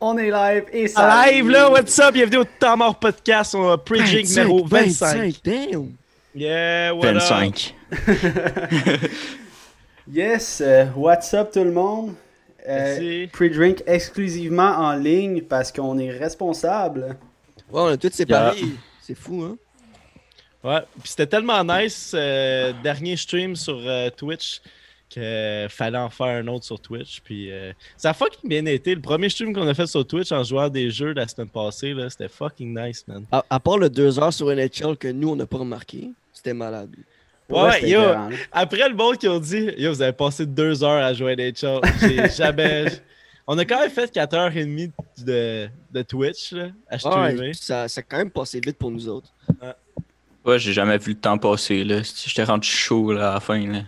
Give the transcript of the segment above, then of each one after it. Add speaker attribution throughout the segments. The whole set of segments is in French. Speaker 1: On est live et ça.
Speaker 2: Live là, what's up? Bienvenue au Temps Mort Podcast, on a Preaching numéro 25.
Speaker 3: 25, damn.
Speaker 2: Yeah, what up?
Speaker 4: 25.
Speaker 1: Yes, euh, what's up tout le monde? Euh,
Speaker 2: Merci.
Speaker 1: Pre-drink exclusivement en ligne parce qu'on est responsable.
Speaker 3: Ouais, on a tous séparés. C'est fou, hein?
Speaker 2: Ouais, puis c'était tellement nice, euh, dernier stream sur euh, Twitch, que fallait en faire un autre sur Twitch. Puis euh, ça a fucking bien été. Le premier stream qu'on a fait sur Twitch en jouant à des jeux la semaine passée, là, c'était fucking nice, man.
Speaker 3: À, à part le 2 heures sur NHL que nous, on n'a pas remarqué, c'était malade.
Speaker 1: Pour vrai,
Speaker 2: Ouais,
Speaker 1: c'était
Speaker 2: yo.
Speaker 1: écœurant, là.
Speaker 2: Après le monde qui ont dit Yo, vous avez passé deux heures à jouer à des choses. J'ai jamais. On a quand même fait 4h30 de, de Twitch là, à streamer.
Speaker 3: Ouais, ça, ça a quand même passé vite pour nous autres.
Speaker 4: Ouais, j'ai jamais vu le temps passer, là. J'étais rendu chaud, là, à la fin, là.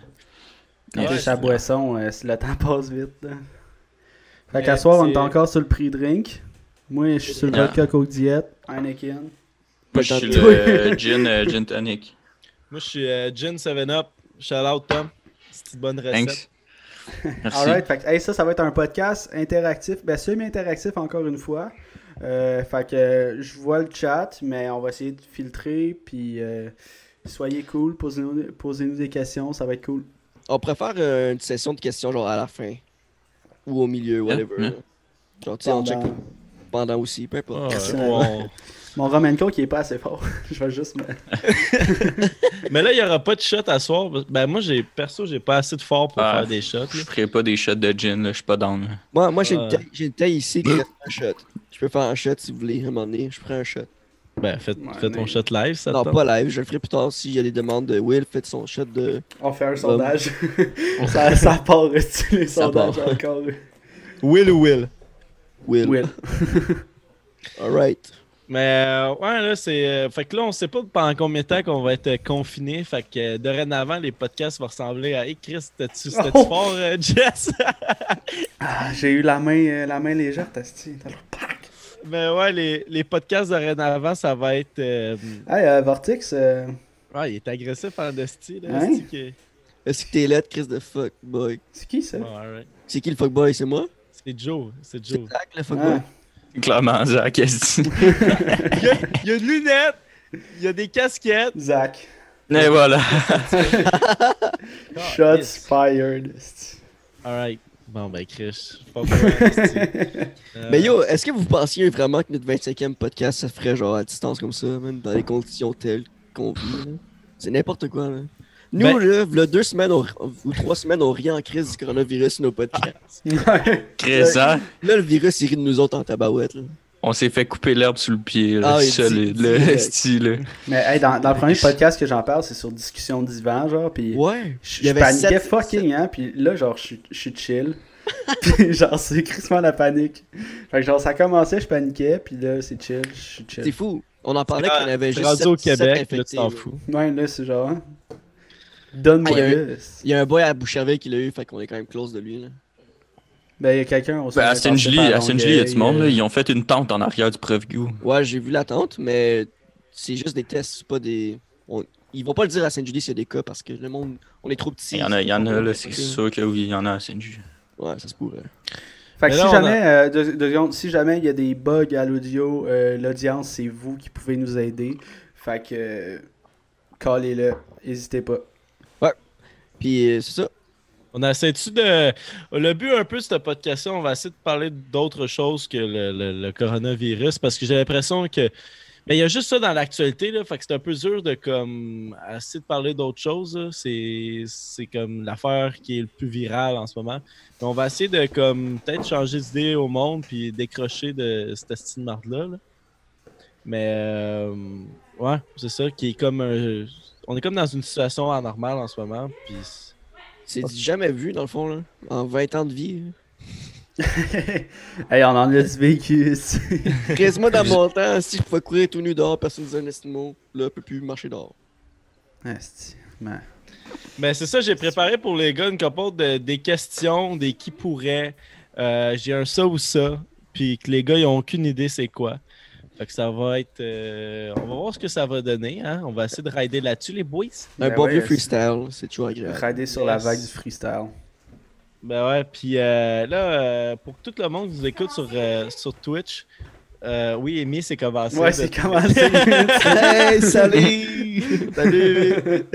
Speaker 1: Quand t'es
Speaker 2: Ouais,
Speaker 1: sa
Speaker 2: c'est-
Speaker 1: boisson, euh, le temps passe vite. là. Fait
Speaker 2: Mais
Speaker 1: qu'à soir, on est
Speaker 2: c'est-
Speaker 1: encore sur le prix drink. Moi, je suis sur le
Speaker 4: Ah.
Speaker 1: vodka coke diète, Heineken.
Speaker 4: Moi, je suis
Speaker 3: Pas
Speaker 4: le euh, gin, euh, gin tonic.
Speaker 2: Moi, je suis euh, Gin 7-Up. Shout out, Tom. C'est une bonne recette.
Speaker 4: Thanks. Merci.
Speaker 1: Alright, fait que, hey, ça, ça va être un podcast interactif, ben semi-interactif encore une fois. Euh, fait que euh, je vois le chat, mais on va essayer de filtrer, puis euh, soyez cool, posez-nous posez-nous des questions, ça va être cool.
Speaker 3: On préfère euh, une session de questions, genre à la fin. Ou au milieu, whatever.
Speaker 4: hein.
Speaker 3: là. Genre, tu sais, on check
Speaker 1: Pendant-
Speaker 3: pendant aussi, peu
Speaker 2: Oh,
Speaker 3: importe.
Speaker 2: ouais,
Speaker 1: Excellent.
Speaker 2: on-
Speaker 1: ben, Mon Romanco qui est pas assez fort, je vais juste... me-
Speaker 2: Mais là, il n'y aura pas de shot à soir. Ben, moi, j'ai perso, j'ai pas assez de fort pour
Speaker 4: Ah.
Speaker 2: faire des shots. là.
Speaker 4: Je ferai pas des shots de gin, là. Je suis pas down, là.
Speaker 3: Moi, moi j'ai
Speaker 2: Ouais.
Speaker 3: une, taille- j'ai une taille ici qui fait un shot. Je peux faire un shot si vous voulez, à un moment donné. Je prends un shot.
Speaker 2: Ben, fais,
Speaker 1: Ouais,
Speaker 2: fais ton
Speaker 1: mais-
Speaker 2: shot live, ça te
Speaker 3: Non,
Speaker 2: tente?
Speaker 3: pas live, je le ferai plus tard s'il y a des demandes de Will, faites son shot de.
Speaker 1: On fait un sondage, ça, ça part, euh, les
Speaker 3: Ça
Speaker 1: sondages
Speaker 3: part.
Speaker 1: encore.
Speaker 2: Will ou Will.
Speaker 3: Will.
Speaker 1: Will.
Speaker 3: Alright.
Speaker 2: Mais euh, ouais, là, c'est. euh, fait que là, on sait pas pendant combien de temps qu'on va être euh, confinés. Fait que euh, dorénavant, les podcasts vont ressembler à. Hey, Chris, t'as-tu c'était-tu
Speaker 1: Oh!
Speaker 2: fort, euh, Jess?
Speaker 1: Ah, J'ai eu la main, euh, la main légère, Tasti.
Speaker 2: Mais ouais, les, les podcasts dorénavant, ça va être. euh,
Speaker 1: Hey, euh, Vortex, euh,
Speaker 2: Ouais, il est agressif en Dusty, là.
Speaker 1: Hein?
Speaker 2: c'est-tu que-
Speaker 3: Est-ce que t'es lettre, Chris de fuckboy?
Speaker 1: c'est qui ça?
Speaker 2: Bon, alright.
Speaker 3: C'est qui le fuckboy? C'est moi?
Speaker 2: C'est Joe, c'est
Speaker 3: C'est
Speaker 2: Joe.
Speaker 3: Zach, le fuckboy?
Speaker 1: Ah,
Speaker 4: Clairement, Zach, qu'est-ce que tu dis?
Speaker 2: Il y, a, il y a une lunette, il y a des casquettes.
Speaker 1: Zach.
Speaker 4: Mais voilà.
Speaker 2: Ah,
Speaker 1: Shots fired. esti.
Speaker 2: Alright. Bon, ben, Chris, pas pour
Speaker 3: Mais yo, est-ce que vous pensiez vraiment que notre 25e podcast se ferait genre à distance comme ça, même dans les conditions telles qu'on vit? là? C'est n'importe quoi, là. Nous,
Speaker 2: Ben-
Speaker 3: là, v'là deux semaines on- ou trois semaines, on rit en crise du coronavirus sur nos podcasts.
Speaker 2: Ah.
Speaker 4: Chris, hein?
Speaker 3: Là, le virus, il rit de nous autres en tabarouette, là.
Speaker 4: On s'est fait couper l'herbe sous le pied, là.
Speaker 3: Ah, il dit-
Speaker 4: solide, là.
Speaker 3: direct.
Speaker 4: Esti, là.
Speaker 1: Mais hey, dans, dans le premier podcast que j'en parle, c'est sur discussion d'Ivan, genre, pis
Speaker 3: Ouais!
Speaker 1: je
Speaker 3: Il y
Speaker 1: je
Speaker 3: avait
Speaker 1: paniquais
Speaker 3: sept-
Speaker 1: fucking, hein, pis là, genre, je suis- je suis chill. pis genre, c'est crissement la panique. Fait que genre, ça commençait, je paniquais, pis là, c'est chill, je suis
Speaker 3: C'est
Speaker 1: chill.
Speaker 3: fou! On en parlait
Speaker 2: Ah,
Speaker 3: qu'on avait
Speaker 2: t'es
Speaker 3: juste
Speaker 2: rendu
Speaker 3: sept-
Speaker 2: au
Speaker 3: sept
Speaker 2: Québec, là, tu
Speaker 3: infectés,
Speaker 2: t'en
Speaker 3: là.
Speaker 2: fous.
Speaker 1: Ouais, là, c'est genre, hein, donne-moi
Speaker 3: Ah, il y a
Speaker 1: le.
Speaker 3: Il y a un boy à Boucherville qui l'a eu, fait qu'on est quand même close de lui, là.
Speaker 1: Ben, il y a quelqu'un, on
Speaker 4: Ben, à
Speaker 1: Saint
Speaker 4: Saint-Julie, à Saint-Julie, il y a du monde, là.
Speaker 1: euh.
Speaker 4: Ils ont fait une tente en arrière du Preview.
Speaker 3: Ouais, j'ai vu la tente, mais c'est juste des tests, c'est pas des. on- Ils vont pas le dire à Saint-Julie s'il y a des cas parce que le monde, on est trop petit.
Speaker 4: Il y en a, il y en a, là. C'est sûr que oui, il y en a à Saint-Julie.
Speaker 3: Ouais, ça se pourrait.
Speaker 1: Fait que
Speaker 2: Mais
Speaker 1: si
Speaker 2: là, on a-
Speaker 1: jamais, euh, deux- deux secondes, si jamais il y a des bugs à l'audio, euh, l'audience, c'est vous qui pouvez nous aider. Fait que, euh, callez-le, n'hésitez pas.
Speaker 3: Puis euh, c'est ça.
Speaker 2: On essaie-tu de. Le but un peu de ce podcast on va essayer de parler d'autres choses que le, le- le coronavirus parce que j'ai l'impression que. Mais il y a juste ça dans l'actualité, là. Fait que c'est un peu dur de comme essayer de parler d'autres choses. là. C'est c'est comme l'affaire qui est le plus virale en ce moment. Mais on va essayer de comme peut-être changer d'idée au monde puis décrocher de cette style marde-là. là. Mais euh, ouais, c'est ça qui est comme un- On est comme dans une situation anormale en ce moment. Puis
Speaker 3: C'est du jamais vu dans le fond, là. En 20 ans de vie. là.
Speaker 1: hey, on en a du vécu ici.
Speaker 3: Chris, moi dans mon temps, si je pouvais courir tout nu dehors, personne ne disait un esti de mot. Là, je peux plus marcher dehors.
Speaker 1: Asti, man.
Speaker 2: Mais Ben, c'est ça, j'ai préparé pour les gars une compote de, des questions, des qui pourraient. Euh, j'ai un ça ou ça. puis que les gars, ils ont aucune idée c'est quoi. Fait que ça va être. euh, on va voir ce que ça va donner. Hein? On va essayer de rider là-dessus, les boys.
Speaker 3: Un
Speaker 1: Ben
Speaker 3: bon
Speaker 1: ouais,
Speaker 3: vieux
Speaker 1: c'est-
Speaker 3: freestyle, c'est toujours agréable.
Speaker 1: Rider sur
Speaker 2: Yes.
Speaker 1: la vague du freestyle.
Speaker 2: Ben ouais, puis euh, là, euh, pour tout le monde qui nous écoute sur, euh, sur Twitch, euh, oui, Amy, c'est commencé.
Speaker 1: Ouais,
Speaker 2: de-
Speaker 1: c'est commencé.
Speaker 3: Hey,
Speaker 2: Salut! Salut! Amy. ben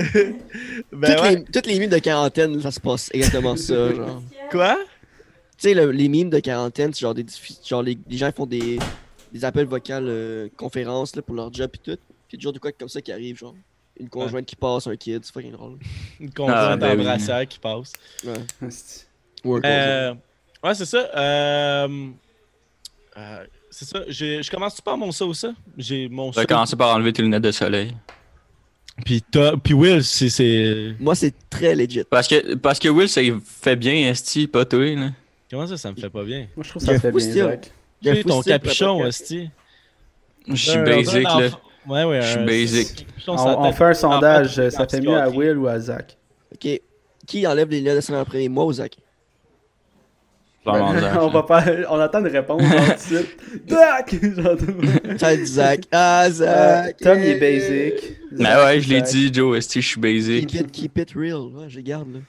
Speaker 3: toutes,
Speaker 2: ouais,
Speaker 3: les, toutes les mimes de quarantaine, ça se passe exactement ça, genre.
Speaker 2: quoi?
Speaker 3: Tu sais, le- les mimes de quarantaine, c'est genre des diffi- genre les, les gens font des, des appels vocaux, euh, conférences là, pour leur job et tout. Puis toujours de quoi comme ça qui arrive, genre. Une conjointe qui passe, un kid, c'est fucking drôle.
Speaker 2: Une conjointe
Speaker 4: Ah, ben oui.
Speaker 2: embrasseur qui passe.
Speaker 1: Asti.
Speaker 3: Ou un conjoint.
Speaker 2: Euh, ouais, c'est ça. Euh, euh, c'est ça. J'ai- Je commence-tu par mon ça ou ça? J'ai mon
Speaker 4: Tu vas
Speaker 2: ça.
Speaker 4: commencer par enlever tes lunettes de soleil.
Speaker 2: Puis, t'as- puis Will, c'est- c'est.
Speaker 3: Moi, c'est très legit.
Speaker 4: Parce que, parce que Will, ça il fait bien, Esti, pas toi, là.
Speaker 2: Comment ça, ça me fait pas bien?
Speaker 1: Moi, je trouve que ça
Speaker 3: Jeff
Speaker 1: fait bien,
Speaker 3: Boustil.
Speaker 1: Zach.
Speaker 3: J'ai un
Speaker 2: Puis ton
Speaker 3: foustil pour
Speaker 2: capuchon,
Speaker 3: la podcast.
Speaker 2: hostie.
Speaker 4: Je suis
Speaker 2: Un-
Speaker 4: basic,
Speaker 2: un
Speaker 4: là.
Speaker 2: enfant- Ouais, ouais,
Speaker 4: Je suis
Speaker 2: un-
Speaker 4: basic.
Speaker 2: capuchon
Speaker 1: On,
Speaker 2: sur la
Speaker 1: on
Speaker 2: tête.
Speaker 1: fait un sondage. euh,
Speaker 2: fait,
Speaker 1: ça
Speaker 2: c'est
Speaker 1: fait mieux à
Speaker 2: hockey.
Speaker 1: Will ou à Zach?
Speaker 3: Ok. Qui enlève les lunettes de soleil en premier, moi ou Zach
Speaker 4: Vraiment,
Speaker 1: on, va pas... on attend une réponse genre, tout de suite. Zach! Genre, tout le monde.
Speaker 3: Ça va être Zach. Ah,
Speaker 1: Euh,
Speaker 3: Zach.
Speaker 1: Tom, il est
Speaker 3: eh,
Speaker 1: basic.
Speaker 4: Mais
Speaker 1: Zach,
Speaker 4: ben ouais, je l'ai
Speaker 1: Zach.
Speaker 4: dit, Joe, Esti, je
Speaker 3: eh.
Speaker 4: suis basic.
Speaker 3: Keep it, keep it real. Ouais, je garde, là.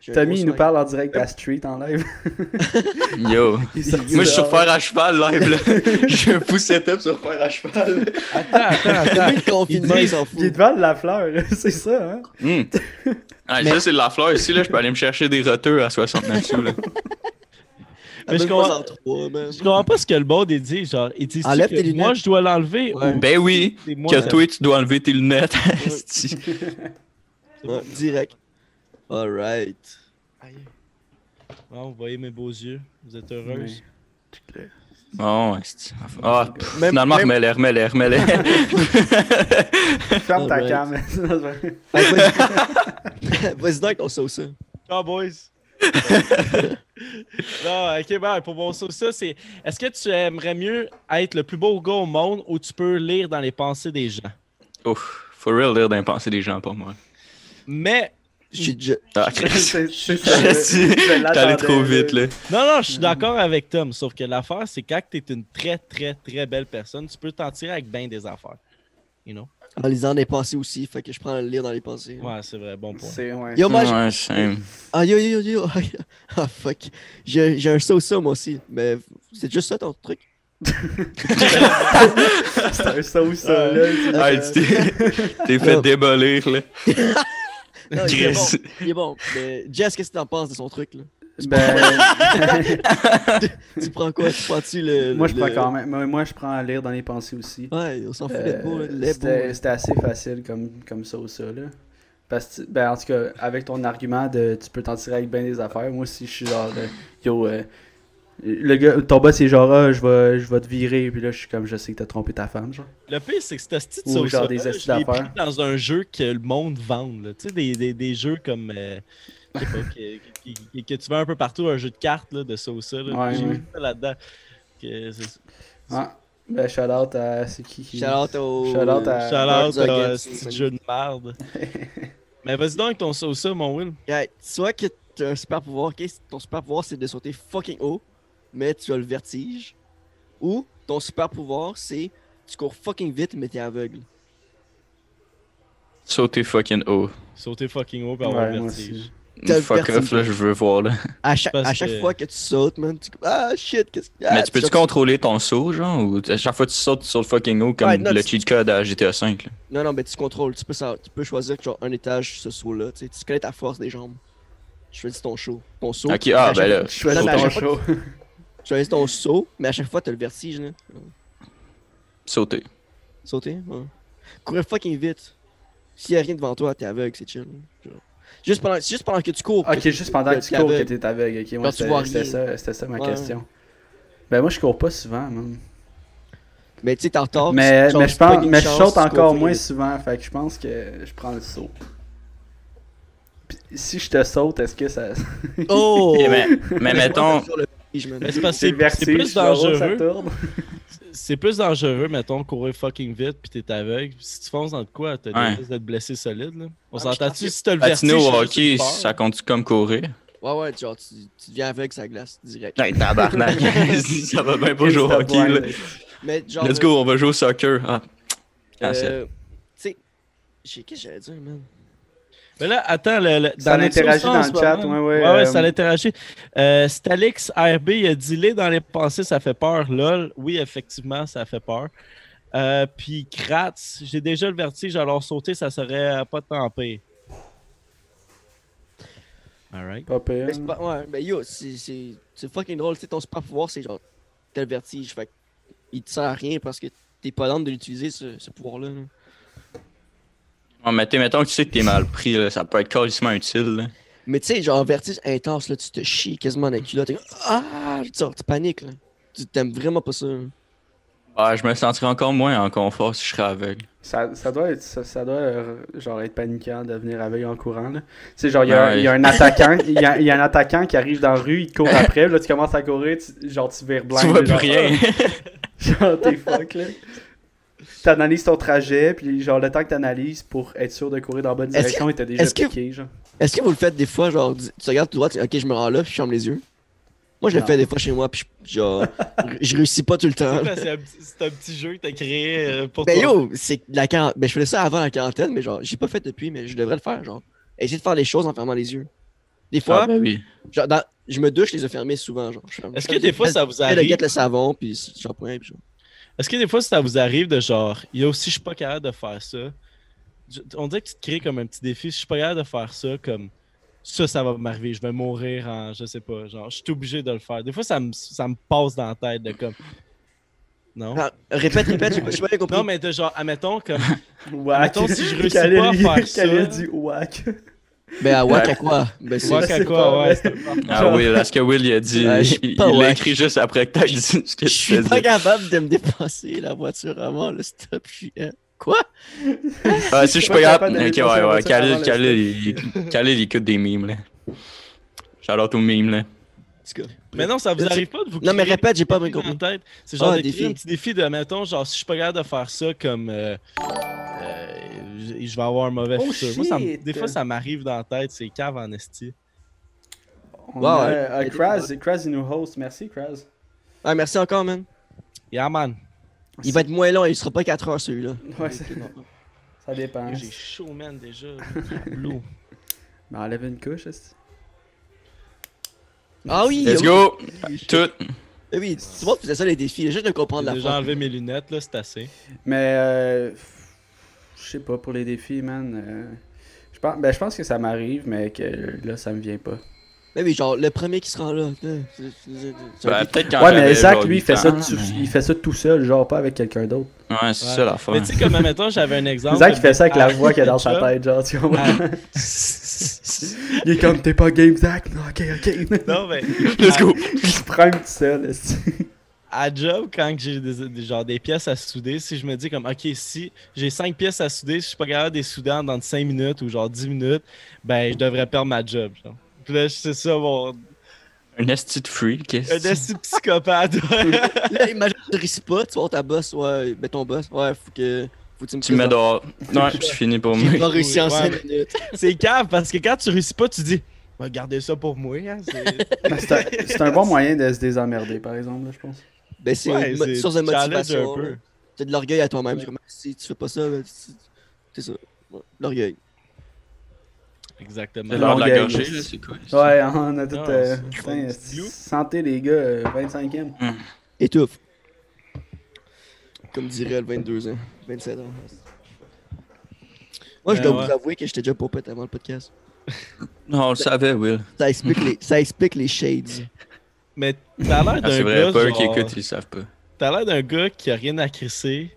Speaker 3: J'ai un
Speaker 1: Tommy,
Speaker 3: gros
Speaker 1: il nous
Speaker 3: smile.
Speaker 1: parle en direct de la street en live.
Speaker 4: Yo.
Speaker 1: Il est sorti
Speaker 4: Moi, je suis sur
Speaker 1: dehors.
Speaker 4: fer à cheval live, là. J'ai un pouce setup sur fer à cheval.
Speaker 2: Attends, attends,
Speaker 3: Depuis
Speaker 2: attends.
Speaker 3: le confinement,
Speaker 2: Il dit-
Speaker 3: il s'en
Speaker 1: Il est
Speaker 3: fout.
Speaker 1: devant de la fleur, c'est ça, hein?
Speaker 4: Hmm. Ah, Ça, c'est de la fleur ici, là. Je peux aller me chercher des roteux à 69 sous, là.
Speaker 2: Mais je
Speaker 3: Même pas
Speaker 2: comprends-
Speaker 3: en trois, man.
Speaker 2: Je comprends pas ce que le bord il dit. Genre, il dit
Speaker 3: Enlève tes
Speaker 2: que moi
Speaker 3: lunettes.
Speaker 2: je dois l'enlever
Speaker 3: Ouais.
Speaker 2: ou
Speaker 4: Ben oui,
Speaker 2: c'est moi.
Speaker 1: euh,
Speaker 4: que toi, tu dois enlever tes lunettes, Esti.
Speaker 3: Ouais, Direct. Alright.
Speaker 2: Bon, Ah, vous voyez mes beaux yeux. Vous êtes heureuse.
Speaker 4: Bon, Esti. Ah, pff,
Speaker 3: Même-
Speaker 4: finalement,
Speaker 3: même-
Speaker 4: remets-les, remets-les, remets-les.
Speaker 1: Ferme ta
Speaker 3: Alright.
Speaker 1: cam.
Speaker 3: Fait que Ben, Vas-y vas-y donc, on saute ça.
Speaker 2: Ah, boys! non, ok, ben, pour mon ça, ça, c'est. Est-ce que tu aimerais mieux être le plus beau gars au monde ou tu peux lire dans les pensées des gens?
Speaker 4: Ouf, faut real dire d'impenser des gens pour moi.
Speaker 2: Mais.
Speaker 3: Je suis déjà-
Speaker 4: Ah, Christ.
Speaker 1: C'est c'est ça.
Speaker 4: Esti,
Speaker 1: je
Speaker 4: T'es allé trop
Speaker 1: l'attendais,
Speaker 4: vite,
Speaker 1: là.
Speaker 4: là.
Speaker 2: Non, non, je suis d'accord avec Tom, sauf que l'affaire, c'est quand t'es une très, très, très belle personne, tu peux t'en tirer avec bien des affaires. You know?
Speaker 3: En lisant des pensées aussi, fait que je prends le lire dans les pensées.
Speaker 2: Ouais, c'est vrai, bon point.
Speaker 1: C'est, ouais.
Speaker 3: Yo, moi, j'-
Speaker 4: Ouais, same.
Speaker 3: Ah, yo, yo, yo, yo. Ah, fuck. J'ai j'ai un saut ça, moi aussi. Mais c'est juste ça ton truc.
Speaker 1: C'est un ça ou ça, là. tu sais,
Speaker 4: Hey,
Speaker 1: euh,
Speaker 4: Ah, tu t'es- t'es fait
Speaker 3: Ouais.
Speaker 4: débolir, là.
Speaker 3: Non, il est bon.
Speaker 4: Chris.
Speaker 3: Il est bon. Mais Jess, qu'est-ce que t'en penses de son truc, là
Speaker 1: Ben,
Speaker 3: Tu prends quoi Tu prends-tu le.
Speaker 1: moi, je
Speaker 3: Euh, le-
Speaker 1: prends quand même. Moi, moi, je prends à lire dans les pensées aussi.
Speaker 3: Ouais, on s'en fout
Speaker 1: Euh,
Speaker 3: d'être beau, là. L'être beau. hein.
Speaker 1: C'était
Speaker 3: là.
Speaker 1: c'était assez facile comme, comme ça ou ça, là. Parce que, ben, en tout cas, avec ton argument de tu peux t'en tirer avec bien des affaires, moi aussi, je suis genre, euh, yo, euh, le gars, ton boss, c'est genre, ah, je vais, je vais te virer, puis là, je suis comme, je sais que t'as trompé ta femme, genre.
Speaker 2: Le pire, c'est que cette style
Speaker 1: Ou
Speaker 2: de sauce
Speaker 1: genre des hosties
Speaker 2: je l'ai pris
Speaker 1: d'affaires.
Speaker 2: dans un jeu que le monde vend. là. Tu sais, des, des, des jeux comme. euh, je sais pas, que, qui- qui- que tu vas un peu partout, un jeu de cartes là, de sauce. Là,
Speaker 1: Ouais,
Speaker 2: J'ai
Speaker 1: ouais.
Speaker 2: mis ça là-dedans. Que c'est-
Speaker 1: Ah, ben, shout out à. C'est qui qui.
Speaker 3: Shout-out au.
Speaker 1: Shout-out à- Euh,
Speaker 2: Shout-out à
Speaker 3: Cards Against
Speaker 2: ce
Speaker 3: Humanity.
Speaker 2: petit jeu de merde. Mais vas-y donc avec ton sauce, mon Will.
Speaker 3: Ouais, soit que t'as un super pouvoir, ok, ton super pouvoir c'est de sauter fucking haut, mais tu as le vertige. Ou ton super pouvoir c'est tu cours fucking vite, mais t'es aveugle.
Speaker 4: Sauter fucking haut.
Speaker 2: Sauter fucking haut pour avoir
Speaker 1: Ouais,
Speaker 2: le
Speaker 1: moi
Speaker 2: vertige.
Speaker 1: aussi.
Speaker 3: T'as le
Speaker 4: Fuck off,
Speaker 3: vertige.
Speaker 4: là, je veux voir, là.
Speaker 3: À, chaque-
Speaker 2: Parce
Speaker 3: à chaque
Speaker 2: que-
Speaker 3: fois que tu sautes, man, tu. Ah shit, qu'est-ce que.
Speaker 4: Mais tu peux-tu
Speaker 3: compter
Speaker 4: contrôler ton saut, genre, ou à chaque fois que tu sautes sur le fucking haut, comme
Speaker 3: Ouais, non,
Speaker 4: le
Speaker 3: tu-
Speaker 4: cheat code à GTA V, là.
Speaker 3: Non, non, mais tu contrôles, tu peux, ça- tu peux choisir genre un étage ce saut-là, tu sais, tu connais ta force des jambes. Je choisis ton saut. Ton saut.
Speaker 4: Ok, ah,
Speaker 3: à chaque
Speaker 4: ben là,
Speaker 3: fois-
Speaker 1: Je suis
Speaker 3: Non, mais à
Speaker 1: ton
Speaker 3: chaque fois
Speaker 1: show.
Speaker 3: Tu choisis ton saut, mais à chaque fois t'as le vertige, là.
Speaker 4: Sauter.
Speaker 3: Sauter, ouais. Courir fucking vite. S'il y a rien devant toi, t'es aveugle, c'est chill. Genre. Juste pendant, c'est juste pendant que tu cours. que
Speaker 1: Ok, juste pendant que
Speaker 3: Le-
Speaker 1: tu cours que
Speaker 3: l'aveugle.
Speaker 1: t'es aveugle, ok.
Speaker 3: Quand
Speaker 1: Moi,
Speaker 3: tu vois
Speaker 1: c'était c'était
Speaker 3: rien.
Speaker 1: ça, c'était ça ma
Speaker 3: Ouais.
Speaker 1: question. Ben, moi, je cours pas souvent, man.
Speaker 3: Mais Oh, tu sais, t'es en retard.
Speaker 1: Mais,
Speaker 3: genre,
Speaker 1: mais
Speaker 3: tu
Speaker 1: je pense,
Speaker 3: pognes une
Speaker 1: mais je
Speaker 3: chance,
Speaker 1: saute
Speaker 3: tu
Speaker 1: encore
Speaker 3: cours,
Speaker 1: moins
Speaker 3: mais-
Speaker 1: souvent, fait que je pense que je prends le saut. Puis, si je te saute, est-ce que
Speaker 4: Ah,
Speaker 1: ça.
Speaker 3: Oh!
Speaker 4: Ok, mais, mais mettons,
Speaker 3: Sur le pige, man.
Speaker 2: Mais c'est parce que
Speaker 1: C'est le
Speaker 2: c'est- c'est
Speaker 1: vertige,
Speaker 2: plus
Speaker 1: je vois, ça
Speaker 2: dangereux.
Speaker 1: tourne.
Speaker 2: C'est plus dangereux, mettons, courir fucking vite puis t'es aveugle. Si tu fonces dans de quoi, t'as
Speaker 4: Ouais.
Speaker 2: des risques de te blesser solide. Là. On
Speaker 3: Ouais, Ah, mais je pense
Speaker 2: s'entend-tu
Speaker 3: que
Speaker 2: si t'as le vertige?
Speaker 4: patiner au
Speaker 2: c'est juste
Speaker 4: hockey,
Speaker 2: une peur.
Speaker 4: ça compte comme courir?
Speaker 3: Ouais, ouais, genre, tu, tu deviens aveugle sa glace direct.
Speaker 4: Hey, tabarnak. ça va bien pas
Speaker 1: Chris,
Speaker 4: jouer au
Speaker 1: t'as
Speaker 4: hockey, là.
Speaker 1: blind.
Speaker 3: Mais genre.
Speaker 4: Let's go, on va jouer au soccer. Ah.
Speaker 3: euh,
Speaker 4: Ah, c'est-
Speaker 3: Tu sais, j'ai qui j'allais dire, man?
Speaker 2: Mais là, attends, le, le-
Speaker 1: Ça
Speaker 2: dans notre
Speaker 1: l'interagit
Speaker 2: sauce,
Speaker 1: dans
Speaker 2: en
Speaker 1: le
Speaker 2: ce
Speaker 1: chat,
Speaker 2: moment.
Speaker 1: ouais, ouais,
Speaker 2: ouais,
Speaker 1: euh,
Speaker 2: ça l'interagit. Euh, Stalix RB, il a dit les dans les pensées, ça fait peur. Lol, oui, effectivement, ça fait peur. Euh, puis Kratz, j'ai déjà le vertige, alors sauter, ça serait euh, pas tant pire. Alright.
Speaker 1: Pas pire.
Speaker 3: Mais c'est pas- ouais, mais yo, c'est- c'est c'est fucking drôle. Tu sais, ton super pouvoir, c'est genre, t'as le vertige. Fait que il te sert à rien parce que t'es pas dans de l'utiliser, ce, ce pouvoir-là. là.
Speaker 4: Ouais, mais t'es- mettons que tu sais que t'es mal pris, là, ça peut être carrément utile. là.
Speaker 3: Mais tu sais, genre, vertige intense, là, tu te chies quasiment dans la culotte. t'es comme, Ah, tu sors, tu paniques, là. Tu t'aimes vraiment pas ça. là.
Speaker 4: Ah, je me sentirais encore moins en confort si je serais aveugle.
Speaker 1: Ça, ça doit être, ça, ça doit euh, genre être paniquant de venir aveugle en courant. là. Tu sais, genre, il y, a un-
Speaker 4: Ouais.
Speaker 1: il y a un attaquant, il y a, il y a un attaquant qui arrive dans la rue, il te court après, là, tu commences à courir, tu- genre, tu vires blind.
Speaker 4: tu vois
Speaker 1: là,
Speaker 4: plus
Speaker 1: genre,
Speaker 4: rien.
Speaker 1: Genre, t'es fuck, là. T'analyses ton trajet, puis genre, le temps que t'analyses pour être sûr de courir dans la bonne
Speaker 3: Est-ce
Speaker 1: direction, il t'a déjà
Speaker 3: est-ce que-
Speaker 1: piqué, genre.
Speaker 3: Est-ce que vous le faites des fois, genre, du- tu regardes tout droit, tu dis, ok, je me rends là, puis je ferme les yeux? Moi, je le
Speaker 1: Non.
Speaker 3: fais des fois chez moi, puis je- genre, je- je réussis pas tout le temps. là.
Speaker 2: C'est un, petit- c'est un petit jeu que t'as créé euh, pour
Speaker 3: Ben
Speaker 2: toi.
Speaker 3: yo, c'est que la quarantaine. Ben je faisais ça avant la quarantaine, mais genre, j'ai pas fait depuis, mais je devrais le faire, genre. Essayer de faire les choses en fermant les yeux. Des fois,
Speaker 4: Ah, ben oui.
Speaker 3: genre, dans- je me douche les yeux fermés souvent, genre. Je ferme-
Speaker 2: Est-ce que des fois ça vous
Speaker 3: Je le
Speaker 2: arrive
Speaker 3: guette le savon, puis j'en prends un, puis genre.
Speaker 2: Est-ce que des fois ça vous arrive de genre il y a aussi je suis pas capable de faire ça Je- On dirait que tu te crées comme un petit défi, si je suis pas capable de faire ça comme ça ça va m'arriver, je vais mourir en je sais pas, genre je suis obligé de le faire. Des fois ça me ça me passe dans la tête de comme non.
Speaker 3: Ah, répète, répète, j'ai pas- j'ai pas bien compris.
Speaker 2: Non mais de genre admettons comme
Speaker 1: Whack.
Speaker 2: Mettons, si je réussis
Speaker 1: Khalil-
Speaker 2: pas à faire ça-
Speaker 1: Khalil dit whack.
Speaker 3: Ben à Wack à quoi? Ben c'est.
Speaker 2: vois
Speaker 1: c'est
Speaker 2: qu'à
Speaker 1: pas
Speaker 2: quoi ouais,
Speaker 1: vrai.
Speaker 2: c'est pas-
Speaker 4: Ah,
Speaker 1: Genre-
Speaker 4: Will, est-ce que Will, il a dit.
Speaker 3: Ouais, j'ai
Speaker 4: il
Speaker 3: pas
Speaker 4: il l'a
Speaker 3: ouais.
Speaker 4: écrit juste après que t'as dit ce que
Speaker 3: Je suis
Speaker 4: tu
Speaker 3: pas
Speaker 4: faisais.
Speaker 3: capable de me dépasser la voiture avant le stop. Je suis. euh, Quoi?
Speaker 4: Ah, si je suis
Speaker 1: pas capable
Speaker 4: pas capable.
Speaker 1: d'aller
Speaker 4: Ok,
Speaker 1: passer la
Speaker 4: ouais, ouais.
Speaker 1: voiture avant
Speaker 4: Khalil,
Speaker 1: le
Speaker 4: Khalil, il- Khalil, il écoute des mimes, là. J'adore tout mime, là.
Speaker 3: En tout cas.
Speaker 2: Mais non, ça vous
Speaker 3: Là, tu-
Speaker 2: arrive pas de vous
Speaker 3: Non, mais
Speaker 2: créer
Speaker 3: répète, j'ai pas
Speaker 2: des
Speaker 3: bien
Speaker 2: défis dans
Speaker 3: compris.
Speaker 2: la tête. C'est genre
Speaker 3: Ah,
Speaker 2: de créer
Speaker 3: défi.
Speaker 2: un petit défi de mettons genre si je suis pas capable de faire ça comme euh, euh, je- je vais avoir un mauvais
Speaker 1: Oh,
Speaker 2: futur. Moi, ça me-
Speaker 1: shit.
Speaker 2: des fois ça m'arrive dans la tête, c'est cave en esti.
Speaker 1: On
Speaker 3: Ouais,
Speaker 1: a,
Speaker 3: ouais.
Speaker 1: euh, Kraz, Kraz, il nous host. Merci, Kraz.
Speaker 3: Ah, merci encore, man.
Speaker 2: Yeah, man.
Speaker 3: Il va être moins long, il sera pas 4 heures celui-là.
Speaker 1: Ouais, ça, ça
Speaker 3: Ah,
Speaker 1: dépend.
Speaker 2: J'ai chaud, man, déjà. Tableau.
Speaker 1: Ben, enlève une couche, est-ce
Speaker 3: Ah oui!
Speaker 4: Let's
Speaker 3: oui.
Speaker 4: go! Tout.
Speaker 3: Eh oui, tout le monde faisait ça les défis, juste de comprendre
Speaker 2: J'ai
Speaker 3: Oh, la
Speaker 2: déjà
Speaker 3: forme.
Speaker 2: enlevé mes lunettes, là, c'est assez.
Speaker 1: Mais euh, je sais pas pour les défis, man. euh, je pense, ben, je pense que ça m'arrive, mais que là, ça me vient pas.
Speaker 3: Mais oui, genre le premier qui se rend là. là, c'est- c'est- c'est un
Speaker 4: Bah,
Speaker 3: défi.
Speaker 4: peut-être quand
Speaker 1: ouais,
Speaker 4: j'avais
Speaker 1: mais Zach,
Speaker 4: genre
Speaker 1: lui, il
Speaker 4: huit
Speaker 1: fait, ça
Speaker 4: ans,
Speaker 1: tout,
Speaker 4: mais-
Speaker 1: il fait ça tout seul, genre pas avec quelqu'un d'autre.
Speaker 4: Ouais, c'est ça l'affaire.
Speaker 2: Mais tu sais, comme, admettons, j'avais un exemple.
Speaker 1: Zach, il fait ça avec la
Speaker 2: Ah,
Speaker 1: voix qu'il a dans sa
Speaker 2: job.
Speaker 1: tête, genre, tu vois.
Speaker 2: Ah.
Speaker 1: Il est comme, t'es pas game, Zach? Non, ok, ok.
Speaker 2: Non, mais
Speaker 4: Let's go!
Speaker 1: Il se prend tout seul, est-ce que-
Speaker 2: à job, quand que j'ai des, des- genre des pièces à souder, si je me dis comme, ok, si j'ai 5 pièces à souder, si je suis pas capable de les souder en dans 5 minutes ou genre 10 minutes, ben, je devrais perdre ma job, genre. Puis là, c'est ça, mon.
Speaker 4: Un esti de freak,
Speaker 2: Un
Speaker 4: qu'est-ce que
Speaker 2: esti de psychopathe.
Speaker 3: Là, imagine tu réussis pas, tu vas voir ta boss, ouais, ben ton boss, ouais, faut que. Faut que tu me
Speaker 4: tu me mets
Speaker 3: présentes.
Speaker 4: dehors. Non, c'est fini pour moi.
Speaker 3: J'ai pas réussi en
Speaker 2: Ouais,
Speaker 3: 5
Speaker 2: mais-
Speaker 3: minutes.
Speaker 2: c'est cave parce que quand tu réussis pas, tu dis, bah, gardez ça pour moi, hein, c'est-
Speaker 1: Ben, C'est un, c'est un bon moyen de se désemmerder, par exemple, là, je pense.
Speaker 3: Ben c'est
Speaker 2: Ouais,
Speaker 3: une mo-
Speaker 2: c'est
Speaker 3: source de
Speaker 2: challenge
Speaker 3: motivation.
Speaker 2: un peu.
Speaker 3: là. T'as de l'orgueil à toi-même. c'est comme, Si tu fais pas ça, ben, c'est- c'est ça. Ouais, L'orgueil.
Speaker 2: Exactement.
Speaker 4: J'ai l'air de la
Speaker 1: Longueuil.
Speaker 4: gorgée, là, c'est quoi? ça?
Speaker 1: Ouais, on a tout.
Speaker 2: Ah,
Speaker 1: euh,
Speaker 2: c'est-
Speaker 1: putain,
Speaker 2: c'est-
Speaker 1: est-ce- santé, les gars, euh, 25e.
Speaker 3: Étouffe. Comme dirait le 22 ans. 27 ans. Moi, je
Speaker 2: Ben
Speaker 3: dois
Speaker 2: ouais.
Speaker 3: vous avouer que j'étais déjà pas pète avant le podcast.
Speaker 4: Non, on le savait, Will.
Speaker 3: Ça explique les, ça explique les shades.
Speaker 2: Mais t'as l'air
Speaker 4: Ah, c'est
Speaker 2: d'un
Speaker 4: vrai,
Speaker 2: gars.
Speaker 4: pas eux qui
Speaker 2: genre-
Speaker 4: écoutent, ils savent pas.
Speaker 2: T'as l'air d'un gars qui a rien à crisser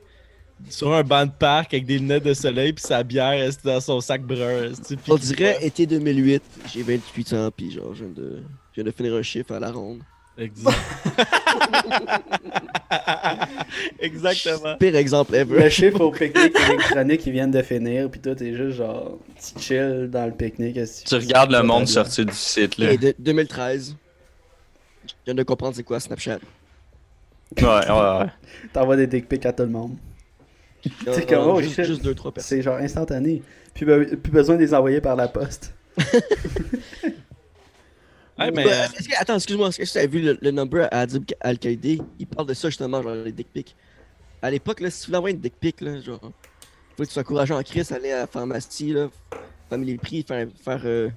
Speaker 2: sur un banc de parc avec des lunettes de soleil puis sa bière est dans son sac brun. est-ce, puis
Speaker 3: On
Speaker 2: qui
Speaker 3: dirait été 2008. J'ai 28 ans, puis genre, je viens, de, je viens de finir un chiffre à la ronde.
Speaker 2: boit. Exact. Exactement.
Speaker 3: Pire exemple ever.
Speaker 1: Le chiffre au pique-nique électronique, ils viennent de finir, puis toi, t'es juste genre, tu chill dans le pique-nique. est-ce que-
Speaker 4: Tu regardes le
Speaker 1: Totalement.
Speaker 4: monde sortir du site, là.
Speaker 3: Et de- 2013. Je viens de comprendre c'est quoi Snapchat.
Speaker 4: Ouais, ouais, ouais.
Speaker 1: T'envoies des dick pics à tout le monde.
Speaker 3: Genre,
Speaker 1: comme, oh
Speaker 3: juste,
Speaker 1: shit.
Speaker 3: juste deux, trois personnes.
Speaker 1: C'est genre instantané. Plus, be- plus besoin de les envoyer par la poste.
Speaker 4: Ah,
Speaker 2: Ouais, mais,
Speaker 3: Ouais, Bah,
Speaker 2: euh,
Speaker 3: est-ce que- attends, excuse-moi, est-ce que tu as vu le, le number à Adib Al-Qaïdi Il parle de ça justement, genre les dick pics. À l'époque, là, si tu voulais envoyer une dick pic, là, genre, faut que tu sois courageux en crise, aller à la pharmacie, là, famille les prix, faire, faire euh,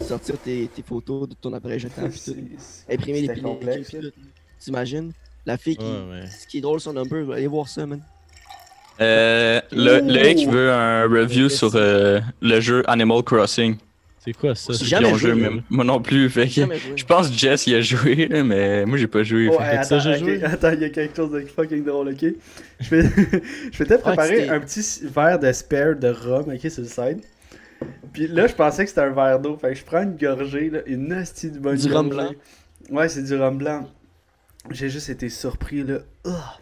Speaker 3: sortir tes, tes photos de ton appareil jetable, pis tout, imprimer les
Speaker 1: C'était complexe,
Speaker 3: pellicules, pis tout. T'imagines La fille qui.
Speaker 2: ouais, ouais.
Speaker 3: Ce qui est drôle, son number, allez voir ça, man.
Speaker 4: Euh, le,
Speaker 1: Ouh.
Speaker 4: Loïc veut un review sur euh, le jeu Animal Crossing.
Speaker 2: C'est quoi ça?
Speaker 3: J'ai
Speaker 4: Ceux qui
Speaker 3: jamais
Speaker 4: ont
Speaker 3: joué,
Speaker 4: joué,
Speaker 2: moi.
Speaker 4: mais moi non plus. fait que-
Speaker 3: J'ai jamais joué.
Speaker 4: je pense que Jess y a joué, là, mais moi j'ai pas joué.
Speaker 1: Oh,
Speaker 4: fait
Speaker 1: hey,
Speaker 2: que ça,
Speaker 1: attends,
Speaker 2: j'ai
Speaker 1: ok,
Speaker 2: joué.
Speaker 1: attends, il y a quelque chose de fucking drôle, ok? Je vais, je vais peut-être
Speaker 3: Ouais,
Speaker 1: préparer
Speaker 3: c'était-
Speaker 1: un petit verre de spare de rhum, ok, sur le side. Puis là, je pensais que c'était un verre d'eau, fait que je prends une gorgée, là, une hostie de bonne
Speaker 3: Du rhum
Speaker 1: gorgée. Ouais, c'est du rhum blanc. J'ai juste été surpris, là. Ah!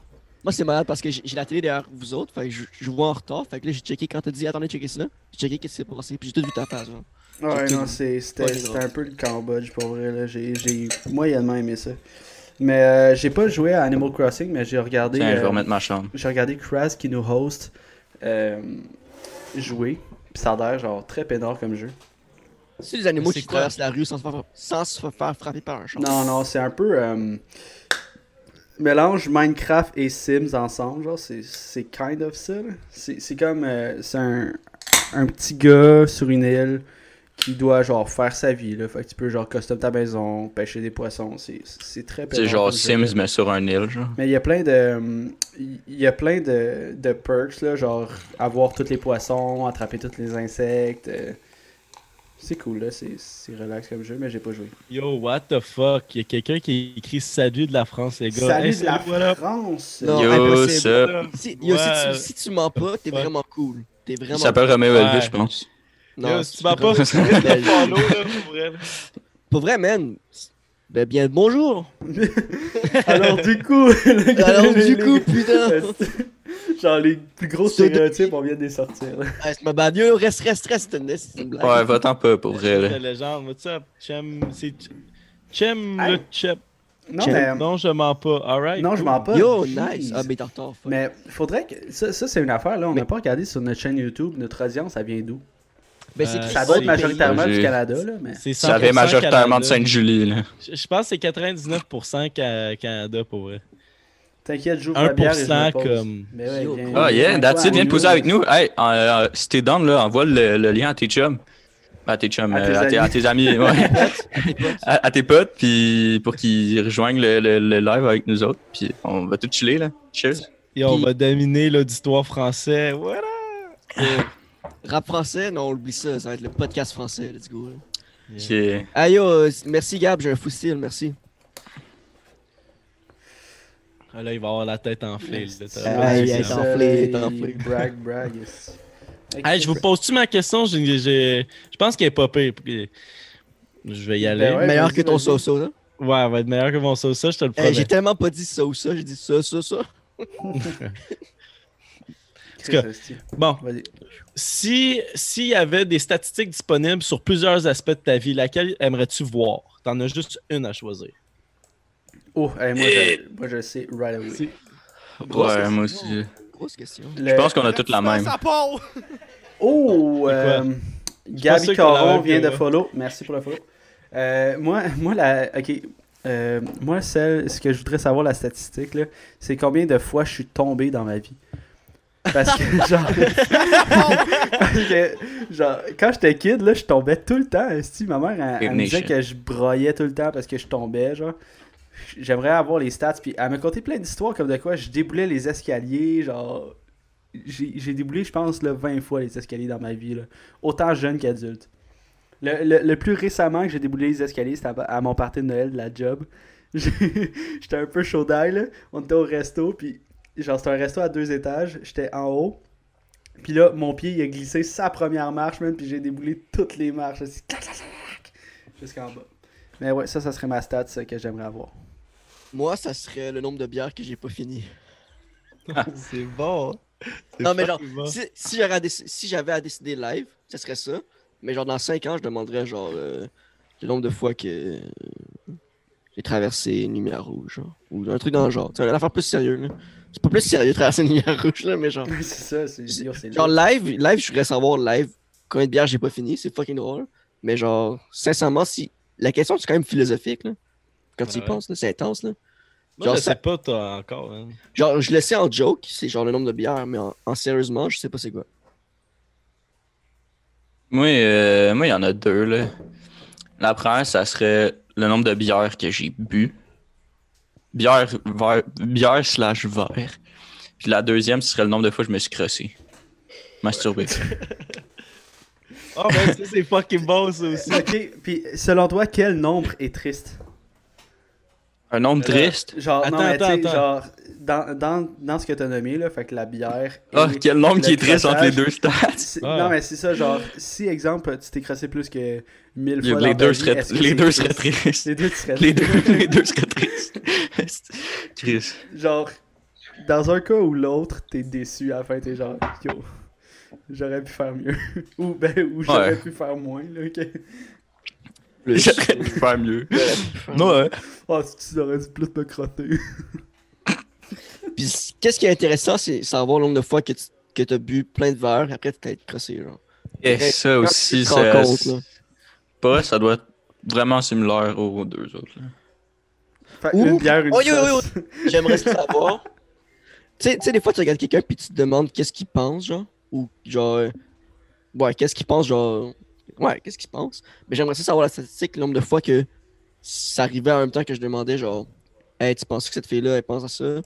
Speaker 3: Moi, c'est malade parce que j'ai j'ai la télé derrière vous autres, fait que je, je vois en retard, fait que là, j'ai checké quand t'as dit attendez, checker ça, j'ai checké qu'est-ce qui s'est passé, puis j'ai tout vu ta face, genre.
Speaker 1: Ouais,
Speaker 3: J'ai
Speaker 1: non,
Speaker 3: tout-
Speaker 1: c'est- c'était
Speaker 3: Ouais,
Speaker 1: c'était
Speaker 3: drôle.
Speaker 1: un peu le Cambodge, pour vrai, là. J'ai j'ai moyennement aimé ça. Mais euh, j'ai pas joué à Animal Crossing, mais j'ai regardé...
Speaker 4: Tiens, je vais
Speaker 1: euh,
Speaker 4: remettre ma chambre.
Speaker 1: j'ai regardé Kras qui nous host euh, jouer. Pis ça a l'air genre très pénard comme jeu.
Speaker 3: C'est des animaux
Speaker 2: C'est
Speaker 3: qui
Speaker 2: quoi?
Speaker 3: traversent la rue sans se faire, sans se faire frapper par un char.
Speaker 1: Non, non, c'est un peu euh, mélange Minecraft et Sims ensemble. Genre, c'est- c'est kind of ça. là. C'est c'est comme euh, c'est un, un petit gars sur une île qui doit genre faire sa vie. Là. Fait que tu peux genre custom ta maison, pêcher des poissons. C'est c'est très pénard.
Speaker 4: C'est genre
Speaker 1: comme jeu.
Speaker 4: Sims, mais sur un île, genre.
Speaker 1: Mais il y a plein de. hum, Il y a plein de, de perks, là, genre avoir tous les poissons, attraper tous les insectes. euh. C'est cool, là, c'est c'est relax comme jeu, mais j'ai pas joué.
Speaker 2: Yo, what the fuck? Il y a quelqu'un qui écrit Salut de Euh, la France, les gars.
Speaker 1: Salut
Speaker 2: Hey,
Speaker 1: de la
Speaker 2: what up?
Speaker 1: France!
Speaker 3: Non,
Speaker 4: Yo,
Speaker 3: impossible.
Speaker 4: ça.
Speaker 3: Si, yo, si
Speaker 2: Ouais.
Speaker 3: tu- si, tu, mens pas, t'es
Speaker 2: Ouais.
Speaker 3: vraiment cool. T'es vraiment
Speaker 4: Il s'appelle Roméo
Speaker 2: Ouais.
Speaker 4: Elvis, je pense.
Speaker 2: Yo, si tu m'as pas,
Speaker 3: t'es
Speaker 2: c'est juste
Speaker 3: vraiment
Speaker 2: le
Speaker 3: cool.
Speaker 2: follow, là, pour vrai.
Speaker 3: Pour vrai, man. Ben bien, bonjour.
Speaker 1: Alors, du coup. le gars,
Speaker 3: Alors,
Speaker 1: les-
Speaker 3: du coup,
Speaker 1: les-
Speaker 3: putain.
Speaker 1: genre, les plus gros
Speaker 3: C'est de-
Speaker 1: stéréotypes, on vient de les sortir. là.
Speaker 3: Ah, c'est ma bad. Yo, reste, reste, reste. c'est une- C'est une blague.
Speaker 4: Ouais, va-t'en pas pour vrai.
Speaker 2: C'est
Speaker 4: Là.
Speaker 2: la légende. What's up? Chem, c'est Chem
Speaker 1: Hey.
Speaker 2: le Chep.
Speaker 1: Non,
Speaker 3: Check.
Speaker 1: mais.
Speaker 2: Non, je Euh, mens pas. Alright.
Speaker 1: Non, je m'en pas.
Speaker 3: Yo,
Speaker 1: Jeez.
Speaker 3: nice. Ah, ben t'es en retard. fuck.
Speaker 1: Mais faudrait que. Ça, ça, c'est une affaire, là. On n'a pas regardé sur notre chaîne YouTube. Notre audience, ça vient d'où
Speaker 3: Ben, c'est
Speaker 2: Euh,
Speaker 3: Chris
Speaker 1: Ça doit être
Speaker 3: Paul,
Speaker 1: majoritairement
Speaker 4: J'ai-
Speaker 1: du Canada, là. Mais...
Speaker 2: C'est
Speaker 4: Ça vient
Speaker 2: 100%
Speaker 4: majoritairement de
Speaker 2: Canada.
Speaker 4: Sainte-Julie. là.
Speaker 2: Je je pense que c'est 99% ca- Canada pour vrai.
Speaker 1: T'inquiète, j'ouvre la bière et je
Speaker 2: 1%
Speaker 1: me pose.
Speaker 2: comme.
Speaker 1: Mais ouais,
Speaker 3: Yo,
Speaker 1: viens-
Speaker 3: cool.
Speaker 4: Ah, yeah,
Speaker 1: viens
Speaker 4: that's
Speaker 1: toi,
Speaker 4: it, viens te poser
Speaker 1: nous,
Speaker 4: avec nous. Hey, euh, si t'es down, là, envoie le, le lien à tes chums. À tes chums,
Speaker 1: À
Speaker 4: euh,
Speaker 1: tes
Speaker 4: à,
Speaker 1: amis.
Speaker 4: tes, à tes amis, ouais.
Speaker 3: tes potes.
Speaker 4: à, à tes potes, puis pour qu'ils rejoignent le, le- le live avec nous autres. Puis on va tout chiller, là. Cheers.
Speaker 2: Et on
Speaker 3: Puis-
Speaker 2: va dominer l'auditoire français. Voilà.
Speaker 3: Euh, Rap français, non, on oublie ça. Ça va être le podcast français. Let's go. là.
Speaker 4: Qui est-
Speaker 3: Ah, yo, euh, merci, Gab. J'ai un foussil. Merci.
Speaker 2: Ah, Là, il va avoir la tête enflée. là, t'as-
Speaker 1: Ah,
Speaker 3: Aïe,
Speaker 1: c'est
Speaker 3: aïe,
Speaker 1: ça,
Speaker 3: enflé,
Speaker 1: là,
Speaker 3: enflé.
Speaker 1: il Brag, brag. yes.
Speaker 2: Hey, je vous pose-tu ma question? J'ai- j'ai- Je pense qu'elle est pas pire. Je vais y aller.
Speaker 1: Ben
Speaker 2: ouais.
Speaker 1: Ouais,
Speaker 3: Meilleur
Speaker 1: vas-y,
Speaker 3: que ton
Speaker 1: vas-y.
Speaker 3: sauce, là.
Speaker 2: elle va être meilleure que mon sauce, ça, je te le promets.
Speaker 3: Hey, j'ai tellement pas dit ça ou ça, j'ai dit ça, ça, ça.
Speaker 1: Chris, hostie.
Speaker 2: Bon,
Speaker 1: Vas-y.
Speaker 2: si s'il y avait des statistiques disponibles sur plusieurs aspects de ta vie, laquelle aimerais-tu voir? T'en as juste une à choisir.
Speaker 1: Oh, hey, moi, je, moi je le sais right away.
Speaker 2: C'est-
Speaker 4: Ouais, moi aussi.
Speaker 3: Grosse question.
Speaker 4: Je pense qu'on a toutes la même.
Speaker 1: Oh,
Speaker 2: C'est quoi?
Speaker 1: euh, Gabi
Speaker 2: pensais qu'on
Speaker 1: Caron
Speaker 2: l'avait
Speaker 1: vient
Speaker 2: vu,
Speaker 1: de
Speaker 2: ouais.
Speaker 1: follow. Merci pour le follow. Euh, moi, moi, la, ok, euh, moi, celle, ce que je voudrais savoir, la statistique, là, c'est combien de fois je suis tombé dans ma vie. Parce que, genre, parce que, genre, quand j'étais kid, là, je tombais tout le temps. esti. ma mère, elle, elle me disait
Speaker 4: Ignition.
Speaker 1: que je broyais tout le temps parce que je tombais, genre. J'aimerais avoir les stats. Puis elle me contait plein d'histoires comme de quoi je déboulais les escaliers, genre. J'ai j'ai déboulé, je pense, là, 20 fois les escaliers dans ma vie, là. autant jeune qu'adulte. Le, le- le plus récemment que j'ai déboulé les escaliers, c'était à, à mon party de Noël de la job. J'ai- J'étais un peu chaud d'ail, là. On était au resto, puis genre, c'était un resto à deux étages. J'étais en haut. Puis là, mon pied, il a glissé sa première marche, même, puis j'ai déboulé toutes les marches. là, c'est clac, clac, clac, clac, Jusqu'en bas. Mais ouais, ça, ça serait ma stat ça, que j'aimerais avoir.
Speaker 3: Moi, ça serait le nombre de bières que j'ai pas fini.
Speaker 2: C'est bon.
Speaker 3: Non, mais genre,
Speaker 1: hein.
Speaker 3: Si, si j'aurais à déc- si j'avais à décider live, ça serait ça. Mais genre, dans 5 ans, je demanderais genre euh, le nombre de fois que euh, j'ai traversé une lumière rouge. genre. Ou un truc dans le genre. Tu sais, une affaire plus sérieux. là. C'est pas plus sérieux traverser une lumière rouge, là, mais genre.
Speaker 1: c'est ça, c'est dur, c'est
Speaker 3: Genre
Speaker 1: lourd.
Speaker 3: live, live, je voudrais savoir live combien de bières j'ai pas fini, c'est fucking drôle. Mais genre, sincèrement, si la question, c'est quand même philosophique, là. Quand tu y
Speaker 2: Ouais.
Speaker 3: penses, là, c'est intense, là.
Speaker 2: Moi,
Speaker 3: Genre,
Speaker 2: je
Speaker 3: ça-
Speaker 2: sais pas, toi, encore. hein.
Speaker 3: Genre, je le sais en joke, c'est genre le nombre de bières, mais en, en sérieusement, je sais pas c'est quoi.
Speaker 4: Moi, euh, moi, il y en a deux, là. La première, ça serait le nombre de bières que j'ai bu. Bière, ver- bière slash verre. Puis la deuxième, ce serait le nombre de fois que je me suis crossé. Masturbé.
Speaker 2: Ah, ben, ça, c'est fucking bon, ça aussi.
Speaker 1: Ok, puis selon toi, quel nombre est triste
Speaker 4: Un nombre
Speaker 2: Euh,
Speaker 4: triste.
Speaker 1: Genre, non,
Speaker 2: Attends,
Speaker 1: mais tu sais,
Speaker 2: attends,
Speaker 1: genre, dans, dans, dans ce que t'as nommé, là, fait que la bière. et-
Speaker 4: Ah, quel
Speaker 1: euh,
Speaker 4: nombre
Speaker 1: le
Speaker 4: qui est triste entre les
Speaker 1: crossage.
Speaker 4: deux stats.
Speaker 1: C'est-
Speaker 2: Ah.
Speaker 1: Non, mais c'est ça, genre, si exemple, tu t'es crassé plus que 1000 fois.
Speaker 4: Les
Speaker 1: dans ta
Speaker 4: deux
Speaker 1: vie,
Speaker 4: seraient,
Speaker 1: ben, est-ce que
Speaker 4: les
Speaker 1: c'est
Speaker 4: deux seraient
Speaker 1: triste?
Speaker 4: tristes.
Speaker 1: Les deux seraient
Speaker 4: Les
Speaker 1: tristes.
Speaker 4: deux, les deux seraient tristes. Chris.
Speaker 1: Genre, dans un cas ou l'autre, t'es déçu à la fin, t'es genre, yo, j'aurais pu faire mieux. ou ben, ou j'aurais
Speaker 4: Ouais.
Speaker 1: pu faire moins, là, ok.
Speaker 3: Plus.
Speaker 4: J'aurais pu faire mieux. euh,
Speaker 3: Non,
Speaker 4: ouais.
Speaker 1: Oh, si tu aurais dû plus me crotter.
Speaker 3: Puis c- qu'est-ce qui est intéressant, c'est savoir le nombre de fois que tu que t'as bu plein de verres, et après t'as été crossé, genre.
Speaker 4: Et ça
Speaker 3: Quand tu
Speaker 4: aussi,
Speaker 3: te rends
Speaker 4: ça.
Speaker 3: compte, là.
Speaker 4: Pas, ça doit être vraiment similaire aux deux autres. là.
Speaker 1: Fait
Speaker 3: Ouh.
Speaker 1: une bière, une
Speaker 3: Oh, yo, yo, yo.
Speaker 1: sauce.
Speaker 3: J'aimerais savoir. tu sais, tu sais, des fois, tu regardes quelqu'un puis tu te demandes qu'est-ce qu'il pense, genre. Ou genre. euh, Ouais, qu'est-ce qu'il pense, genre. Ouais, qu'est-ce qu'il pense. Mais j'aimerais ça savoir la statistique, le nombre de fois que ça arrivait en même temps que je demandais, genre. Hey, tu penses que cette fille-là, elle pense à ça?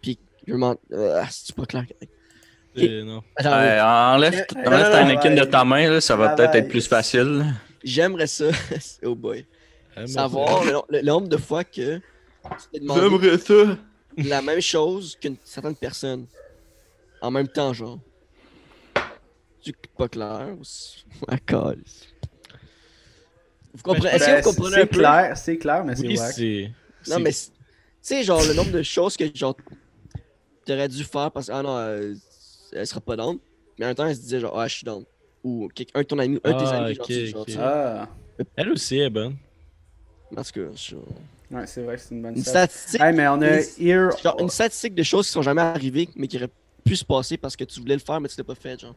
Speaker 3: Puis je me demande. Ah, c'est pas clair.
Speaker 2: C'est- Non.
Speaker 3: Attends,
Speaker 4: Ouais, enlève
Speaker 3: Ah Non,
Speaker 4: enlève
Speaker 3: non,
Speaker 4: ta
Speaker 1: non,
Speaker 4: Anakin
Speaker 1: ouais.
Speaker 4: de ta main, là, ça va
Speaker 1: Ah,
Speaker 4: peut-être
Speaker 1: ouais.
Speaker 4: être plus facile.
Speaker 3: J'aimerais ça. oh boy.
Speaker 2: Ah, mais
Speaker 3: Savoir le, le nombre de fois que tu t'es demandé
Speaker 4: J'aimerais ça.
Speaker 3: la même chose qu'une certaine personne. En même temps, genre. Tu pas clair ou c'est- Ah, calisse. Vous comprenez?
Speaker 2: Ben,
Speaker 3: Est-ce
Speaker 1: Ben,
Speaker 3: que vous comprenez un
Speaker 1: C'est
Speaker 3: peu?
Speaker 1: clair, c'est clair, mais
Speaker 2: c'est-
Speaker 1: c'est
Speaker 2: Oui,
Speaker 1: wack.
Speaker 2: c'est.
Speaker 3: Non, mais c'est- tu sais, genre, le nombre de choses que genre t'aurais dû faire parce que, ah non, euh, elle sera pas down. Mais en même temps, elle se disait genre, ah, je suis down. Ou quelqu'un- un de ton ami, un de tes
Speaker 2: Ah,
Speaker 3: amis,
Speaker 2: ok,
Speaker 3: gentil, genre,
Speaker 2: ok.
Speaker 3: tu sais.
Speaker 1: Ah,
Speaker 2: Elle aussi est bonne.
Speaker 3: En tout cas, je-
Speaker 1: ouais, c'est vrai que c'est une bonne
Speaker 3: une
Speaker 1: stat.
Speaker 3: statistique.
Speaker 1: Hey, mais on a Ear.
Speaker 3: Genre, une statistique de choses qui sont jamais arrivées, mais qui auraient pu se passer parce que tu voulais le faire, mais tu l'as pas fait, genre.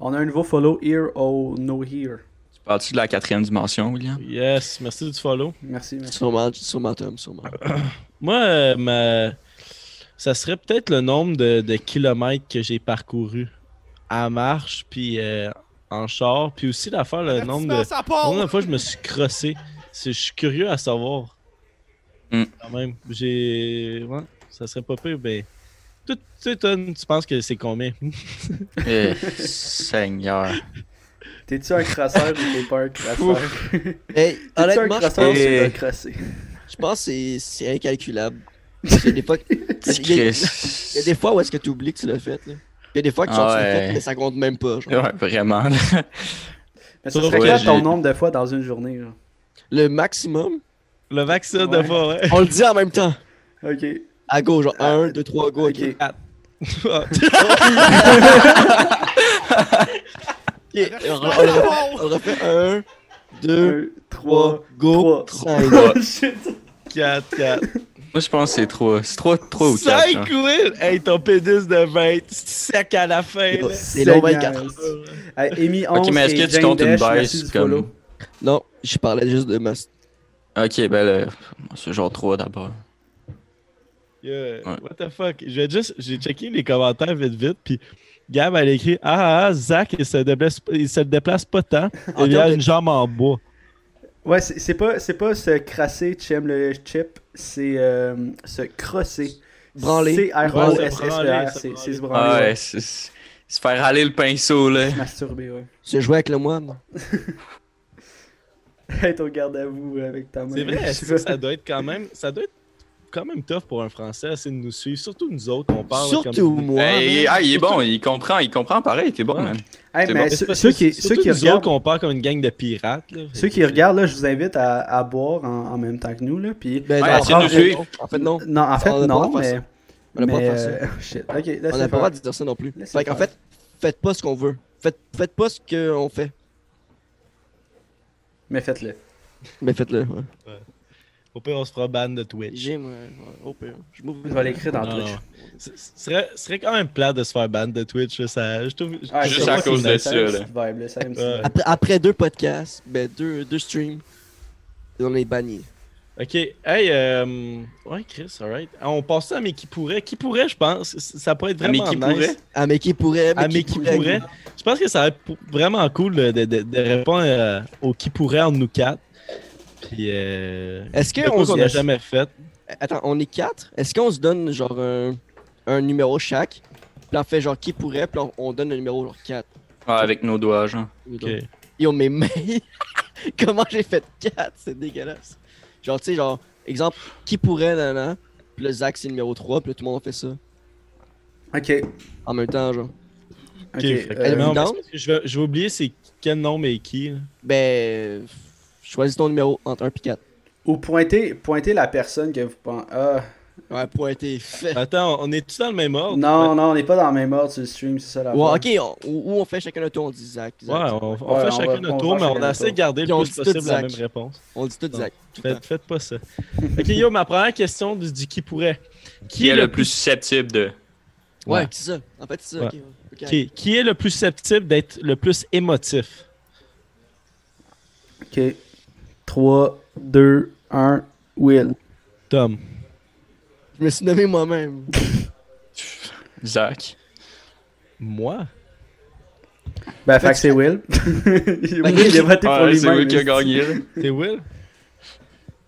Speaker 1: On a un nouveau follow Ear Oh No Hear.
Speaker 4: Tu parles-tu de la quatrième dimension, William?
Speaker 2: Yes, merci du follow.
Speaker 1: Merci, merci.
Speaker 3: Sûrement, sûrement, Tom, sûrement.
Speaker 2: Moi, euh, ma- ça serait peut-être le nombre de, de kilomètres que j'ai parcouru à marche, puis euh, en char, puis aussi l'affaire, le nombre de.
Speaker 5: Ça
Speaker 2: La
Speaker 5: part.
Speaker 2: première fois que je me suis crossé, c'est- je suis curieux à savoir.
Speaker 4: Hmm.
Speaker 2: Quand même, j'ai. Ouais, ça serait pas pire, ben, mais. Tu tu sais, Ton, tu penses que c'est combien
Speaker 4: Eh, Seigneur.
Speaker 1: T'es-tu un crasseur ou t'es pas un crasseur? T'es-tu
Speaker 3: Hey,
Speaker 1: un
Speaker 3: honnêtement, je
Speaker 1: crasseur ou
Speaker 3: pense,
Speaker 1: t'es
Speaker 4: pense-
Speaker 1: un crassé?
Speaker 3: je pense que c'est- c'est incalculable. Il y a des fois, il y a-
Speaker 4: Chris.
Speaker 3: il y a des fois où est-ce que tu oublies que tu l'as fait. Là. Il y a des fois que genre,
Speaker 4: Ah
Speaker 3: tu l'as
Speaker 4: ouais.
Speaker 3: fait, mais ça compte même pas. genre.
Speaker 4: Ouais, vraiment. là.
Speaker 1: Mais ça
Speaker 2: Sauf
Speaker 1: serait
Speaker 4: que
Speaker 1: quoi
Speaker 4: j'ai-
Speaker 1: ton nombre de fois dans une journée? Genre?
Speaker 3: Le maximum,
Speaker 2: Le vaccin
Speaker 1: Ouais.
Speaker 2: de forêt.
Speaker 3: on le dit en même temps.
Speaker 1: Ok.
Speaker 3: À go, genre 1, 2, 3, go.
Speaker 1: Ok.
Speaker 3: ok. Ok, On, on
Speaker 5: Ça
Speaker 3: refait-
Speaker 5: part.
Speaker 3: on refait 1, 2,
Speaker 1: 2, 3,
Speaker 3: 3, go,
Speaker 1: trois. Oh,
Speaker 3: 5.
Speaker 4: Trois.
Speaker 1: Shit.
Speaker 2: 4, 4.
Speaker 4: Moi, je pense que c'est trois. C'est trois, trois ou quatre.
Speaker 2: 5
Speaker 4: genre.
Speaker 2: Will! Hey, ton pénis de 20, sec à la fin. là.
Speaker 3: C'est long 24 heures.
Speaker 1: Hey, Amy 11
Speaker 4: Ok, mais est-ce
Speaker 1: et
Speaker 4: que tu
Speaker 1: Jane
Speaker 4: comptes une
Speaker 1: Dash,
Speaker 4: baisse
Speaker 1: merci du
Speaker 4: comme-
Speaker 1: follow.
Speaker 3: Non, je parlais juste de ma.
Speaker 4: Ok, ben là, c'est genre trois d'abord.
Speaker 2: Yeah,
Speaker 4: Ouais.
Speaker 2: What the fuck? Je vais juste, j'ai checké les commentaires vite vite, puis Gab elle écrit Ah ah, ah, Zach il se déplace, il se déplace pas tant,
Speaker 3: En
Speaker 2: il a
Speaker 3: termes de-
Speaker 2: une jambe en bois.
Speaker 1: Ouais, c'est c'est pas, c'est pas se crasser, tu aimes le chip, c'est euh, se crosser.
Speaker 3: Branler.
Speaker 2: Ouais, se branler,
Speaker 1: C-R-O-S-S-E-R,
Speaker 2: se
Speaker 1: E c'est c'est se
Speaker 2: branler.
Speaker 4: Ah
Speaker 1: branler.
Speaker 4: ouais,
Speaker 1: ouais.
Speaker 4: c'est- c'est- se faire aller le pinceau, là.
Speaker 1: Masturber, ouais.
Speaker 3: Se jouer avec le moine.
Speaker 1: Être au garde à vous euh, avec ta main.
Speaker 2: C'est vrai,
Speaker 1: Je
Speaker 2: ça,
Speaker 1: sais pas.
Speaker 2: ça doit être quand même, ça doit être quand même tough pour un Français assez de nous suivre, surtout nous autres, on parle
Speaker 3: Surtout
Speaker 2: comme...
Speaker 3: moi.
Speaker 4: Hey,
Speaker 3: man.
Speaker 4: ah, il est bon, il comprend, il comprend pareil, t'es bon,
Speaker 2: Ouais.
Speaker 4: man.
Speaker 1: Hey,
Speaker 4: C'est
Speaker 1: mais
Speaker 4: bon.
Speaker 2: Mais c'est
Speaker 1: ceux,
Speaker 2: parce
Speaker 1: ceux
Speaker 2: que
Speaker 1: qui, ceux
Speaker 2: surtout
Speaker 1: qui
Speaker 2: nous autres
Speaker 1: regardent,
Speaker 2: qu'on parle comme une gang de pirates. Là.
Speaker 1: ceux qui regardent, là, je vous invite à, à boire en, en même temps que nous, là, puis...
Speaker 3: Ben,
Speaker 4: Ouais,
Speaker 3: non,
Speaker 4: essayez de nous
Speaker 3: en fait,
Speaker 4: suivre.
Speaker 3: non. En fait, non.
Speaker 1: Non, en fait,
Speaker 3: On a
Speaker 1: non,
Speaker 3: pas le droit de
Speaker 1: mais...
Speaker 3: faire On
Speaker 1: mais,
Speaker 3: a pas le droit de faire
Speaker 1: euh, Shit, ok,
Speaker 3: On
Speaker 1: laissez
Speaker 3: n'a pas le droit
Speaker 1: faire.
Speaker 3: de dire ça non plus.
Speaker 1: Laissez
Speaker 3: Fait qu'en
Speaker 1: faire.
Speaker 3: fait, faites pas ce qu'on veut. Faites, faites pas ce qu'on fait.
Speaker 1: Mais faites-le.
Speaker 3: Mais Ben, faites-le.
Speaker 2: Au pire, on se fera ban de Twitch.
Speaker 3: J'ai, moi, au pire. Je m'ouvre.
Speaker 1: Je vais l'écrire dans
Speaker 2: Non,
Speaker 1: Twitch.
Speaker 2: non. Ce ce serait, ce serait quand même plat de se faire ban de Twitch. là, Ça, je trouve,
Speaker 1: Ah,
Speaker 4: Juste
Speaker 1: c'est
Speaker 4: à
Speaker 1: vrai,
Speaker 4: cause
Speaker 1: c'est-
Speaker 4: de
Speaker 1: a une
Speaker 4: ça,
Speaker 1: petite vibe, là, ça a une petite
Speaker 2: Ouais.
Speaker 1: vibe.
Speaker 3: Après, après deux podcasts, ben deux, deux streams, on est banni.
Speaker 2: Ok. Hey, euh... ouais, Chris, alright. On passe à mais qui pourrait. Qui pourrait, je pense. C- Ça pourrait être
Speaker 4: Ah, mais
Speaker 2: vraiment
Speaker 4: qui
Speaker 2: nice.
Speaker 4: pourrait?
Speaker 3: Ah, mais qui pourrait
Speaker 2: Ah, mais qui pourrait? Je pense que ça va être pou- vraiment cool de, de- de- de répondre euh, au qui pourrait entre nous quatre. Puis, euh,
Speaker 3: Est-ce
Speaker 2: de quoi
Speaker 3: qu'on
Speaker 2: qu'on
Speaker 3: se
Speaker 2: n'a jamais fait.
Speaker 3: Attends, on est quatre. Est-ce qu'on se donne genre un, un numéro chaque? Puis on fait genre qui pourrait, puis on, on donne le numéro genre 4.
Speaker 4: Ah, avec nos doigts, genre.
Speaker 2: Ok.
Speaker 3: Yo, mais mais- comment j'ai fait 4? C'est dégueulasse. Genre, tu sais, genre, exemple, qui pourrait, nanana, puis le Zach c'est numéro 3, puis là, tout le monde fait ça.
Speaker 1: Ok.
Speaker 3: En même temps, genre.
Speaker 1: Ok.
Speaker 2: Ok, fait que-
Speaker 1: euh,
Speaker 2: non, mais
Speaker 3: non.
Speaker 2: c'est parce que je, vais, je vais oublier c'est quel nom mais qui. là.
Speaker 3: Ben, euh, choisis ton numéro entre 1 et 4.
Speaker 1: ou pointer, pointer la personne que vous pensez. Ah.
Speaker 3: Ouais, pointé, fait.
Speaker 2: Attends, on est tous dans le même
Speaker 4: Oh,
Speaker 2: ordre.
Speaker 1: Non, non, on n'est pas dans le même ordre sur le stream, c'est ça la
Speaker 3: Ouais,
Speaker 1: fin.
Speaker 3: ok, on- ou, ou on fait chacun notre tour, on dit Zach.
Speaker 2: Ouais,
Speaker 3: Zach, Zach.
Speaker 2: on, on
Speaker 1: Ouais,
Speaker 2: fait
Speaker 1: on
Speaker 2: chacun
Speaker 1: va-
Speaker 2: notre
Speaker 1: on
Speaker 2: tour,
Speaker 1: va
Speaker 2: mais on
Speaker 1: chacun notre
Speaker 2: essaie de
Speaker 1: tour.
Speaker 2: garder
Speaker 3: Puis
Speaker 2: le
Speaker 3: on
Speaker 2: plus
Speaker 3: dit tout
Speaker 2: possible la
Speaker 3: Zach.
Speaker 2: même réponse.
Speaker 3: On dit tout
Speaker 2: Non.
Speaker 3: Zach. tout le temps.
Speaker 2: Faites, faites pas ça. Ok, yo, ma première question du, du qui pourrait.
Speaker 4: Qui est le plus susceptible de.
Speaker 3: Ouais,
Speaker 2: Ouais.
Speaker 3: c'est ça. En fait, c'est ça.
Speaker 2: Ouais.
Speaker 3: ok, ouais. Ok.
Speaker 2: qui- qui est le plus susceptible d'être le plus émotif?
Speaker 1: Ok. 3, 2, 1, Will.
Speaker 2: Tom.
Speaker 3: Je me suis nommé moi-même.
Speaker 4: Zach.
Speaker 2: Moi?
Speaker 1: Ben, fait que c'est Will. Will, il a voté pour
Speaker 4: Ouais, c'est
Speaker 1: lui-même.
Speaker 4: lui qui a gagné. là.
Speaker 2: C'est Will?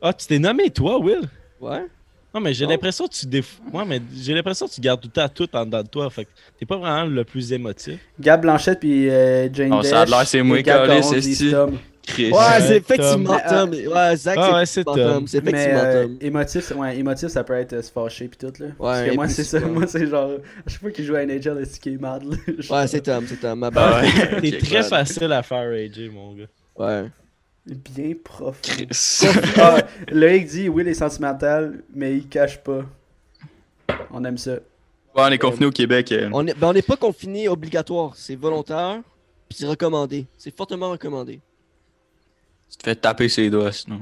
Speaker 2: Ah, tu t'es nommé toi, Will?
Speaker 3: Ouais.
Speaker 2: Non, mais j'ai
Speaker 3: Non.
Speaker 2: l'impression que tu déf... ouais, mais j'ai l'impression que tu gardes tout le temps tout en dedans de toi. Fait que t'es pas vraiment le plus émotif.
Speaker 1: Gab Blanchette puis euh, Jane
Speaker 4: Non,
Speaker 1: Dash.
Speaker 4: Oh, ça a l'air, c'est moi,
Speaker 1: et Gab
Speaker 4: Carlis,
Speaker 1: Caron
Speaker 4: c'est
Speaker 1: disent
Speaker 4: stylé.
Speaker 1: Tom.
Speaker 4: Chris.
Speaker 3: Ouais, c'est
Speaker 2: Tom.
Speaker 3: effectivement
Speaker 1: Mais, euh,
Speaker 3: Tom. Ouais, Zach,
Speaker 2: Ah,
Speaker 3: c'est
Speaker 2: ouais, c'est
Speaker 3: effectivement
Speaker 2: Tom.
Speaker 3: Tom. C'est
Speaker 1: Mais
Speaker 3: effectivement
Speaker 1: euh,
Speaker 3: Tom.
Speaker 1: émotif, c'est- ouais, émotif, ça peut être euh, se fâcher pis tout là. Parce que
Speaker 3: Ouais,
Speaker 1: moi c'est ça,
Speaker 3: impulsif, ouais.
Speaker 1: moi c'est genre, à chaque fois qu'il joue à NHL, c'est qu'il est mad là.
Speaker 3: Ouais, c'est Tom, c'est Tom. Ma
Speaker 4: Ah
Speaker 3: bad.
Speaker 4: ouais.
Speaker 2: T'es
Speaker 4: Ok,
Speaker 2: très
Speaker 4: bad.
Speaker 2: facile à faire, AJ, mon gars.
Speaker 3: Ouais.
Speaker 1: Bien profond.
Speaker 4: Chris.
Speaker 1: ah, Loïc dit Will est sentimental, mais il cache pas. On aime ça.
Speaker 4: Ouais, on est confinés au Québec. euh.
Speaker 3: On est, ben, on n'est pas confiné obligatoire. C'est volontaire. Puis c'est recommandé. C'est fortement recommandé.
Speaker 4: Tu te fais taper ses doigts sinon.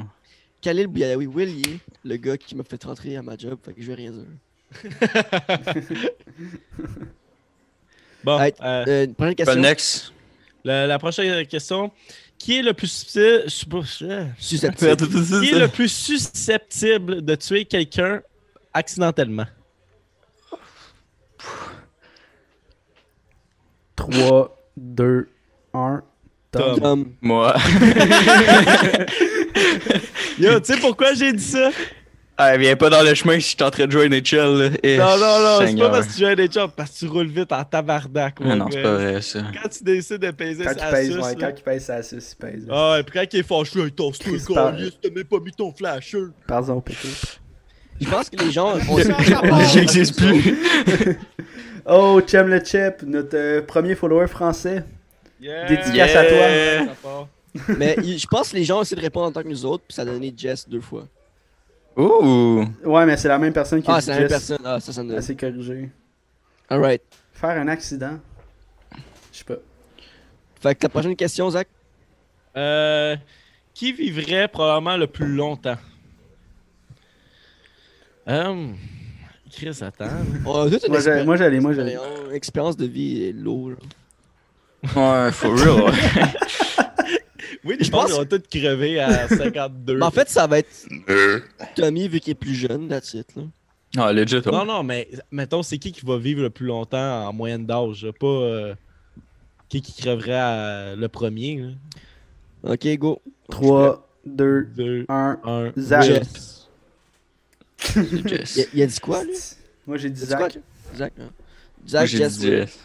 Speaker 3: Khalil Bialawi Will, il est le gars qui m'a fait rentrer à ma job. Fait que je vais rien dire.
Speaker 2: Bon,
Speaker 3: Hey,
Speaker 2: euh,
Speaker 3: Euh, prochaine
Speaker 4: Pas
Speaker 3: question.
Speaker 4: next.
Speaker 2: la, la prochaine question. Qui est le plus susceptible- su-
Speaker 3: Susceptible.
Speaker 2: Qui est le plus susceptible de tuer quelqu'un accidentellement?
Speaker 1: 3, 2, 1, Tom.
Speaker 3: Tom.
Speaker 4: Moi.
Speaker 2: Yo, tu sais pourquoi j'ai dit ça?
Speaker 4: Ah, viens pas dans le chemin si je suis en train de jouer à NHL. là. Eh,
Speaker 2: Non, non, non, c'est pas
Speaker 4: Seigneur.
Speaker 2: parce que tu joues à des jobs, parce que tu roules vite en tabarnak.
Speaker 4: Ah
Speaker 2: mon
Speaker 4: non, c'est
Speaker 2: gars.
Speaker 4: pas vrai ça.
Speaker 2: Quand tu décides de peser
Speaker 1: Quand
Speaker 2: ça
Speaker 1: il pèse, ouais, quand il pèse, ça suce, il pèse.
Speaker 2: Ah ouais, puis quand il est fâché, il tasse tout
Speaker 1: Chris
Speaker 2: le
Speaker 1: Parr.
Speaker 2: colis, t'as même pas mis ton flasheux.
Speaker 1: Pardon, pété.
Speaker 3: Je pense que les gens. On
Speaker 4: J'existe plus.
Speaker 1: Oh, Chem le Chip, notre euh, premier follower français.
Speaker 2: Yeah.
Speaker 1: Dédicace à toi.
Speaker 4: Yeah.
Speaker 2: Ça part.
Speaker 3: Mais il- je pense que les gens essaient de répondre en tant que nous autres. Puis ça a donné Jess deux fois.
Speaker 4: Ouh.
Speaker 1: Ouais, mais c'est la même personne qui
Speaker 3: Ah,
Speaker 1: dit
Speaker 3: c'est la même
Speaker 1: Jess.
Speaker 3: personne. Ah, ça, ça me
Speaker 1: Elle
Speaker 3: donne.
Speaker 1: s'est corrigée.
Speaker 3: Alright.
Speaker 1: Faire un accident. Je sais pas.
Speaker 3: Fait que ta prochaine question, Zach.
Speaker 2: Euh, qui vivrait probablement le plus longtemps? Hum... Chris, attends. là.
Speaker 3: On a toute une
Speaker 1: Moi j'allais,
Speaker 3: expérience-
Speaker 1: moi j'allais, moi j'allais.
Speaker 3: expérience- expérience de vie et lourde.
Speaker 4: Ouais, for real. ouais.
Speaker 2: Oui, je
Speaker 3: Je
Speaker 2: pense
Speaker 3: pense-
Speaker 2: qu'on va tous crever à 52.
Speaker 3: Mais en fait, ça va être Tommy vu qu'il est plus jeune, that's it. Là.
Speaker 4: Non, legit. oh. ouais.
Speaker 2: Non, non, mais mettons, c'est qui qui va vivre le plus longtemps en moyenne d'âge? là, Pas euh, qui qui crèverait à- le premier. là.
Speaker 3: Ok, go.
Speaker 1: 3, 2,
Speaker 2: Deux,
Speaker 1: 1.
Speaker 2: un.
Speaker 1: Zach.
Speaker 2: Will.
Speaker 3: Jess.
Speaker 4: Jess.
Speaker 3: Il, a- il a dit quoi, lui
Speaker 1: Moi j'ai dit
Speaker 3: Il a dit quoi,
Speaker 1: Zach.
Speaker 3: lui? Zach. hein.
Speaker 4: Moi,
Speaker 3: Zach,
Speaker 4: j'ai
Speaker 3: Jess.
Speaker 4: dit
Speaker 3: oui.
Speaker 4: Jess.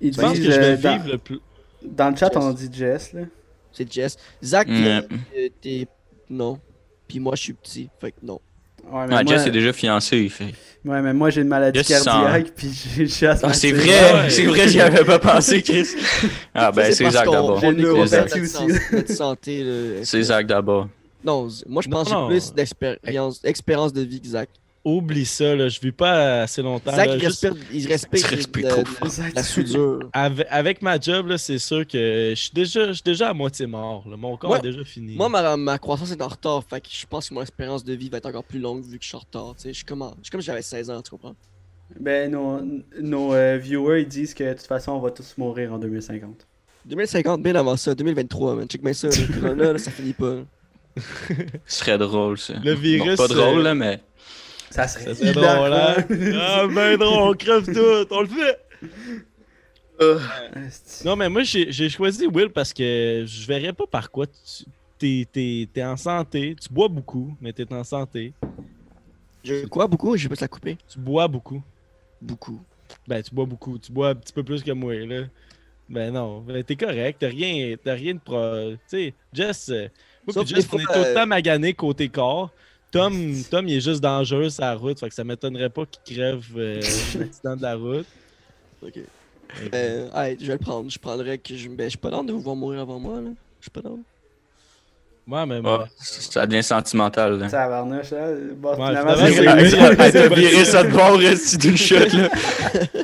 Speaker 1: Ils
Speaker 2: Je pense
Speaker 1: disent,
Speaker 2: que je
Speaker 1: euh,
Speaker 2: vais
Speaker 1: dans,
Speaker 2: vivre le plus.
Speaker 1: dans le chat
Speaker 3: Jess.
Speaker 1: on dit Jess là.
Speaker 3: C'est Jess. Zach,
Speaker 4: Ouais.
Speaker 3: t'es- t'es. Non. Puis moi, je suis petit. Fait que non.
Speaker 1: Ouais, mais moi,
Speaker 4: Ah, Jess est déjà fiancé, il fait.
Speaker 1: ouais, mais moi j'ai une maladie
Speaker 4: Jess sent.
Speaker 1: cardiaque puis j'ai j'ai asthme.
Speaker 4: Ah, c'est
Speaker 2: Ah ouais.
Speaker 4: vrai, c'est vrai, j'y avais pas pensé, Chris. Ah, ben, c'est
Speaker 3: parce
Speaker 4: Zach
Speaker 3: qu'on-
Speaker 4: d'abord.
Speaker 1: J'ai
Speaker 3: on
Speaker 1: une
Speaker 3: est
Speaker 1: neuropathie
Speaker 3: conscient de notre
Speaker 1: aussi.
Speaker 3: sens- notre santé, là.
Speaker 4: C'est Zach d'abord.
Speaker 3: Non, z- moi, je pense
Speaker 2: Non, non.
Speaker 3: que j'ai plus d'expérience expérience de vie que Zach.
Speaker 2: Oublie ça, là, je vis pas assez
Speaker 1: Ben,
Speaker 2: longtemps.
Speaker 1: euh,
Speaker 3: Zach,
Speaker 2: là,
Speaker 3: il
Speaker 2: juste
Speaker 3: respire. Il respecte
Speaker 4: Tu respires
Speaker 3: la-
Speaker 4: trop
Speaker 3: la-
Speaker 4: fort.
Speaker 1: Zach.
Speaker 3: la soudure.
Speaker 2: ave- Avec ma job, là, c'est sûr que je suis déjà, je suis déjà à moitié mort. là. Mon corps
Speaker 3: Moi-
Speaker 2: est déjà fini.
Speaker 3: Moi, ma, ma croissance est en retard, fait que je pense que mon expérience de vie va être encore plus longue vu que je suis en retard. Tu sais, je suis comme, en- je suis comme si j'avais 16 ans, tu comprends?
Speaker 1: Ben nos, nos euh, viewers ils disent que de toute façon on va tous mourir en 2050.
Speaker 3: 2050, bien avant ça, 2023, man. Check bien ça, le corona, là, ça finit pas.
Speaker 4: Ce serait drôle, ça.
Speaker 2: Le virus.
Speaker 4: pas drôle,
Speaker 2: euh,
Speaker 4: là, mais.
Speaker 1: Ça serait,
Speaker 2: Ça serait drôle,
Speaker 1: hilarant.
Speaker 2: hein? Ah, ben drôle, on crève tout, on le fait!
Speaker 1: Asti.
Speaker 2: Non, mais moi, j'ai j'ai choisi Will parce que je verrais pas par quoi tu. T'es t'es- t'es en santé, tu bois beaucoup, mais t'es en santé.
Speaker 3: Je quoi beaucoup J'ai pas ça coupé.
Speaker 2: Tu bois beaucoup.
Speaker 3: Beaucoup.
Speaker 2: Ben, tu bois beaucoup. Tu bois un petit peu plus que moi, là. Ben non, ben, t'es correct. T'as rien, t'as rien de pro... Tu sais, Jess... euh, Moi
Speaker 3: Sauf
Speaker 2: pis Jess,
Speaker 3: des
Speaker 2: on
Speaker 3: fois,
Speaker 2: est tout le
Speaker 3: euh,
Speaker 2: temps magané côté corps. Tom, Tom, il est juste dangereux sur la route. Fait que ça m'étonnerait pas qu'il crève euh, dans l'accident de la route.
Speaker 3: Ok. Euh, hey, je vais le prendre. Je prendrais que je. Ben, je suis pas dans de vous voir mourir avant moi, là. Je suis pas dans.
Speaker 2: Ouais, mais...
Speaker 4: Ah, ça devient sentimental, là.
Speaker 1: Ça varnoche, là. hein? Bon,
Speaker 2: Ouais,
Speaker 1: finalement,
Speaker 2: finalement,
Speaker 1: c'est
Speaker 2: c'est
Speaker 1: Will.
Speaker 2: Will.
Speaker 4: Elle t'a viré ça de bord, reste d'une shot, là.
Speaker 3: Bah,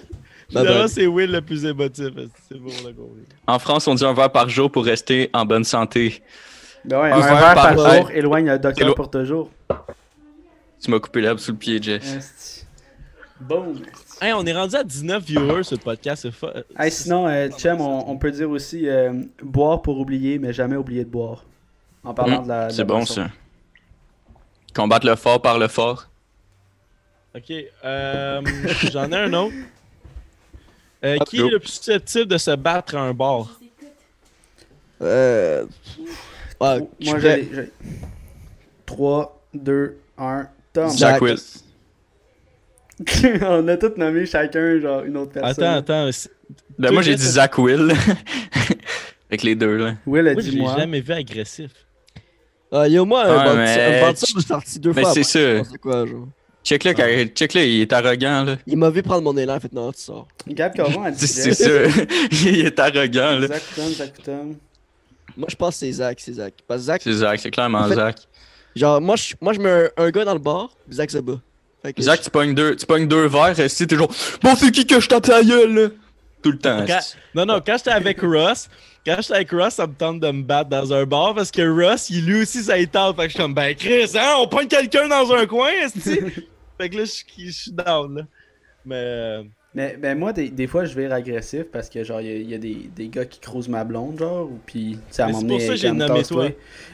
Speaker 2: Finalement,
Speaker 3: bah.
Speaker 2: c'est Will le plus émotif. parce que C'est bon, le gros.
Speaker 4: En France, on dit un verre par jour pour rester en bonne santé.
Speaker 1: Ben ouais,
Speaker 4: Un
Speaker 1: un
Speaker 4: verre
Speaker 1: verre par
Speaker 4: par
Speaker 1: jour
Speaker 4: jour.
Speaker 1: éloigne le docteur
Speaker 4: Élo-
Speaker 1: pour toujours.
Speaker 4: Tu m'as coupé l'herbe sous le pied, Jess.
Speaker 1: Asti. Boom. asti.
Speaker 2: Hey, on est rendu à 19 viewers sur le podcast. C'est fa-
Speaker 1: Hey, sinon, euh, Chem, on, on peut dire aussi euh, boire pour oublier, mais jamais oublier de boire. En parlant de la. de la
Speaker 4: Hmm, C'est bon,
Speaker 1: boisson.
Speaker 4: ça. Combattre le fort par le fort.
Speaker 2: Ok, euh, j'en ai un autre. Euh, qui
Speaker 4: Go.
Speaker 2: est le plus susceptible de se battre à un bar?
Speaker 3: Euh.
Speaker 2: Ah,
Speaker 3: Ouais,
Speaker 1: Moi,
Speaker 3: je suis prêt.
Speaker 1: j'ai. 3, 2, 1, Tom.
Speaker 3: Zach.
Speaker 4: Jack Will.
Speaker 1: on a tous nommé chacun, genre, une autre personne.
Speaker 2: Attends, attends. c'est-
Speaker 4: Ben, moi, j'ai dit Zach Will. Avec les deux, là.
Speaker 1: Will a
Speaker 2: Moi, je
Speaker 1: dit
Speaker 2: l'ai
Speaker 1: moi.
Speaker 2: jamais vu agressif.
Speaker 3: Ah, yo, moi,
Speaker 4: Ouais,
Speaker 3: un bandit-
Speaker 4: mais-
Speaker 3: un bandit, je suis sorti deux
Speaker 4: Mais
Speaker 3: fois.
Speaker 4: c'est
Speaker 3: après,
Speaker 4: ça.
Speaker 3: je pense à quoi, genre.
Speaker 4: Check-le, quand- check-le, il est arrogant, là.
Speaker 3: Il m'a vu prendre mon élan, en fait, non, tu sors.
Speaker 1: Gab Corbon a dit
Speaker 4: C'est c'est
Speaker 1: Jeff.
Speaker 4: ça. il est arrogant, là.
Speaker 1: Zach Tom, Zach Tom.
Speaker 3: Moi, je pense que c'est Zach, c'est Zach. Parce que Zach,
Speaker 4: C'est Zach, c'est clairement
Speaker 3: En fait-
Speaker 4: Zach.
Speaker 3: genre, moi, je, moi, je mets un, un gars dans le bar, puis Zach se bat. Fait que
Speaker 4: Zach, tu pognes deux, tu pognes deux verres, et si t'es genre, bon, c'est qui que je tape la gueule, là? Tout le temps.
Speaker 2: Quand-
Speaker 4: Ah, c'est-
Speaker 2: Non, non, quand j'étais avec Ross, quand j'étais avec Ross, ça me tente de me battre dans un bar parce que Ross, il, lui aussi, ça y tente. Fait que je suis comme, ben Chris, hein, on pogne quelqu'un dans un coin, est Fait que là, je suis- je suis down, là. Mais. euh,
Speaker 1: Mais ben moi, des, des fois, je vais être agressif parce que, genre, il y a- il y, a des, des gars qui croisent ma blonde, genre, ou puis, tu sais, à
Speaker 2: Mais
Speaker 1: m'emmener.
Speaker 2: c'est pour ça que j'ai nommé toi.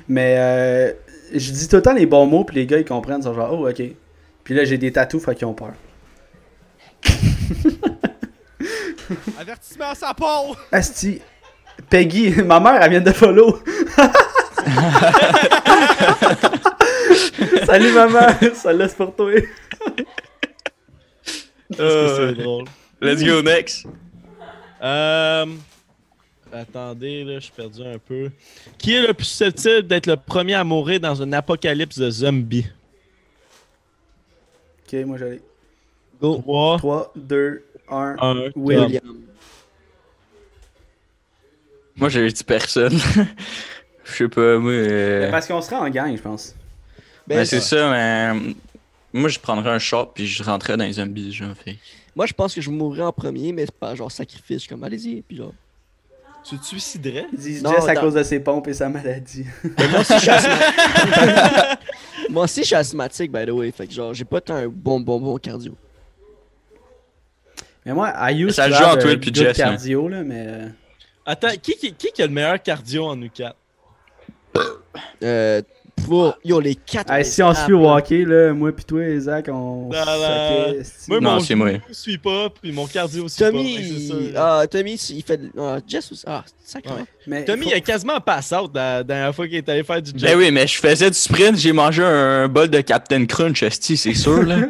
Speaker 1: Mais euh, je dis tout le temps les bons mots, puis les gars, ils comprennent, ils sont genre, oh, ok. Puis là, j'ai des tatous, fait qu'ils ont peur.
Speaker 5: Avertissement à sa peau!
Speaker 1: Asti, Peggy, ma mère, elle vient de follow. Salut, maman, ça laisse pour toi.
Speaker 2: parce que
Speaker 4: Euh,
Speaker 2: c'est drôle.
Speaker 4: Let's go next.
Speaker 2: Euh... Attendez, là, je suis perdu un peu. Qui est le plus susceptible d'être le premier à mourir dans un apocalypse de zombies?
Speaker 1: Ok, moi, j'allais.
Speaker 2: 3,
Speaker 1: 3, 2, 1.
Speaker 2: 1,
Speaker 1: Will.
Speaker 3: William.
Speaker 4: Moi, j'ai dit personne. Je sais pas, moi. euh,
Speaker 1: Parce qu'on serait en gang, je pense.
Speaker 3: Ben,
Speaker 4: ben, c'est ça, mais. euh, Moi, je prendrais un shot puis je rentrais dans les zombies, j'en fais.
Speaker 3: Moi, je pense que je mourrais en premier, mais c'est pas genre sacrifice, je suis comme, allez-y, puis genre.
Speaker 2: Tu te suiciderais?
Speaker 1: Ils disent
Speaker 3: Non,
Speaker 1: Jess à
Speaker 3: dans-
Speaker 1: cause de ses pompes et sa maladie.
Speaker 3: Mais moi aussi, je suis asthmatique. moi aussi, je suis asthmatique, by the way. Fait que genre, j'ai pas tant un bon, bon, bon cardio.
Speaker 1: Mais moi, à You,
Speaker 4: Ça
Speaker 1: je
Speaker 4: joue
Speaker 1: lave,
Speaker 4: entre
Speaker 1: euh,
Speaker 4: Will puis
Speaker 1: good
Speaker 4: Jess, hein.
Speaker 1: cardio, là, mais. euh,
Speaker 2: Attends, qui, qui, qui qui a le meilleur cardio en nous quatre?
Speaker 3: Euh. Pour, yo, les quatre. Ah,
Speaker 1: hey, si on se fait walker, là, moi puis toi, Zach, on.
Speaker 2: Dans
Speaker 1: saquait,
Speaker 2: la-
Speaker 1: sti.
Speaker 2: Moi,
Speaker 4: non,
Speaker 2: mon
Speaker 4: c'est moi.
Speaker 2: genou suit pas, puis mon cardio suit pas. fait que c'est ça,
Speaker 3: Tommy.
Speaker 2: là.
Speaker 3: Ah, Tommy, il fait. Ah, Jess aussi. Ah, sacrément.
Speaker 1: Mais
Speaker 2: Tommy,
Speaker 1: faut-
Speaker 2: il a quasiment pass out la dernière fois qu'il est allé faire du jump.
Speaker 4: Ben oui, mais je faisais du sprint, j'ai mangé un bol de Captain Crunch, esti, c'est sûr, là.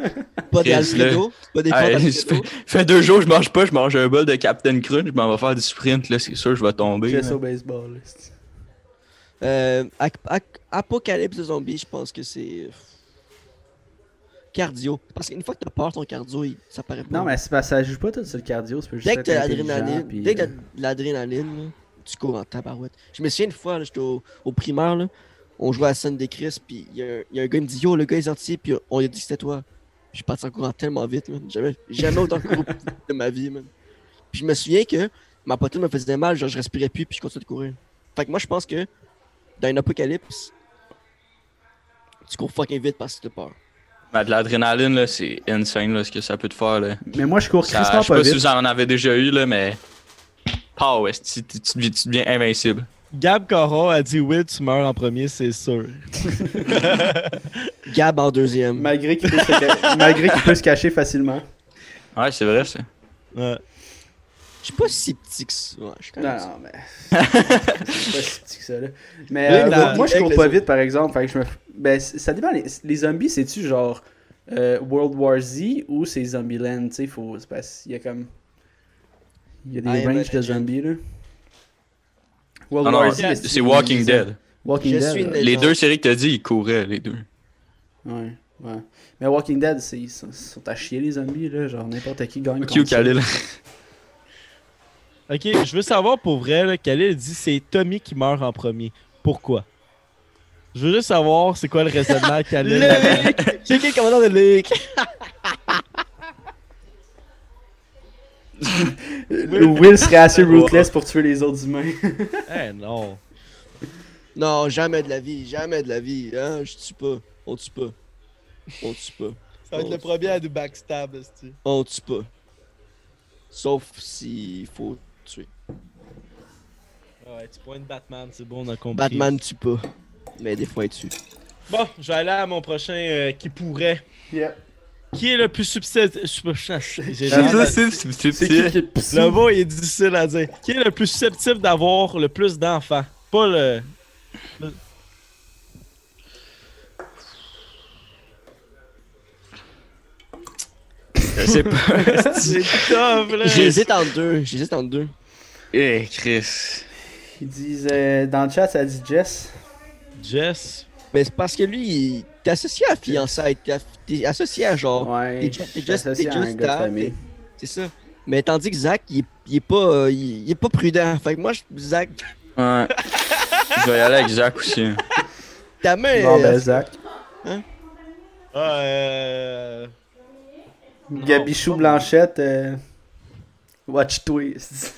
Speaker 3: Pas des
Speaker 4: Chris,
Speaker 3: Alfredo. Pas des
Speaker 4: Hey,
Speaker 3: plantes
Speaker 4: ça
Speaker 3: Alfredo.
Speaker 4: fait, fait deux jours, je mange pas, je mange un bol de Captain Crunch, je m'en vais faire du sprint, là, c'est sûr, je vais tomber.
Speaker 1: Jess
Speaker 4: là.
Speaker 1: au baseball, là, sti.
Speaker 3: Euh, ac- ac- apocalypse de zombies, je pense que c'est. Cardio. Parce qu'une fois que t'as peur, ton cardio, il- ça paraît pas.
Speaker 1: Non, mais c'est parce que ça joue pas tout sur le cardio, c'est juste.
Speaker 3: Dès que
Speaker 1: être
Speaker 3: t'as
Speaker 1: intelligent,
Speaker 3: l'adrénaline,
Speaker 1: puis,
Speaker 3: dès que
Speaker 1: euh,
Speaker 3: t'as de l'adrénaline, là, tu cours en tabarouette. Je me souviens une fois, là, j'étais au, au primaire, là, on jouait à la scène des Chris, puis il y, a un- il y a un gars qui me dit Yo, le gars est sorti, puis on lui a dit que c'était toi. Puis je suis parti en courant tellement vite, man. Jamais, jamais autant couru de ma vie, man. Puis je me souviens que ma poitrine me faisait mal, genre je respirais plus, puis je continuais de courir. Fait que moi, je pense que dans une apocalypse, tu cours fucking vite parce que t'as peur.
Speaker 4: Mais de l'adrénaline, là, c'est insane, là, ce que ça peut te faire, là.
Speaker 1: Mais moi, je cours
Speaker 4: Ça-
Speaker 1: crissement
Speaker 4: je sais
Speaker 1: pas
Speaker 4: pas si
Speaker 1: vite.
Speaker 4: vous en avez déjà eu, là, mais. Pow, esti, tu, tu deviens- tu deviens invincible.
Speaker 2: Gab Caron a dit Will, tu meurs en premier, c'est sûr.
Speaker 3: Gab en deuxième.
Speaker 1: Malgré qu'il peut, se ca- malgré qu'il peut se cacher facilement.
Speaker 4: Ouais, c'est vrai, ça.
Speaker 2: Ouais.
Speaker 3: Je suis pas si petit que ça. Ouais, je suis quand
Speaker 1: Non,
Speaker 3: même
Speaker 1: non, mais. c'est pas si petit que ça, là. Mais
Speaker 2: Oui,
Speaker 1: euh,
Speaker 2: mais
Speaker 1: moi-
Speaker 2: la-
Speaker 1: moi, je
Speaker 3: avec
Speaker 1: cours
Speaker 3: les
Speaker 1: pas
Speaker 3: autres.
Speaker 1: vite, par exemple. Fait que je me... ben, c- ça dépend. Les, les zombies, c'est-tu genre euh, World War Z ou c'est Zombieland Tu sais, faut... c'est parce qu'il y a comme. Ah, Il y a des
Speaker 3: I am
Speaker 1: ranges de
Speaker 3: legend.
Speaker 1: zombies, là. World
Speaker 4: Non, non,
Speaker 1: War Z,
Speaker 2: Yes.
Speaker 4: c'est Walking Dead.
Speaker 1: Walking
Speaker 3: Je
Speaker 1: Dead.
Speaker 3: suis
Speaker 1: ouais.
Speaker 3: né-
Speaker 4: Les
Speaker 3: non.
Speaker 4: deux séries que t'as dit, ils couraient, les deux.
Speaker 1: Ouais, ouais. Mais Walking Dead, c'est... ils sont- sont à chier, les zombies, là. Genre, n'importe qui gagne.
Speaker 4: Ok, ou
Speaker 1: contre ça.
Speaker 4: Khalil.
Speaker 2: Ok, je veux savoir pour vrai, là, Khalil dit c'est Tommy qui meurt en premier. Pourquoi Je veux juste savoir c'est quoi le raisonnement de Khalil. là-dedans.
Speaker 3: Luc! J'ai qui le commandant de Luc?
Speaker 1: Will serait assez ruthless pour tuer les autres humains.
Speaker 2: Eh non.
Speaker 3: Non, jamais de la vie, jamais de la vie. Hein? Je tue pas. On tue pas. On tue pas.
Speaker 2: Ça va être le premier à nous backstab, esti.
Speaker 3: On tue pas. Sauf s'il faut tuer.
Speaker 2: Ouais, tu pointes Batman, c'est bon, on a compris.
Speaker 3: Batman tue pas. Mais des fois il tue.
Speaker 2: Bon, je vais aller à mon prochain euh, qui pourrait. Qui est le plus subtil Le
Speaker 4: C'est
Speaker 1: C'est qui
Speaker 4: subtil.
Speaker 1: qui le
Speaker 2: mot est difficile à dire. Qui est le plus susceptible d'avoir le plus d'enfants Pas le. le-
Speaker 4: Je sais pas.
Speaker 2: C'est tough, là.
Speaker 3: J'hésite entre deux. J'hésite entre deux.
Speaker 4: Eh, Chris.
Speaker 1: Ils disent euh, dans le chat, ça dit Jess.
Speaker 2: Jess.
Speaker 3: Mais c'est parce que lui, il- t'es associé à fiançailles, t'es aff- t'es associé à
Speaker 2: Oh.
Speaker 3: genre.
Speaker 1: Ouais.
Speaker 3: t'es ju- t'es
Speaker 1: je suis
Speaker 3: just-
Speaker 1: associé
Speaker 3: t'es
Speaker 1: à un
Speaker 3: just
Speaker 1: gars de
Speaker 3: that,
Speaker 1: famille.
Speaker 3: C'est ça. Mais tandis que Zach, il, est- il est pas, euh, il, il est pas prudent. Fait que moi, je- Zach,
Speaker 4: Ouais. Je vais y aller avec Zach aussi. hein.
Speaker 3: ta main.
Speaker 1: Bon, ben,
Speaker 3: euh,
Speaker 1: Zach.
Speaker 2: Ah, euh.
Speaker 1: Gabichou Blanchette, euh, Watch Twist.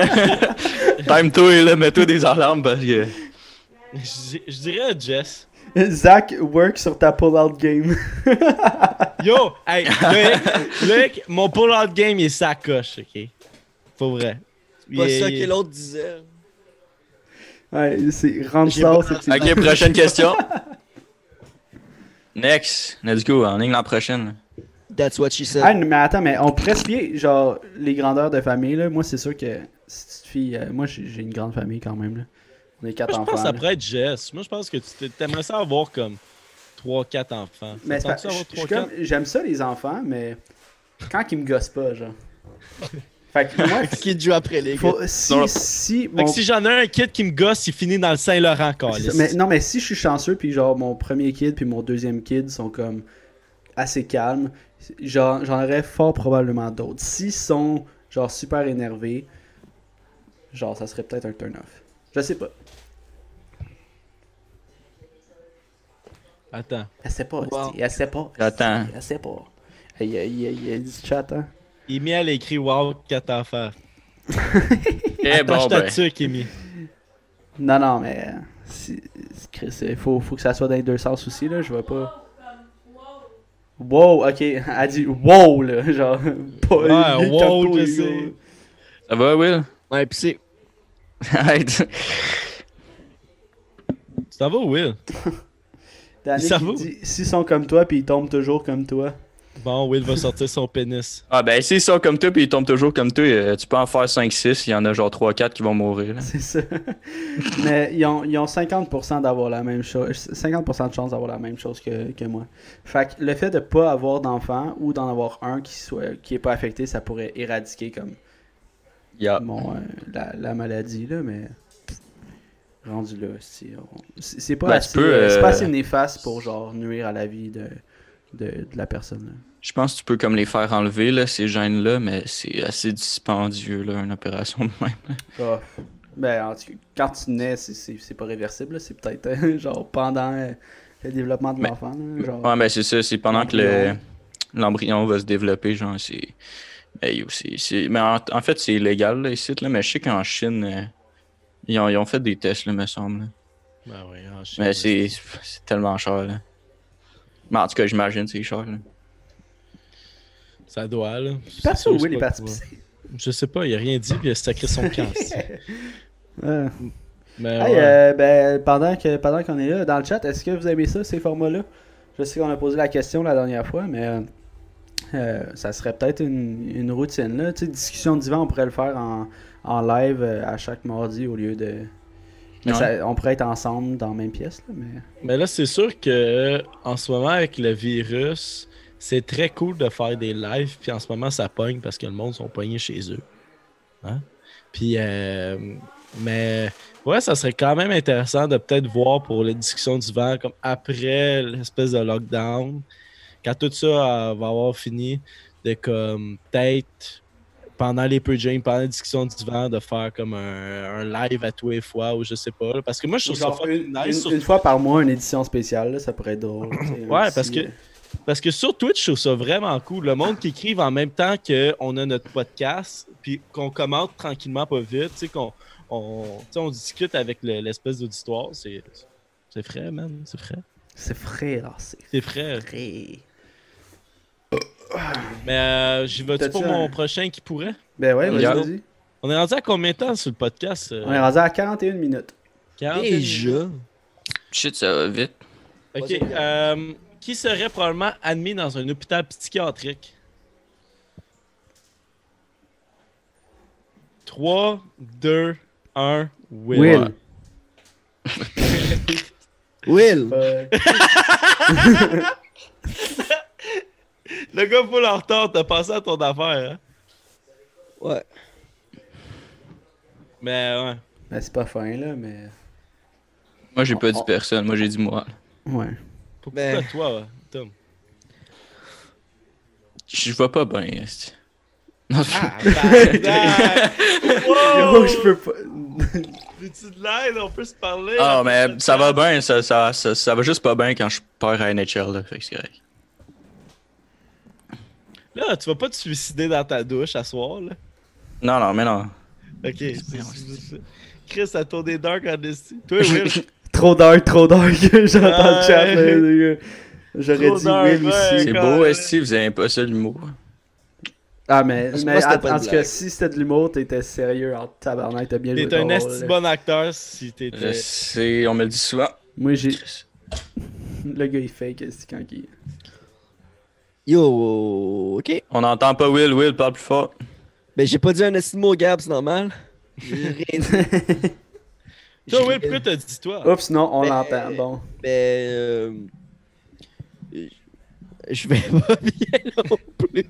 Speaker 4: Time-toi, là, mets-toi des alarmes parce que.
Speaker 2: Je je dirais Jess.
Speaker 1: Zach, work sur ta pull-out game.
Speaker 2: Yo, hey, Loïc, Loïc, mon pull-out game, il est sacoche, ok? Pour vrai.
Speaker 3: c'est pas
Speaker 2: Il-
Speaker 3: ça
Speaker 2: il-
Speaker 3: que l'autre disait.
Speaker 1: ouais, c'est rentre
Speaker 3: J'ai
Speaker 1: ça,
Speaker 3: pas-
Speaker 1: c'est
Speaker 4: Ok, prochaine question. Next. Let's go. On ligne la prochaine.
Speaker 3: That's what she said.
Speaker 1: Ah, non, mais attends, mais on pourrait se fier, genre, les grandeurs de famille, là. Moi, c'est sûr que si tu fille, moi, j'ai j'ai une grande famille quand même, là. On est quatre
Speaker 2: Moi, je
Speaker 1: enfants.
Speaker 2: pense que ça
Speaker 1: là.
Speaker 2: pourrait être Jess. Moi, je pense que tu t'es- t'aimerais ça avoir comme 3-4 enfants.
Speaker 1: Mais
Speaker 2: Ça te tente-tu
Speaker 1: c'est-
Speaker 2: d'avoir
Speaker 1: je- je suis
Speaker 2: 3-4?
Speaker 1: comme- j'aime ça, les enfants, mais quand ils me gossent pas, genre. fait que moi,
Speaker 3: Qui joue après les gars.
Speaker 1: faut, si,
Speaker 4: Non, non.
Speaker 1: si,
Speaker 2: Fait
Speaker 1: mon-
Speaker 2: que si j'en ai un kid qui me gosse, il finit dans le Saint-Laurent,
Speaker 1: C'est
Speaker 2: Calis.
Speaker 1: ça. Mais, non, mais si je suis chanceux, puis genre mon premier kid, puis mon deuxième kid sont comme assez calmes, j'en j'en aurais fort probablement d'autres. S'ils sont genre super énervés, genre ça serait peut-être un turn-off. Je sais pas.
Speaker 2: Attends.
Speaker 1: Elle sait pas,
Speaker 3: Wow.
Speaker 1: elle sait pas.
Speaker 4: J'attends.
Speaker 1: Elle sait pas. Il y a, il y a- il y a du chat, hein.
Speaker 2: Amy, elle a écrit Wow, 4 enfants.
Speaker 4: Eh bon,
Speaker 2: Attache ta
Speaker 4: ben.
Speaker 2: tuque, Amy.
Speaker 1: Non, non, mais. euh, si- si- Chris, il faut, faut que ça soit dans les deux sens aussi, là. Je vois pas. Wow, ok. Elle dit wow, là. Genre, pas
Speaker 2: Ouais,
Speaker 1: ni
Speaker 2: wow,
Speaker 1: Toto,
Speaker 2: je
Speaker 1: ni
Speaker 2: sais.
Speaker 1: yo.
Speaker 4: Ça va, Will?
Speaker 3: Ouais, pis c'est.
Speaker 4: Arrête.
Speaker 2: Ça va, Will?
Speaker 1: Danick,
Speaker 2: Ça
Speaker 1: il
Speaker 2: vaut.
Speaker 1: dit, s'ils sont comme toi, puis ils tombent toujours comme toi.
Speaker 2: Bon, Will va sortir son pénis.
Speaker 4: Ah, ben, s'ils sont comme toi puis ils tombent toujours comme toi, euh, tu peux en faire 5-6. Il y en a genre 3-4 qui vont mourir. là.
Speaker 1: C'est ça. Mais ils ont, ils ont 50% d'avoir la même chose. 50% de chance d'avoir la même chose que, que moi. Fait que le fait de pas avoir d'enfant ou d'en avoir un qui soit qui est pas affecté, ça pourrait éradiquer comme
Speaker 4: Yeah.
Speaker 1: mon, euh, la, la maladie, là, mais pff, rendu là, c'est, on- c'est- c'est pas,
Speaker 4: Ben, tu
Speaker 1: assez,
Speaker 4: peux,
Speaker 1: euh, c'est pas
Speaker 4: euh,
Speaker 1: assez néfaste pour genre nuire à la vie de, de, de la personne. là.
Speaker 4: Je pense que tu peux comme les faire enlever, là, ces gènes-là, mais c'est assez dispendieux, là, une opération de même.
Speaker 1: Ah. Ben, en tout cas, quand tu nais, c'est- c'est c'est pas réversible. là. C'est peut-être euh, genre pendant euh, le développement de
Speaker 4: Mais-
Speaker 1: l'enfant. là, genre.
Speaker 4: Ouais, ben c'est ça, c'est pendant que le-
Speaker 1: L'embryon.
Speaker 4: l'embryon va se développer, genre, c'est. Ben, yo, c'est- c'est- Mais en, en fait, c'est illégal, là, ici, là, mais je sais qu'en Chine, euh, ils, ont, ils ont fait des tests, là, me semble. là.
Speaker 2: Ben oui, en Chine,
Speaker 4: Mais c'est c'est tellement cher, là. Mais en tout cas, j'imagine, c'est cher, là.
Speaker 2: Ça doit, là.
Speaker 1: Pas
Speaker 2: C'est sûr,
Speaker 1: sûr,
Speaker 2: c'est
Speaker 1: Will est
Speaker 2: pas
Speaker 1: parti
Speaker 2: toi.
Speaker 1: pisser.
Speaker 2: Je sais pas, il a rien dit, puis il a sacré son camp.
Speaker 1: Ah.
Speaker 2: Mais
Speaker 1: Hey,
Speaker 2: ouais.
Speaker 1: euh, ben, pendant que pendant qu'on est là, dans le chat, est-ce que vous aimez ça, ces formats-là? Je sais qu'on a posé la question la dernière fois, mais euh, euh, ça serait peut-être une, une routine. Là. Tu sais, discussion divan, on pourrait le faire en, en live euh, à chaque mardi au lieu de. Mais
Speaker 4: Ouais.
Speaker 1: ça- on pourrait être ensemble dans la même pièce. Là, mais...
Speaker 2: Mais là, c'est sûr que euh, en ce moment, avec le virus, c'est très cool de faire des lives. Puis en ce moment, ça pogne parce que le monde sont pognés chez eux. Hein? Puis, euh, mais ouais, ça serait quand même intéressant de peut-être voir pour les discussions du vent, comme après l'espèce de lockdown, quand tout ça euh, va avoir fini, de comme peut-être pendant les peu de pendant les discussions du vent, de faire comme un, un live à tous les fois ou je sais pas. là. Parce que moi, je trouve ça
Speaker 1: Genre
Speaker 2: fucking
Speaker 1: une,
Speaker 2: nice,
Speaker 1: une-
Speaker 2: surtout-
Speaker 1: une fois par mois, une édition spéciale, là, ça pourrait être drôle. tu sais, euh, un
Speaker 2: Ouais,
Speaker 1: petit-
Speaker 2: parce que- Parce que sur Twitch, je trouve ça vraiment cool. Le monde qui écrive en même temps qu'on a notre podcast, puis qu'on commente tranquillement, pas vite, tu sais, qu'on on, tu sais, on discute avec le- l'espèce d'auditoire. C'est c'est frais, man. C'est frais.
Speaker 1: C'est frais, là, c'est
Speaker 2: C'est frais.
Speaker 1: frais.
Speaker 2: Mais euh, j'y vais-tu
Speaker 1: T'as-tu
Speaker 2: pour
Speaker 1: un-
Speaker 2: mon prochain qui pourrait?
Speaker 1: Ben ouais, vas-y,
Speaker 4: Yeah.
Speaker 1: vas-y.
Speaker 2: On est rendu à combien de temps sur le podcast? euh,
Speaker 1: On est rendu à 41 minutes.
Speaker 2: 40?
Speaker 3: Déjà.
Speaker 4: Shit, ça va vite.
Speaker 2: OK. euh, qui serait probablement admis dans un hôpital psychiatrique? 3, 2, 1, Will.
Speaker 1: Will.
Speaker 3: Will!
Speaker 1: Euh,
Speaker 2: Le gars full en retard, t'as passé à ton affaire, hein?
Speaker 3: Ouais.
Speaker 2: Mais ouais.
Speaker 1: ben, c'est pas fin, là, mais.
Speaker 4: Moi, j'ai pas dit personne. Moi, j'ai dit moi.
Speaker 1: Ouais.
Speaker 2: Pourquoi
Speaker 3: Ben-
Speaker 2: toi, Tom?
Speaker 4: Je vois pas bien. esti. Non, je-
Speaker 2: Ah.
Speaker 1: Yo, je peux pas.
Speaker 2: tu ben, de l'aide? On peut se parler?
Speaker 4: Ah, mais ça va bien. Ça, ça, ça, ça va juste pas bien quand je perds à NHL. Là, fait que c'est correct.
Speaker 2: Là, tu vas pas te suicider dans ta douche à soir, là?
Speaker 4: Non, non, mais non.
Speaker 2: Ok. c'est- c'est- c'est- Chris, ça tourné dark en esti. Toi, Will.
Speaker 1: Trop dark, trop dark. J'entends le chat, là,
Speaker 2: Ouais.
Speaker 1: les gars. J'aurais
Speaker 2: Trop
Speaker 1: dit
Speaker 2: dark,
Speaker 1: Will
Speaker 2: ouais.
Speaker 1: aussi.
Speaker 4: C'est beau, Esti. Vous avez pas ça l'humour.
Speaker 1: Ah, mais,
Speaker 3: Parce que
Speaker 1: mais
Speaker 3: moi, c'était
Speaker 1: en
Speaker 3: pas une
Speaker 1: en tout cas,
Speaker 3: blague.
Speaker 1: si c'était de l'humour, t'étais sérieux en tabarnak, t'as bien joué.
Speaker 2: T'es un
Speaker 1: ton
Speaker 2: esti
Speaker 1: rôle, là.
Speaker 2: bon acteur si t'es.
Speaker 4: Je sais, on me le dit souvent.
Speaker 1: Moi, j'ai. Le gars, il fake, c'est quand il.
Speaker 3: Yo, ok.
Speaker 4: On n'entend pas Will. Will, parle plus fort.
Speaker 3: Ben, j'ai pas dit un estime au Gab, c'est normal. J'ai rien dit.
Speaker 2: Toi,
Speaker 3: J'ai-
Speaker 2: Will, pourquoi t'as dit toi?
Speaker 1: Oups, non, on
Speaker 3: Mais-
Speaker 1: l'entend. Bon.
Speaker 3: Ben, euh, je- je vais pas bien non plus.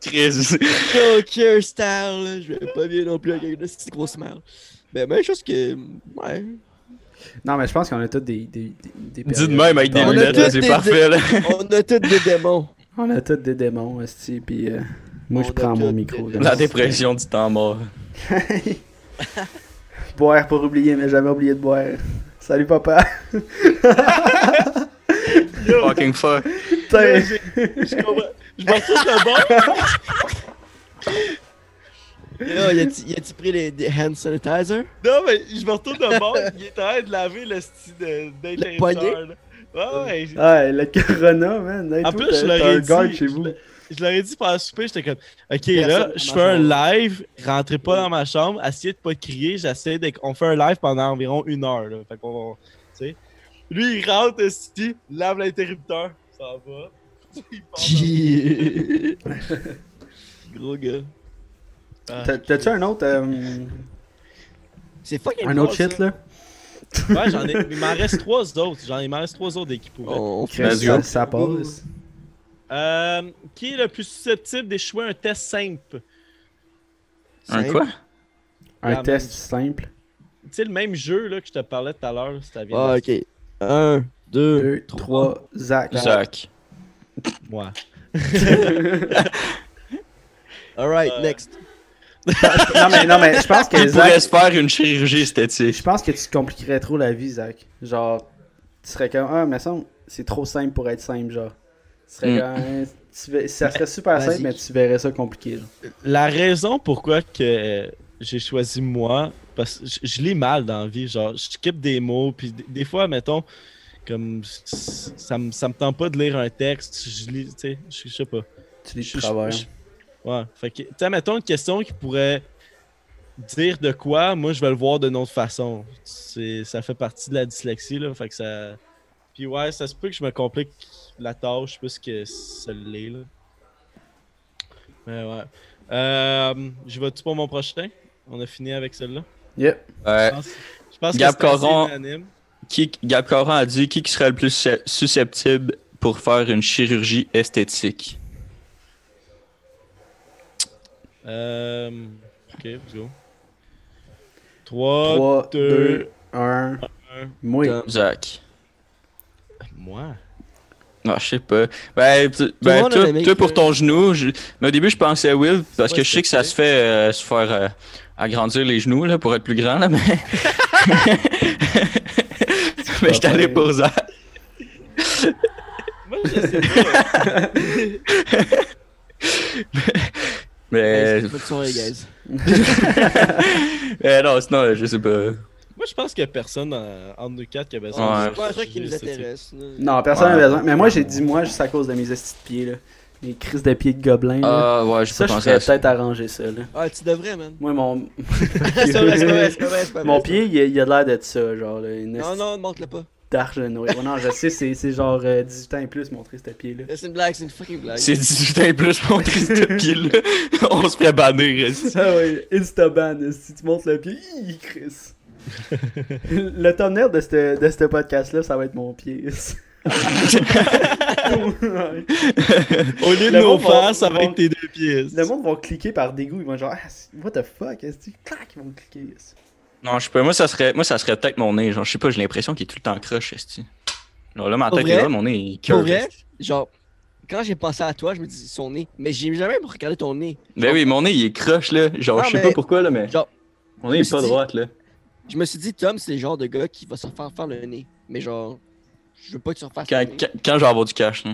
Speaker 4: Chris.
Speaker 3: Joker style, là, je vais pas bien non plus avec une petite grosse merde. Ben, même chose que. Ouais.
Speaker 1: Non, mais je pense qu'on a tous des. des, des, des
Speaker 4: Dis
Speaker 1: périodes
Speaker 4: de même avec des
Speaker 1: dark.
Speaker 3: On a
Speaker 4: lunettes,
Speaker 3: tous
Speaker 4: là, c'est
Speaker 3: des-
Speaker 4: parfait. Là.
Speaker 3: On a tous des démons.
Speaker 1: On a tous des démons, aussi, puis euh, moi
Speaker 3: On
Speaker 1: je
Speaker 3: a
Speaker 1: prends mon
Speaker 3: tous
Speaker 1: micro.
Speaker 3: des
Speaker 1: comme
Speaker 4: La
Speaker 1: ça.
Speaker 4: dépression du temps mort.
Speaker 1: Boire pour oublier, mais jamais oublier de boire. Salut papa.
Speaker 4: Fucking fuck.
Speaker 1: Putain.
Speaker 2: J'ai- Je comprends. Je m'en fous de bord.
Speaker 3: Là, y a-tu y a-tu pris les, des hand sanitizer?
Speaker 2: Non, mais je me retourne de bord. Il est en train de laver le style de- d'intérieur.
Speaker 3: poignet?
Speaker 2: là. Ouais, ouais. j'ai-
Speaker 1: Ouais, Ah, le corona, man. Hey,
Speaker 2: En
Speaker 1: toi,
Speaker 2: plus,
Speaker 1: t'as-
Speaker 2: je
Speaker 1: t'as un
Speaker 2: l'aurais
Speaker 1: guard
Speaker 2: dit.
Speaker 1: chez
Speaker 2: je
Speaker 1: vous.
Speaker 2: l'a- Je l'aurais dit pendant le souper, j'étais comme, ok, là,
Speaker 3: Personne
Speaker 2: je fais
Speaker 3: dans ma
Speaker 2: un
Speaker 3: chambre.
Speaker 2: live, rentrez pas dans ma chambre, essayez de pas crier, j'essaie de. On fait un live pendant environ une heure, là. Fait qu'on. Tu sais. Lui, il rentre, esti, lave l'interrupteur, ça va. Il part
Speaker 3: Gros gars.
Speaker 2: dans-
Speaker 1: T'as- T'as-tu un autre. euh,
Speaker 3: C'est fucking
Speaker 1: un
Speaker 3: drôle,
Speaker 1: autre shit,
Speaker 3: ça.
Speaker 1: là
Speaker 2: Ouais, j'en ai. Il m'en reste trois autres. J'en ai, il m'en reste trois autres d'équipe.
Speaker 3: On, on fait
Speaker 1: Chris,
Speaker 4: Let's
Speaker 1: ça,
Speaker 4: go.
Speaker 1: ça passe.
Speaker 2: Euh, qui est le plus susceptible d'échouer un test simple
Speaker 4: Un
Speaker 3: simple.
Speaker 4: quoi?
Speaker 1: Un
Speaker 2: Ah,
Speaker 1: test simple.
Speaker 2: Tu sais, le même jeu là, que je te parlais tout à l'heure, si t'avais.
Speaker 3: Ah, ok. Un, deux,
Speaker 1: 2,
Speaker 3: trois.
Speaker 1: 3, Zach.
Speaker 4: Zach.
Speaker 2: Moi.
Speaker 3: Alright,
Speaker 2: Euh,
Speaker 3: next.
Speaker 1: non, mais, non, mais je pense que
Speaker 4: Il pourrait
Speaker 1: Zach.
Speaker 4: se faire une chirurgie esthétique.
Speaker 1: Je pense que tu te compliquerais trop la vie, Zach. Genre, tu serais comme. Ah, mais ça, c'est trop simple pour être simple, genre. Tu serais
Speaker 4: Mm.
Speaker 1: comme, hein, tu ver- Ça serait super simple,
Speaker 3: Vas-y.
Speaker 1: mais tu verrais ça compliqué. genre.
Speaker 2: La raison pourquoi que euh, j'ai choisi moi, parce que je, je lis mal dans la vie, genre, je skip des mots, puis des, des fois, mettons, comme c- ça me ça me tente pas de lire un texte, je lis, tu sais, je je sais pas.
Speaker 1: Tu les
Speaker 2: Je- je-
Speaker 1: travailles.
Speaker 2: je- Ouais. Fait que, tu sais, mettons une question qui pourrait dire de quoi, moi, je vais le voir d'une autre façon. C'est, ça fait partie de la dyslexie, là. Fait que ça. Puis ouais, ça se peut que je me complique la tâche plus que ça l'est, là. Mais ouais. Euh, je vais-tu pour mon prochain? On a fini avec celle-là.
Speaker 1: Yep.
Speaker 4: Ouais.
Speaker 2: Je pense, je pense
Speaker 4: Gab
Speaker 2: que c'est assez
Speaker 4: Caron.
Speaker 2: unanime. qui
Speaker 4: Qui, Gab Caron a dit qui qui serait le plus su- susceptible pour faire une chirurgie esthétique.
Speaker 2: Euh, ok, let's go. 3,
Speaker 1: 3,
Speaker 2: 2,
Speaker 1: 2, 1.
Speaker 2: Ah, un.
Speaker 1: Moi.
Speaker 3: Tom.
Speaker 4: Zach.
Speaker 2: Moi.
Speaker 4: Ah, je sais pas. Ben, tu- ben,
Speaker 3: monde
Speaker 4: toi,
Speaker 3: avait mis
Speaker 4: toi,
Speaker 3: que-
Speaker 4: pour ton genou, je- mais au début, je pensais à Will, parce
Speaker 2: pas
Speaker 4: que je sais que ça se fait euh, se faire euh, agrandir les genoux là, pour être plus grand, là, mais. mais je t'allais pour Zach.
Speaker 2: Moi, je sais pas.
Speaker 4: Mais. Euh,
Speaker 3: Hey, Bonne soirée, guys.
Speaker 4: Eh non, sinon, je sais pas.
Speaker 2: Moi, je pense qu'il y a personne euh, entre nous quatre qui a
Speaker 4: Ouais.
Speaker 2: besoin
Speaker 3: C'est pas un truc qui nous
Speaker 2: Juste,
Speaker 3: intéresse.
Speaker 1: Non, personne n'a
Speaker 4: Ouais.
Speaker 1: besoin. Mais moi, j'ai dit moi juste à cause de mes estis de pieds, là. Les crises de pieds de gobelins, là.
Speaker 4: Ah, ouais, je
Speaker 1: ça,
Speaker 4: pas
Speaker 1: je
Speaker 4: pensé à
Speaker 1: pourrais
Speaker 4: ça.
Speaker 1: peut-être arranger ça, là.
Speaker 3: Ah, tu devrais, man.
Speaker 1: Moi, mon,
Speaker 3: C'est vrai, c'est vrai, c'est vrai, c'est pas vrai,
Speaker 1: mon
Speaker 3: c'est
Speaker 1: pied, il a, il a l'air d'être ça, genre, là, une
Speaker 3: pas vrai. Non,
Speaker 1: estie
Speaker 3: non, montre-le pas.
Speaker 1: d'argenoïde. Ouais, non, je sais, c'est c'est genre euh, 18 ans et plus, montrer ce pied, là.
Speaker 3: C'est une blague, c'est une fucking blague.
Speaker 4: C'est 18 ans et plus, mon triste pied, là. On se fait bannir, esti.
Speaker 1: Ah ouais, Instaban, si tu montes le pied, hi, Chris. le thumbnail de ce de ce podcast-là, ça va être mon pied. le
Speaker 2: Au lieu de
Speaker 1: Le
Speaker 2: nos
Speaker 1: monde va-
Speaker 2: faces, ça va
Speaker 1: va-
Speaker 2: être tes deux pièces.
Speaker 1: monde va cliquer par dégoût, ils vont genre, Ah, c'est- what the fuck, est-ce que clac, ils vont cliquer.
Speaker 4: Non, je sais pas. Moi, ça serait, moi, ça serait peut-être mon nez. Genre, je sais pas, j'ai l'impression qu'il est tout le temps croche, esti. Genre, là, ma
Speaker 3: Pour
Speaker 4: tête est
Speaker 3: vrai?
Speaker 4: là, mon nez est
Speaker 3: Pour
Speaker 4: curve,
Speaker 3: vrai,
Speaker 4: esti.
Speaker 3: genre, quand j'ai pensé à toi, je me dis son nez. Mais j'ai jamais regardé ton nez.
Speaker 4: Ben oui, mon nez, il est croche, là. Genre,
Speaker 3: Non,
Speaker 4: je sais
Speaker 3: mais-
Speaker 4: pas pourquoi, là, mais.
Speaker 3: Genre,
Speaker 4: Mon nez est pas
Speaker 3: je dis-
Speaker 4: droite, là.
Speaker 3: Je me suis dit, Tom, c'est le genre de gars qui va se faire faire le nez. Mais genre, je veux pas que tu refasses
Speaker 4: Quand,
Speaker 3: ton nez.
Speaker 4: quand, quand je vais avoir du cash, là.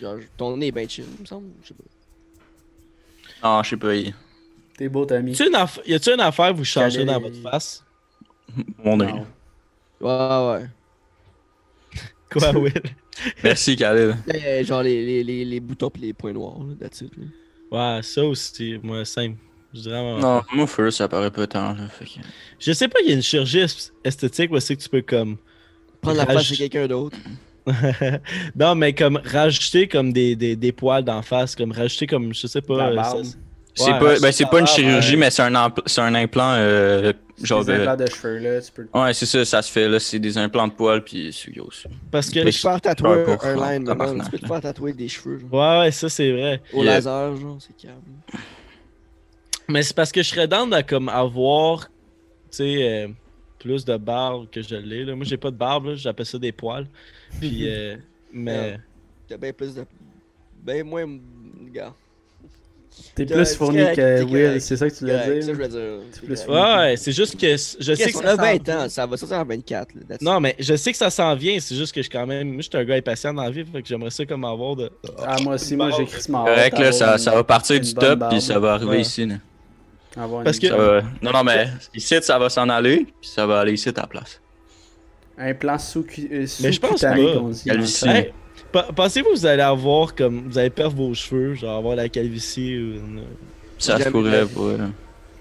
Speaker 3: Genre, ton nez est ben chill, il me semble. Je sais pas.
Speaker 4: Non, Ah, je sais pas. il-
Speaker 1: T'es beau, Tommy.
Speaker 2: Y a-tu une, aff- y a-tu une affaire que vous changez
Speaker 1: Calais.
Speaker 2: dans votre face
Speaker 4: Mon nez.
Speaker 1: Non.
Speaker 3: Ouais, ouais.
Speaker 2: Quoi, Will
Speaker 4: Merci, Khalil.
Speaker 3: Euh, genre les, les, les, les boutons pis les points noirs, là, that's it, là.
Speaker 2: Ouais, ça aussi, moi, simple. Je dirais ma-
Speaker 4: Non, moi, feu, ça paraît pas tant, là. Fait que...
Speaker 2: Je sais pas, il y a une chirurgie est- esthétique où c'est que tu peux comme.
Speaker 3: Prendre la
Speaker 2: Raj-
Speaker 3: place de quelqu'un d'autre.
Speaker 2: non, mais comme rajouter comme des, des, des poils d'en face, comme rajouter comme, je sais pas.
Speaker 1: La
Speaker 2: euh,
Speaker 1: barbe.
Speaker 2: ça-
Speaker 4: C'est
Speaker 2: Ouais,
Speaker 4: pas,
Speaker 2: reste
Speaker 4: ben, c'est pas une
Speaker 2: barbe,
Speaker 4: chirurgie,
Speaker 2: ouais.
Speaker 4: mais c'est un, empl- c'est un implant, euh, genre.
Speaker 1: Genre
Speaker 4: euh,
Speaker 1: de... de cheveux, là, tu peux...
Speaker 4: Ouais, c'est ça, ça se fait, là. C'est des implants de poils, puis c'est yo, c'est-
Speaker 2: parce que.
Speaker 3: Tu peux te faire tatouer
Speaker 4: pour
Speaker 3: un line,
Speaker 4: faire
Speaker 3: man.
Speaker 4: tabarnak,
Speaker 3: Tu peux te
Speaker 4: là.
Speaker 3: faire tatouer des cheveux, genre.
Speaker 2: Ouais, ouais, ça c'est vrai.
Speaker 3: Au
Speaker 4: Yeah.
Speaker 3: laser, genre, c'est calme.
Speaker 2: Mais c'est parce que je serais dans à comme avoir, tu sais, euh, plus de barbe que je l'ai. Là. Moi, j'ai pas de barbe, là, j'appelle ça des poils. Puis, euh, mais.
Speaker 3: T'as bien plus de. Ben moins. m- Gars.
Speaker 1: T'es
Speaker 3: t'es-
Speaker 1: plus
Speaker 3: t'es
Speaker 1: fourni
Speaker 3: correct,
Speaker 1: que
Speaker 3: t'es
Speaker 1: Will,
Speaker 3: correct,
Speaker 1: c'est ça que tu
Speaker 3: Correct,
Speaker 1: voulais
Speaker 3: ça, je
Speaker 1: dire?
Speaker 3: veux dire.
Speaker 1: C'est plus-
Speaker 3: correct.
Speaker 2: Ouais, ouais, c'est juste que c- je sais
Speaker 3: Qu'est-ce
Speaker 2: que
Speaker 3: qu'on
Speaker 2: ça
Speaker 3: a
Speaker 2: s'en
Speaker 3: 20
Speaker 2: vient.
Speaker 3: ans, ça va hein? sortir à 24, là, that's it.
Speaker 2: Non, mais je sais que ça s'en vient, c'est juste que je suis quand même. Moi, je suis un gars impatient dans la vie, fait que j'aimerais ça comme avoir de.
Speaker 1: Ah, moi aussi, moi, j'ai Chris Martin.
Speaker 4: Correct, là, ça, ça va partir
Speaker 1: une
Speaker 4: du
Speaker 1: bonne
Speaker 4: top,
Speaker 1: barbe.
Speaker 4: puis ça va arriver
Speaker 2: Ouais.
Speaker 4: ici, là.
Speaker 2: Parce
Speaker 1: Parce
Speaker 2: que-
Speaker 1: que...
Speaker 4: Ça va- Non, non, mais ici, ça va s'en aller, puis ça va aller ici à ta place.
Speaker 1: Un plan euh, sous-cutané,
Speaker 2: Mais je pense pas.
Speaker 1: qu'on dit.
Speaker 4: Calvitie.
Speaker 2: Ah, Hey, pe- Pensez-vous que vous allez avoir comme. Vous allez perdre vos cheveux, genre avoir la calvitie ou. une-
Speaker 4: Ça se
Speaker 3: Jamais
Speaker 4: pourrait, euh,
Speaker 3: la vie.
Speaker 4: ouais. là.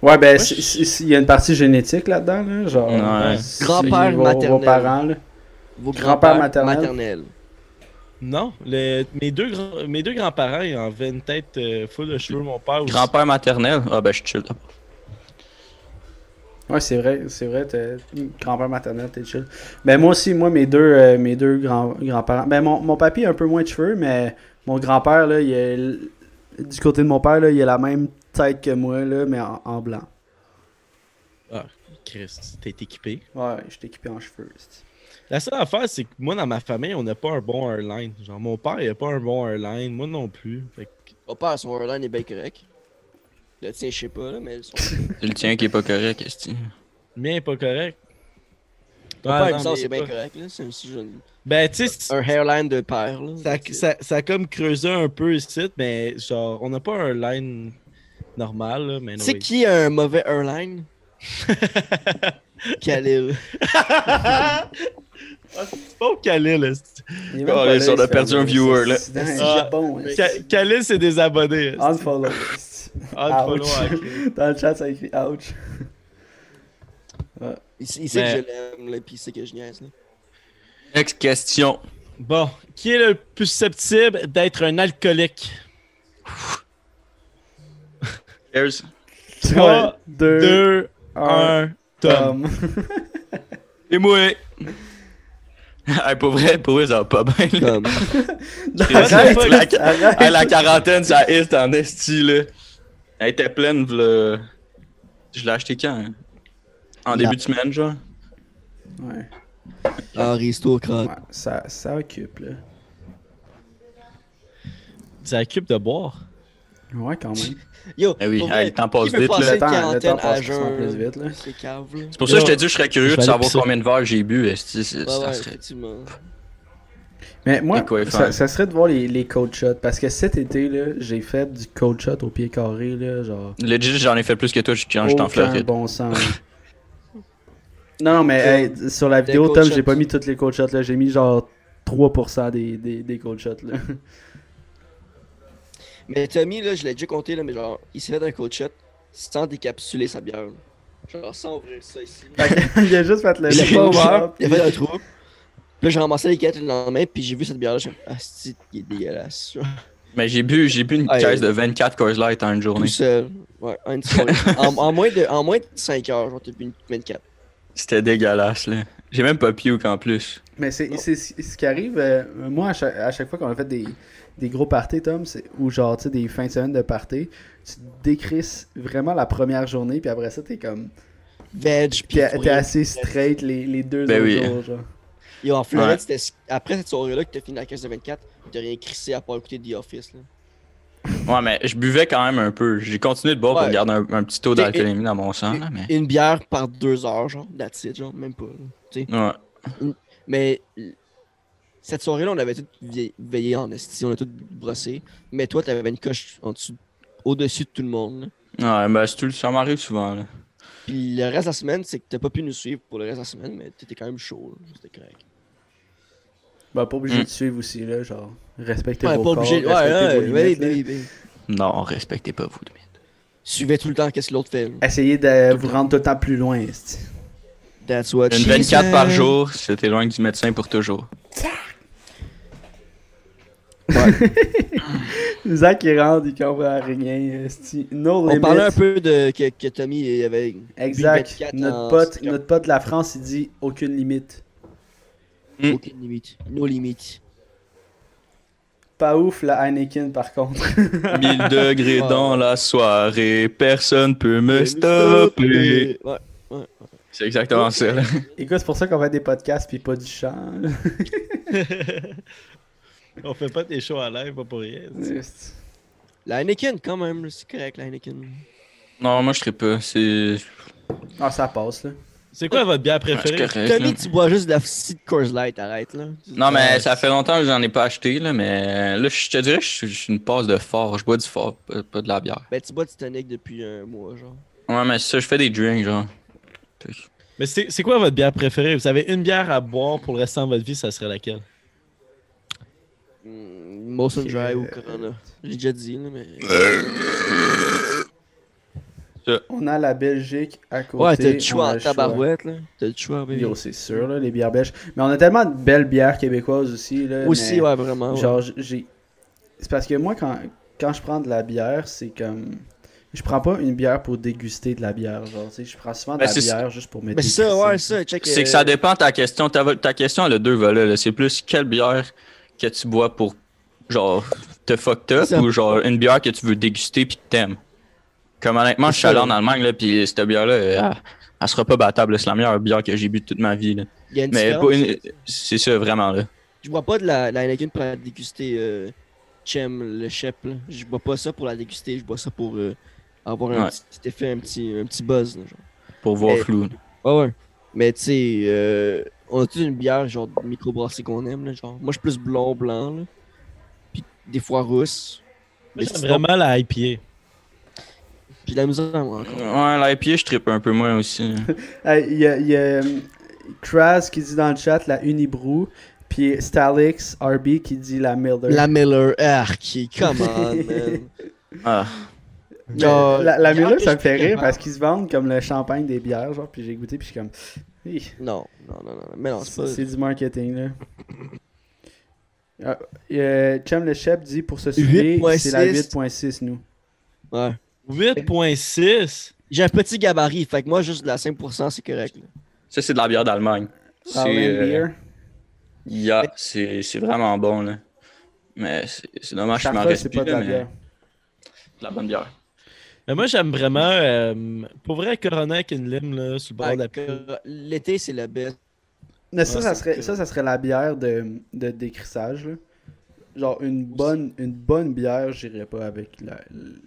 Speaker 1: Ouais, ben, c'est- c'est- c'est- il y a une partie génétique là-dedans, là, genre. euh,
Speaker 4: Ouais.
Speaker 1: c'est-
Speaker 3: Grand-père
Speaker 1: vos- Vos
Speaker 3: maternel.
Speaker 1: parents, là.
Speaker 3: Vos
Speaker 1: Grand-père
Speaker 3: grands-pères
Speaker 1: maternel.
Speaker 3: maternels.
Speaker 2: Non, le- mes deux, grands- mes deux grands-parents, ils en avaient une tête euh, full de cheveux, mon père aussi.
Speaker 4: Grand-père maternel, ah ben je suis chill.
Speaker 1: Ouais, c'est vrai, c'est vrai, t'es- grand-père maternel, t'es chill. Ben, moi aussi, moi, mes deux, euh, mes deux grands- grands-parents. ben, mon, mon papy a un peu moins de cheveux, mais mon grand-père, là, il a l- du côté de mon père, là, il a la même tête que moi, là, mais en, en blanc.
Speaker 2: Christ, t'es équipé.
Speaker 1: Ouais, je t'ai équipé en cheveux. c'est-
Speaker 2: La seule affaire, c'est que moi, dans ma famille, on n'a pas un bon airline. Genre, mon père, il a pas un bon airline. Moi non plus. Fait que-
Speaker 3: Mon père, son hairline est bien correct. Le tien, je sais pas, là, mais son.
Speaker 4: C'est le tien qui est pas correct, esti.
Speaker 2: le mien est pas correct.
Speaker 3: Ton
Speaker 2: Ah,
Speaker 3: père, il
Speaker 2: non,
Speaker 3: me semble,
Speaker 2: mais
Speaker 3: c'est bien
Speaker 2: pas-
Speaker 3: correct, là. C'est un petit jeune-
Speaker 2: Ben, tu sais, c'est-
Speaker 3: Un hairline de père, là.
Speaker 2: ça, ça, ça a comme creusé un peu ici, mais genre, on n'a pas un airline normal, là, mais
Speaker 3: Tu
Speaker 2: non.
Speaker 3: sais qui a un mauvais
Speaker 2: Ah,
Speaker 3: hairline? Caleb.
Speaker 2: Pauvre Khalil. est-ce que-
Speaker 1: Il est même pas
Speaker 4: Oh, les
Speaker 1: là,
Speaker 4: on a
Speaker 1: il se fait
Speaker 4: perdu un
Speaker 1: dire,
Speaker 4: viewer,
Speaker 1: c'est-
Speaker 4: là.
Speaker 1: c'est dans les
Speaker 2: Ah.
Speaker 1: Japon, hein.
Speaker 2: Ka- Khalil, c'est des abonnés. est-ce que-
Speaker 3: Ah,
Speaker 2: Ah,
Speaker 1: Unfollow. est-ce.
Speaker 2: Unfollow
Speaker 1: Ouch.
Speaker 2: à-
Speaker 1: Dans le chat, ça écrit ouch.
Speaker 3: Il, sait- il sait
Speaker 2: Mais-
Speaker 3: que je l'aime, là, puis il sait que je niaise. Là.
Speaker 4: Next question.
Speaker 2: Bon, qui est le plus susceptible d'être un alcoolique?
Speaker 4: Cheers.
Speaker 2: 3,
Speaker 1: 2,
Speaker 2: 2,
Speaker 1: 1,
Speaker 2: 1, Tom.
Speaker 1: Tom.
Speaker 4: Et moi. hey, pour vrai, pour vrai, ça va pas bien. là.
Speaker 3: Comme,
Speaker 1: Arrête,
Speaker 2: pas-
Speaker 1: arrête.
Speaker 4: Hey, la quarantaine, ça est en esti, là. Elle était pleine, v'là... Je l'ai acheté quand? hein? En
Speaker 3: La-
Speaker 4: début de semaine, genre?
Speaker 1: Ouais,
Speaker 3: aristocrate.
Speaker 1: ouais, ça, ça occupe, là.
Speaker 2: Ça occupe de boire.
Speaker 1: Ouais, quand même.
Speaker 3: Yo,
Speaker 4: Eh oui,
Speaker 3: pour vrai,
Speaker 4: hey, le temps passe
Speaker 3: qui veut
Speaker 4: vite,
Speaker 3: passer
Speaker 4: là.
Speaker 1: Le temps-
Speaker 3: une
Speaker 1: le
Speaker 3: quarantaine
Speaker 1: temps passe
Speaker 3: à
Speaker 1: quasiment
Speaker 3: jeun,
Speaker 1: plus vite, là.
Speaker 3: C'est cave, là.
Speaker 4: C'est pour ça que je
Speaker 2: Yo,
Speaker 4: t'ai dit, je serais curieux
Speaker 2: je
Speaker 4: de
Speaker 2: vais aller
Speaker 4: savoir
Speaker 2: pisser.
Speaker 4: combien de verres j'ai bu, esti. c'est-
Speaker 3: Ouais,
Speaker 4: ça
Speaker 3: ouais,
Speaker 4: serait-
Speaker 3: effectivement.
Speaker 1: Mais moi,
Speaker 4: Et quoi
Speaker 1: ça,
Speaker 4: faire?
Speaker 1: ça serait de voir les, les cold shots. Parce que cet été, là, j'ai fait du cold shot au pied carré, là, genre.
Speaker 4: Legit, j'en ai fait plus que toi quand j'étais en
Speaker 1: Aucun
Speaker 4: Floride.
Speaker 1: bon sens. non, non, mais hey, sur la
Speaker 3: Des
Speaker 1: vidéo,
Speaker 3: cold
Speaker 1: Tom,
Speaker 3: shots.
Speaker 1: j'ai pas mis toutes les cold shots, là. J'ai mis genre 3% des, des, des cold shots, là.
Speaker 3: Mais Tommy, là, je l'ai déjà compté, là, mais genre, il s'est fait un coach shot sans décapsuler sa bière. là. Genre, sans ouvrir ça ici.
Speaker 1: Fait que, il a juste fait le.
Speaker 3: Il
Speaker 1: le
Speaker 3: l'a
Speaker 1: cold shot,
Speaker 3: ouvert,
Speaker 1: puis-
Speaker 3: il a fait un trou. Puis là, j'ai ramassé les quêtes le lendemain, puis j'ai vu cette bière-là, je me suis dit, ah, c'est il est dégueulasse. genre.
Speaker 4: Mais j'ai bu, j'ai bu une
Speaker 3: Hey.
Speaker 4: caisse de 24 Coors Light en une
Speaker 3: Tout
Speaker 4: journée.
Speaker 3: seul. Ouais, en, une soirée. en, en moins de, en moins de 5 heures, genre, t'as bu une 24.
Speaker 4: C'était dégueulasse, là. J'ai même pas puke en plus.
Speaker 1: Mais c'est
Speaker 3: Non.
Speaker 1: c'est ce ce qui arrive, euh, moi, à cha- à chaque, fois qu'on a fait des, des gros parties, Tom, c'est- ou genre, tu sais, des fins de semaine de parties, tu décrisses vraiment la première journée, puis après ça, t'es comme.
Speaker 3: Veg,
Speaker 1: Puis
Speaker 3: puis
Speaker 1: t'es
Speaker 3: pour rien.
Speaker 1: assez straight les, les deux
Speaker 4: Ben
Speaker 1: autres
Speaker 4: oui.
Speaker 1: jours, genre.
Speaker 3: Yo, en Floride,
Speaker 4: Ouais.
Speaker 3: c'était après cette soirée-là que t'as fini la caisse de 24, t'as rien crissé à part écouter The Office. Là.
Speaker 4: Ouais, mais je buvais quand même un peu. J'ai continué de boire
Speaker 3: Ouais.
Speaker 4: pour garder un, un petit taux
Speaker 3: T'es-
Speaker 4: d'alcoolémie dans mon sang, là, Ah, mais...
Speaker 3: Une bière par 2 heures, genre, that's it, genre, même pas. là.
Speaker 4: Ouais.
Speaker 3: Mais l- cette soirée-là, on avait tous vie- veillé en esti, on a tous brossé. Mais toi, t'avais une coche en dessous, au-dessus de tout le monde. là.
Speaker 4: Ouais, ben c'est tout- ça m'arrive souvent, là.
Speaker 3: Puis le reste de la semaine, c'est que t'as pas pu nous suivre pour le reste de la semaine, mais t'étais quand même chaud. là. C'était correct.
Speaker 1: Ben, pas obligé
Speaker 4: Mm.
Speaker 1: de suivre aussi, là, genre. Respectez
Speaker 3: Ouais,
Speaker 1: vos
Speaker 3: pas obligé. Ouais,
Speaker 1: corps, respectez
Speaker 3: ouais,
Speaker 1: vos
Speaker 3: ouais,
Speaker 1: limites, là.
Speaker 3: ouais, ouais, ouais.
Speaker 4: Non, respectez pas vous, de mythes.
Speaker 3: Suivez tout le temps qu'est-ce que l'autre fait. là.
Speaker 1: Essayez de vous rendre tout le temps plus loin, esti.
Speaker 3: That's what
Speaker 4: Une
Speaker 3: she
Speaker 4: 24 par
Speaker 3: said.
Speaker 4: jour, c'était loin du médecin pour toujours.
Speaker 1: Zach, il rentre, il comprend rien, esti. No
Speaker 3: On
Speaker 1: limit.
Speaker 3: parlait un peu de que, que Tommy il avait.
Speaker 1: Exact.
Speaker 3: 24 en-
Speaker 1: Notre pote, notre pote de la France, il dit aucune limite.
Speaker 4: Mm.
Speaker 3: Aucune limite. No limite.
Speaker 1: Pas ouf, la Heineken, par contre.
Speaker 4: 1000 degrés
Speaker 3: Ah.
Speaker 4: dans la soirée, personne peut me stopper.
Speaker 3: Ouais.
Speaker 4: C'est exactement ça, là.
Speaker 1: Écoute, c'est pour ça qu'on fait des podcasts puis pas du chant. là.
Speaker 2: On fait pas tes shows à live, pas pour rien.
Speaker 1: Esti.
Speaker 3: La Heineken, quand même, là, c'est correct, la Heineken.
Speaker 4: Non, moi je serais pas. C'est.
Speaker 1: Ah, ça passe, là.
Speaker 2: C'est quoi votre bière
Speaker 4: Ouais, c'est
Speaker 2: préférée?
Speaker 4: correct, là.
Speaker 3: Tommy, tu bois juste de la petite Coors Light, arrête là.
Speaker 4: Non, mais
Speaker 2: Ouais.
Speaker 4: ça fait longtemps que j'en ai pas acheté, là, mais là, je te dirais, que je suis- je suis une passe de fort. Je bois du fort, pas pas de la bière.
Speaker 3: Ben, tu bois du tonic depuis un mois, genre.
Speaker 4: Ouais, mais ça, je fais des drinks, genre.
Speaker 2: Mais c'est c'est quoi votre bière préférée? Vous avez une bière à boire pour le restant de votre vie, ça serait laquelle?
Speaker 3: Mm, Molson
Speaker 1: Ok,
Speaker 3: Dry ou
Speaker 1: euh,
Speaker 3: Corona. J'ai déjà dit, là, mais.
Speaker 1: On a la Belgique à côté.
Speaker 3: Ouais, t'as le
Speaker 1: on
Speaker 3: choix
Speaker 1: a
Speaker 3: en
Speaker 1: le choix.
Speaker 3: tabarouette, là. T'as le choix, baby.
Speaker 1: Yo, c'est sûr, là, les bières belges. Mais on a tellement de belles bières québécoises aussi. Là,
Speaker 3: Aussi,
Speaker 1: mais,
Speaker 3: ouais, vraiment. ouais.
Speaker 1: Genre, j'ai. C'est parce que moi, quand, quand je prends de la bière, c'est comme. Je prends pas une bière pour déguster de la bière. Genre, tu sais, je prends souvent de
Speaker 4: Ben,
Speaker 1: la
Speaker 4: c'est ça.
Speaker 1: bière juste pour me
Speaker 3: Mais ça,
Speaker 1: déguster.
Speaker 3: ouais, ça, check.
Speaker 4: C'est que
Speaker 3: euh,
Speaker 4: ça dépend de ta question. Ta, vo- ta question, elle a deux volets. là. C'est plus quelle bière que tu bois pour, genre, te fucked up
Speaker 3: Ça-
Speaker 4: ou genre une bière que tu veux déguster puis que t'aimes. Comme honnêtement, je suis allé en Allemagne, là, puis cette bière-là,
Speaker 1: Ah.
Speaker 4: elle, elle sera pas battable. là. C'est la meilleure bière que j'ai bu de toute ma vie. là.
Speaker 3: Il y a une
Speaker 4: Mais
Speaker 3: différence.
Speaker 4: pas une... c'est ça, vraiment. là.
Speaker 3: Je bois pas de la, la Heineken pour la déguster euh, Chem, le Shep, là. Je bois pas ça pour la déguster, je bois ça pour euh, avoir un
Speaker 4: Ouais.
Speaker 3: petit petit effet, un petit, un petit buzz, là, genre.
Speaker 4: Pour voir
Speaker 3: Mais-
Speaker 4: flou.
Speaker 3: Ouais, ouais. Mais tu sais, euh, on a tous une bière, genre de microbrasserie qu'on aime, là, genre. Moi, je suis plus blond, blanc, là. Puis des fois rousse.
Speaker 2: Moi,
Speaker 3: Mais
Speaker 2: J'aime
Speaker 3: sinon-
Speaker 2: vraiment la IPA.
Speaker 3: Puis de la misère, moi, encore.
Speaker 4: Ouais, l'IPA, je trippe un peu moins aussi.
Speaker 1: Hey, Il y a, il y a- il Kraz qui dit dans le chat la Unibrew. Puis Stalix RB qui dit la Miller.
Speaker 3: La Miller, arc, come on, man.
Speaker 4: Ah,
Speaker 1: Mais
Speaker 3: Genre,
Speaker 1: la, la
Speaker 3: bière
Speaker 1: Miller,
Speaker 3: que
Speaker 1: ça
Speaker 3: je
Speaker 1: me fait rire
Speaker 3: préfère.
Speaker 1: parce qu'ils se vendent comme le champagne des bières, genre, puis j'ai goûté, puis je suis comme. Hi,
Speaker 3: Non, non, non, non, mais non, c'est
Speaker 1: c'est
Speaker 3: pas.
Speaker 1: c'est du marketing, là. Ah, euh, Chum le chef dit pour se souder, c'est la
Speaker 3: 8.6.
Speaker 1: 8.6, nous.
Speaker 3: Ouais.
Speaker 2: 8.6.
Speaker 3: J'ai un petit gabarit, fait que moi, juste de la 5%, c'est correct. là.
Speaker 4: ça, c'est de la bière d'Allemagne. C'est.
Speaker 1: Harlem
Speaker 4: euh,
Speaker 1: Ah, Beer.
Speaker 4: yeah, c'est c'est vraiment bon, là. Mais c'est c'est dommage, je m'en
Speaker 1: Chartreuse,
Speaker 4: reste
Speaker 1: c'est
Speaker 4: plus,
Speaker 1: pas de
Speaker 4: là,
Speaker 1: la
Speaker 4: mais
Speaker 1: bière.
Speaker 4: de la bonne bière.
Speaker 2: Mais moi, j'aime vraiment. euh, pour vrai, Corona avec une lime, là, sur le bord de la
Speaker 3: Fait
Speaker 2: pile.
Speaker 3: que, euh, L'été, c'est le best.
Speaker 1: Mais ça,
Speaker 2: Ouais,
Speaker 1: ça
Speaker 2: c'est
Speaker 1: serait,
Speaker 2: que-
Speaker 1: ça, ça serait la bière de, de décrissage. là. Genre, une bonne, une bonne bière, j'irais pas avec la,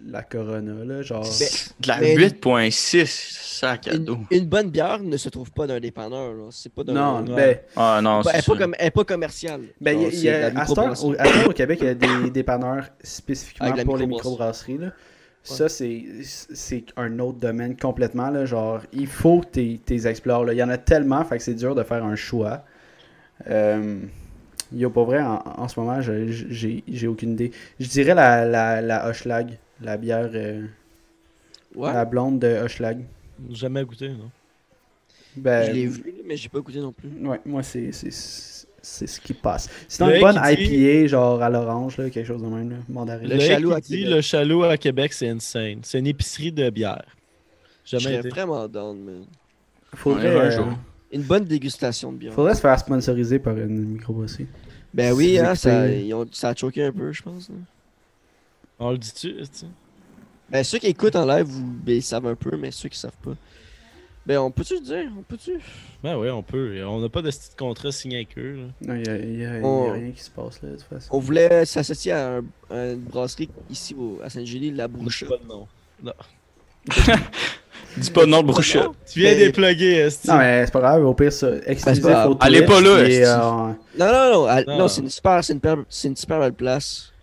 Speaker 1: la Corona. Là. Genre,
Speaker 3: Ben,
Speaker 4: De la
Speaker 3: Mais-
Speaker 4: 8.6, sac à dos.
Speaker 3: Une, une bonne bière ne se trouve pas dans un dépanneur, là. C'est pas dans
Speaker 1: non,
Speaker 2: ouais.
Speaker 3: un-
Speaker 1: ben,
Speaker 4: Ah non,
Speaker 3: Pas-
Speaker 4: c'est
Speaker 3: elle, est
Speaker 4: ça.
Speaker 3: pas comme, elle est pas commerciale.
Speaker 1: ben, il y
Speaker 3: Genre,
Speaker 1: a- il y
Speaker 3: c'est de
Speaker 1: a-
Speaker 3: la
Speaker 1: à cette heure,
Speaker 3: microbrasserie.
Speaker 1: au, à cette heure, au Québec, il y a des dépanneurs spécifiquement
Speaker 3: Avec la
Speaker 1: pour les
Speaker 3: microbrasserie.
Speaker 1: microbrasseries. là. Ça, c'est c'est un autre domaine complètement. Là. Genre, il faut que t'es t'es explores. là. Il y en a tellement, fait que c'est dur de faire un choix. Euh, yo, pour vrai, en, en ce moment, je- j'ai j'ai aucune idée. Je dirais la, la, la Hochelag, la bière, euh,
Speaker 3: Ouais.
Speaker 1: la blonde de Hochelag.
Speaker 2: Jamais goûté, non?
Speaker 1: Ben,
Speaker 3: Je l'ai vu, mais j'ai pas goûté non plus.
Speaker 1: Ouais, moi, c'est c'est- c'est ce qui passe. Sinon,
Speaker 2: Le
Speaker 1: une bonne
Speaker 2: qui dit-
Speaker 1: IPA, genre à l'orange, là, quelque chose de même, là, mandarin.
Speaker 3: Le chalot
Speaker 2: qui
Speaker 3: à
Speaker 2: dit,
Speaker 3: Québec.
Speaker 2: le chalot à Québec, c'est insane. C'est une épicerie de bière.
Speaker 3: Je
Speaker 2: Jamais
Speaker 3: serais
Speaker 2: été.
Speaker 3: vraiment down, man.
Speaker 4: On
Speaker 1: Faudrait,
Speaker 4: ira un
Speaker 1: euh,
Speaker 4: jour.
Speaker 3: Une bonne dégustation de bière.
Speaker 1: faudrait se faire sponsoriser par une microbrasserie.
Speaker 3: Ben oui,
Speaker 1: Vous
Speaker 3: hein, ça,
Speaker 1: écoutez-
Speaker 3: ils ont- ça a choqué un peu, je pense. hein. là.
Speaker 2: On le dit-tu? est-ce que-
Speaker 3: Ben ceux qui écoutent en live, vous, ben, ils savent un peu, mais ceux qui savent pas. Ben on peut-tu le dire? On peut-tu?
Speaker 2: Ben oui, on peut. On n'a pas de petit contrat signé avec eux. là.
Speaker 1: Non, il y a, y a- y a
Speaker 3: Oh.
Speaker 1: rien qui se passe, là, de toute façon.
Speaker 3: On voulait s'associer à, un- à une brasserie ici au- à Saint-Gély, la Boucha.
Speaker 2: Pas de nom.
Speaker 4: Dis pas non, Brouchette.
Speaker 2: Tu viens
Speaker 3: Ben-
Speaker 2: d'épluguer, est
Speaker 1: Non, mais c'est pas grave, au pire, ça, exclusif
Speaker 3: pas grave.
Speaker 1: aux
Speaker 4: Allez
Speaker 1: touristes,
Speaker 4: pas là,
Speaker 1: puis,
Speaker 4: esti.
Speaker 1: euh,
Speaker 3: Non, non, non, à-
Speaker 2: Non.
Speaker 3: non, c'est une super, c'est une, per- c'est une super belle place.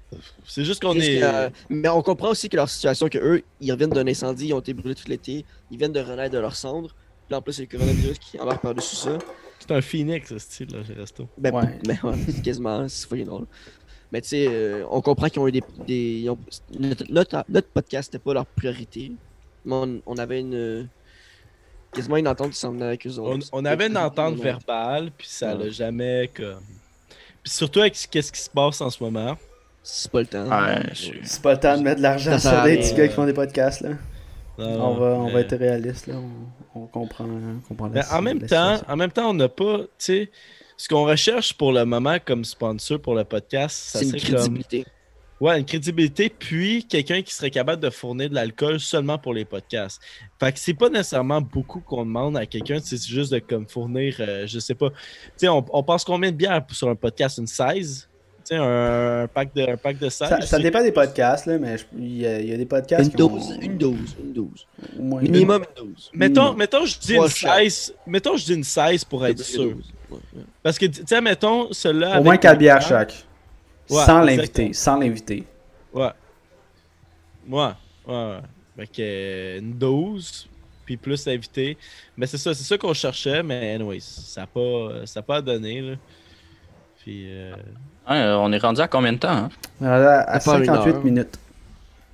Speaker 2: C'est juste qu'on
Speaker 3: Juste
Speaker 2: est.
Speaker 3: que, euh, mais on comprend aussi que leur situation, que eux, ils reviennent d'un incendie, ils ont été brûlés tout l'été, ils viennent de renaître de leurs cendres. Puis en plus, c'est le coronavirus qui embarque par-dessus ça.
Speaker 2: C'est un phoenix, ce style, là, le resto.
Speaker 3: Ben,
Speaker 1: Ouais.
Speaker 3: ben ouais, c'est quasiment, c'est fucking drôle. Mais tu sais, euh, on comprend qu'ils ont eu des. des- ils ont- notre, notre- notre podcast n'était pas leur priorité. Mais on, on avait une. euh, Quasiment une entente qui s'en venait avec eux
Speaker 2: On,
Speaker 3: autres.
Speaker 2: on avait une entente verbale, puis ça l'a jamais comme. Puis surtout avec ce- qu'est-ce qui se passe en ce moment.
Speaker 3: C'est pas le temps.
Speaker 4: Ah, Ouais, c'est-
Speaker 1: C'est pas le temps de mettre de l'argent
Speaker 3: Ça sert
Speaker 1: sur
Speaker 3: à
Speaker 1: des
Speaker 3: rien, Euh,
Speaker 1: petits gars
Speaker 2: euh,
Speaker 1: qui font des podcasts, là. on,
Speaker 2: Non,
Speaker 1: va, on
Speaker 2: mais-
Speaker 1: va être réaliste, là. On, on comprend, on comprend la-
Speaker 2: Mais en même
Speaker 1: la
Speaker 2: temps,
Speaker 1: situation.
Speaker 2: en même temps, on n'a pas, tu sais, ce qu'on recherche pour le moment comme sponsor pour le podcast, ça
Speaker 3: C'est une
Speaker 2: serait comme,
Speaker 3: crédibilité.
Speaker 2: ouais, une crédibilité, puis quelqu'un qui serait capable de fournir de l'alcool seulement pour les podcasts. Fait que c'est pas nécessairement beaucoup qu'on demande à quelqu'un, c'est juste de comme fournir, euh, je sais pas, tu sais, on, on passe combien de bières sur un podcast, une 16, tu sais, un, un pack de, un pack de 16.
Speaker 1: Ça, ça
Speaker 2: c'est-
Speaker 1: dépend des podcasts, là, mais je- il y, a- il y a des podcasts
Speaker 3: Une
Speaker 1: qui ont
Speaker 3: dose, une dose, une dose.
Speaker 1: au moins une-
Speaker 3: Minimum une dose.
Speaker 2: Hmm. Mettons, mettons, je dis une
Speaker 3: Trois shots.
Speaker 2: 16, mettons, je dis une 16 pour être sûr.
Speaker 3: Ouais, ouais.
Speaker 2: Parce que, tu sais, mettons, cela.
Speaker 1: Au moins 4 bières chaque.
Speaker 2: Ouais,
Speaker 1: sans l'inviter, sans l'inviter.
Speaker 2: Ouais. Ouais. Ouais. ouais. Fait que euh, une 12, puis plus invité. Mais c'est ça, c'est ça qu'on cherchait, mais anyways, ça n'a pas, ça a pas donné, là. Puis, euh,
Speaker 4: Ouais, on est rendu à combien de temps? Hein?
Speaker 1: Voilà, à
Speaker 3: Ça fait une
Speaker 1: 58
Speaker 3: heure.
Speaker 1: minutes.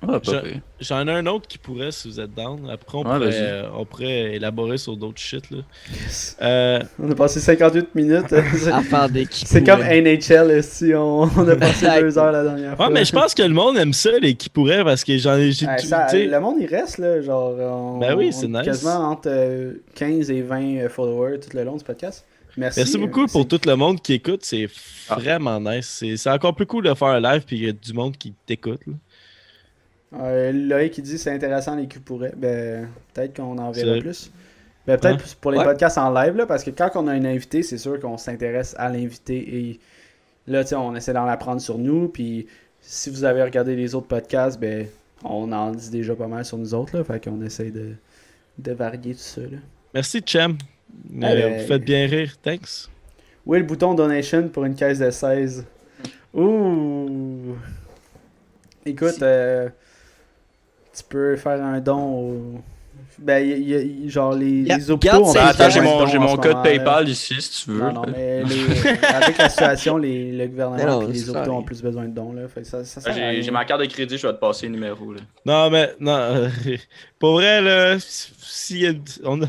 Speaker 4: Ah, pas
Speaker 2: Je-
Speaker 4: pire.
Speaker 2: j'en ai un autre qui pourrait, si vous êtes down. Après, on,
Speaker 4: Ouais,
Speaker 2: pourrait,
Speaker 4: vas-y.
Speaker 2: euh, on pourrait élaborer sur d'autres shit, là. Euh,
Speaker 1: On a passé 58 minutes. C'est-
Speaker 3: À faire des
Speaker 1: C'est
Speaker 3: kikous,
Speaker 1: comme
Speaker 3: là.
Speaker 1: NHL euh, si on, on a passé
Speaker 3: Exact.
Speaker 1: deux heures la dernière fois.
Speaker 2: ouais, mais je pense que le monde aime ça, les qui pourraient, parce que j'en ai. j'ai-
Speaker 1: Ouais,
Speaker 2: tu
Speaker 1: ça-
Speaker 2: sais-
Speaker 1: le monde il reste là, genre on,
Speaker 2: Ben oui,
Speaker 1: on
Speaker 2: c'est
Speaker 1: est
Speaker 2: nice.
Speaker 1: quasiment entre euh, 15 et 20 followers tout le long du podcast. Merci.
Speaker 2: Merci
Speaker 1: euh,
Speaker 2: beaucoup pour tout le monde qui écoute. C'est
Speaker 4: Ah.
Speaker 2: vraiment nice. C'est- C'est encore plus cool de faire un live puis il y a du monde qui t'écoute. là.
Speaker 1: Euh, Loïc qui dit c'est intéressant les culs pourraient. Ben peut-être qu'on en verra
Speaker 2: C'est-
Speaker 1: plus. Ben peut-être
Speaker 2: Ouais.
Speaker 1: pour les
Speaker 3: Ouais.
Speaker 1: podcasts en live là, parce que quand on a un invité, c'est sûr qu'on s'intéresse à l'invité et là tu sais on essaie d'en apprendre sur nous. Puis si vous avez regardé les autres podcasts, ben on en dit déjà pas mal sur nous autres là, fait qu'on essaie de de varier tout ça là.
Speaker 2: Merci, Chem. Euh,
Speaker 1: ben-
Speaker 2: Vous faites bien rire. Thanks.
Speaker 1: Où est le bouton donation pour une caisse de 16 Ouh Écoute,
Speaker 3: Si-
Speaker 1: euh, tu peux faire un don au, Ben, il y a- il y a- genre, les,
Speaker 3: Yeah,
Speaker 1: les hôpitaux...
Speaker 3: garde
Speaker 1: ont
Speaker 3: ces
Speaker 1: fait
Speaker 4: Ah, attends,
Speaker 1: des
Speaker 4: j'ai mon,
Speaker 1: dons
Speaker 4: j'ai
Speaker 1: en
Speaker 4: mon
Speaker 1: ce
Speaker 4: code
Speaker 1: moment, là.
Speaker 4: PayPal ici, si tu veux.
Speaker 1: Non, non,
Speaker 4: là.
Speaker 1: mais les- avec la situation, les, le
Speaker 3: Mais non,
Speaker 1: gouvernement et
Speaker 3: c'est
Speaker 1: les
Speaker 3: ça,
Speaker 1: hôpitaux ont
Speaker 3: oui.
Speaker 1: plus besoin de dons. Là. Fait que ça, ça Ah
Speaker 4: Ah,
Speaker 1: sert à rien.
Speaker 4: J'ai j'ai ma carte de crédit, je vais te passer le numéro. Là.
Speaker 2: Non, mais non. euh, pour vrai, là, si on a...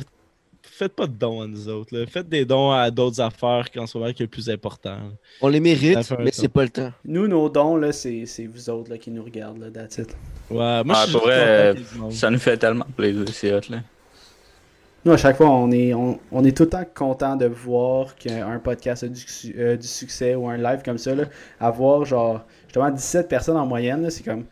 Speaker 2: faites pas de dons à nous autres. là. Faites des dons à d'autres affaires qu'en ce moment qui est le plus important. là.
Speaker 3: On les
Speaker 2: Ça
Speaker 3: mérite,
Speaker 2: fait un
Speaker 3: mais
Speaker 2: temps.
Speaker 3: c'est pas le temps.
Speaker 1: Nous, nos dons, là, c'est c'est vous autres là, qui nous regardent, là, that's it.
Speaker 2: Ouais, moi,
Speaker 4: Ah,
Speaker 2: je suis juste
Speaker 4: pour vrai,
Speaker 2: content qu'il y ait du monde.
Speaker 4: Ça nous fait tellement plaisir, c'est hot. Là.
Speaker 1: Nous, à chaque fois, on est, on, on est tout le temps content de voir qu'un podcast a du, su- euh, du succès ou un live comme ça. Là, avoir, genre, justement, 17 personnes en moyenne, là, c'est comme...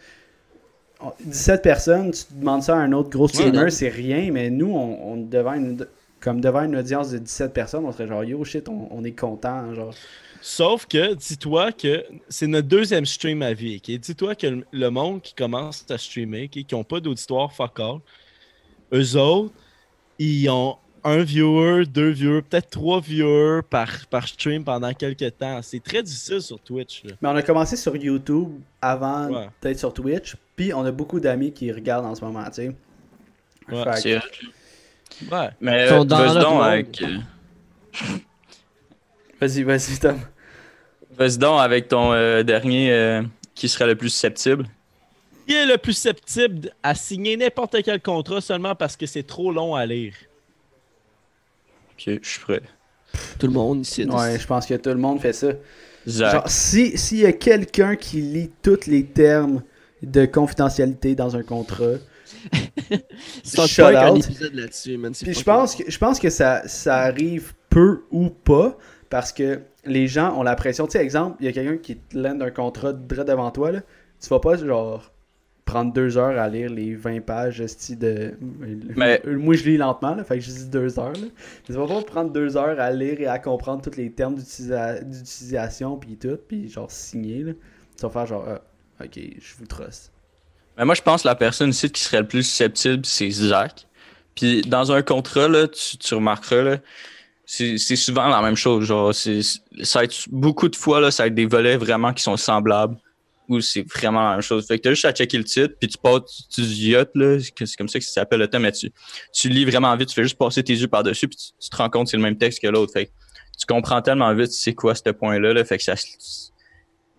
Speaker 1: on- 17 personnes, tu demandes ça à un autre gros streamer,
Speaker 3: non.
Speaker 1: c'est rien, mais nous, on, on devant une... Comme devant une audience de 17 personnes, on serait genre yo shit, on, on est content. hein, Genre.
Speaker 2: Sauf que, dis-toi que c'est notre deuxième stream à vie. ok? Dis-toi que le- le monde qui commence à streamer, ok, qui n'ont pas d'auditoire, fuck all, eux autres, ils ont un viewer, deux viewers, peut-être trois viewers par, par stream pendant quelques temps. C'est très difficile sur Twitch. là.
Speaker 1: Mais on a commencé sur YouTube avant
Speaker 2: Ouais.
Speaker 1: peut-être sur Twitch, puis on a beaucoup d'amis qui regardent en ce moment, tu sais.
Speaker 2: Ouais,
Speaker 1: Fait que-
Speaker 4: C'est hot.
Speaker 2: Ouais.
Speaker 4: Mais
Speaker 3: Ils sont
Speaker 4: euh,
Speaker 3: dans
Speaker 4: vas-y
Speaker 3: notre
Speaker 4: donc
Speaker 3: monde.
Speaker 4: avec, euh,
Speaker 1: Vas-y, vas-y, Tom.
Speaker 4: vas-y donc avec ton euh, dernier euh, qui serait le plus susceptible.
Speaker 2: Qui est le plus susceptible à signer n'importe quel contrat seulement parce que c'est trop long à lire?
Speaker 4: Ok, je suis prêt.
Speaker 3: Tout le monde ici.
Speaker 1: Ouais,
Speaker 3: c'est-
Speaker 1: je pense que tout le monde fait ça.
Speaker 4: Zach.
Speaker 1: Genre, si- s'il y a quelqu'un qui lit tous les termes de confidentialité dans un contrat,
Speaker 3: C'est un
Speaker 1: Shout
Speaker 3: peu un
Speaker 1: out.
Speaker 3: épisode là-dessus, man. c'est
Speaker 1: Puis je
Speaker 3: pas
Speaker 1: pense que, je pense que ça, ça arrive peu ou pas parce que les gens ont la pression. Tu sais, exemple, il y a quelqu'un qui te lène un contrat direct devant toi. Là. Tu vas pas, genre, prendre deux heures à lire les 20 pages esti, de.
Speaker 4: Mais-
Speaker 1: Moi, je lis lentement, là, fait que je dis deux heures. Là. Mais tu vas pas prendre deux heures à lire et à comprendre tous les termes d'utilisa- d'utilisation, puis tout, puis genre signer. Là. Tu vas faire genre, Ah, ok, je vous trust.
Speaker 4: Mais moi, je pense que la personne ici qui serait le plus susceptible, c'est Zach. Puis dans un contrat, là, tu, tu remarqueras, là, c'est c'est souvent la même chose. Genre, c'est- ça va être beaucoup de fois, là, ça va être des volets vraiment qui sont semblables ou c'est vraiment la même chose. Fait que t'as juste à checker le titre, puis tu passes, tu, tu ziotes, là, que c'est comme ça que ça s'appelle le thème, mais tu, tu lis vraiment vite, tu fais juste passer tes yeux par-dessus, puis tu, tu te rends compte que c'est le même texte que l'autre. Fait que tu comprends tellement vite c'est quoi ce point-là, là, fait que ça se,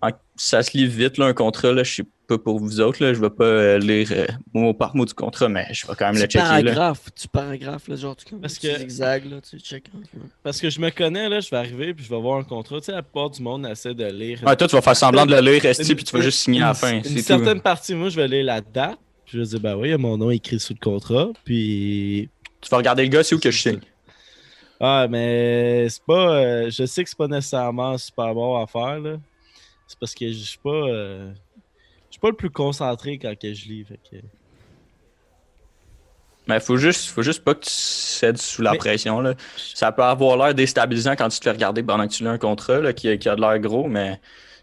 Speaker 4: en- ça se lit vite, là, un contrat, là, je sais pas pour vous autres, là, je vais pas euh, lire euh, mot par mot du contrat, mais je vais quand même le
Speaker 3: Tu
Speaker 4: checker, là.
Speaker 3: paragraphes, tu paragraphes, là, genre, tu,
Speaker 2: Parce
Speaker 3: tu
Speaker 2: que-
Speaker 3: zigzags, là, tu check. ok.
Speaker 2: Parce que je me connais, là, je vais arriver puis je vais voir un contrat. Tu sais, la plupart du monde essaie de lire. euh,
Speaker 4: Ouais, Ah, toi, tu vas faire semblant de le lire, rester,
Speaker 2: Une-
Speaker 4: puis tu vas juste signer à la fin,
Speaker 2: Une
Speaker 4: c'est tout.
Speaker 2: certaine partie, moi, je vais lire la date. puis je vais dire, ben oui, il y a mon nom écrit sous le contrat. Puis.
Speaker 4: Tu vas regarder le gars, c'est où que je signe.
Speaker 2: Ah, mais c'est pas. euh, je sais que c'est pas nécessairement super bon à faire, là. C'est parce que je suis pas. euh, je suis pas le plus concentré quand que je lis. fait que-
Speaker 4: Mais faut juste, faut juste pas que tu cèdes sous la
Speaker 2: Mais-
Speaker 4: pression. Là. Ça peut avoir l'air déstabilisant quand tu te fais regarder pendant que tu lis un contrat là, qui, qui a de l'air gros, mais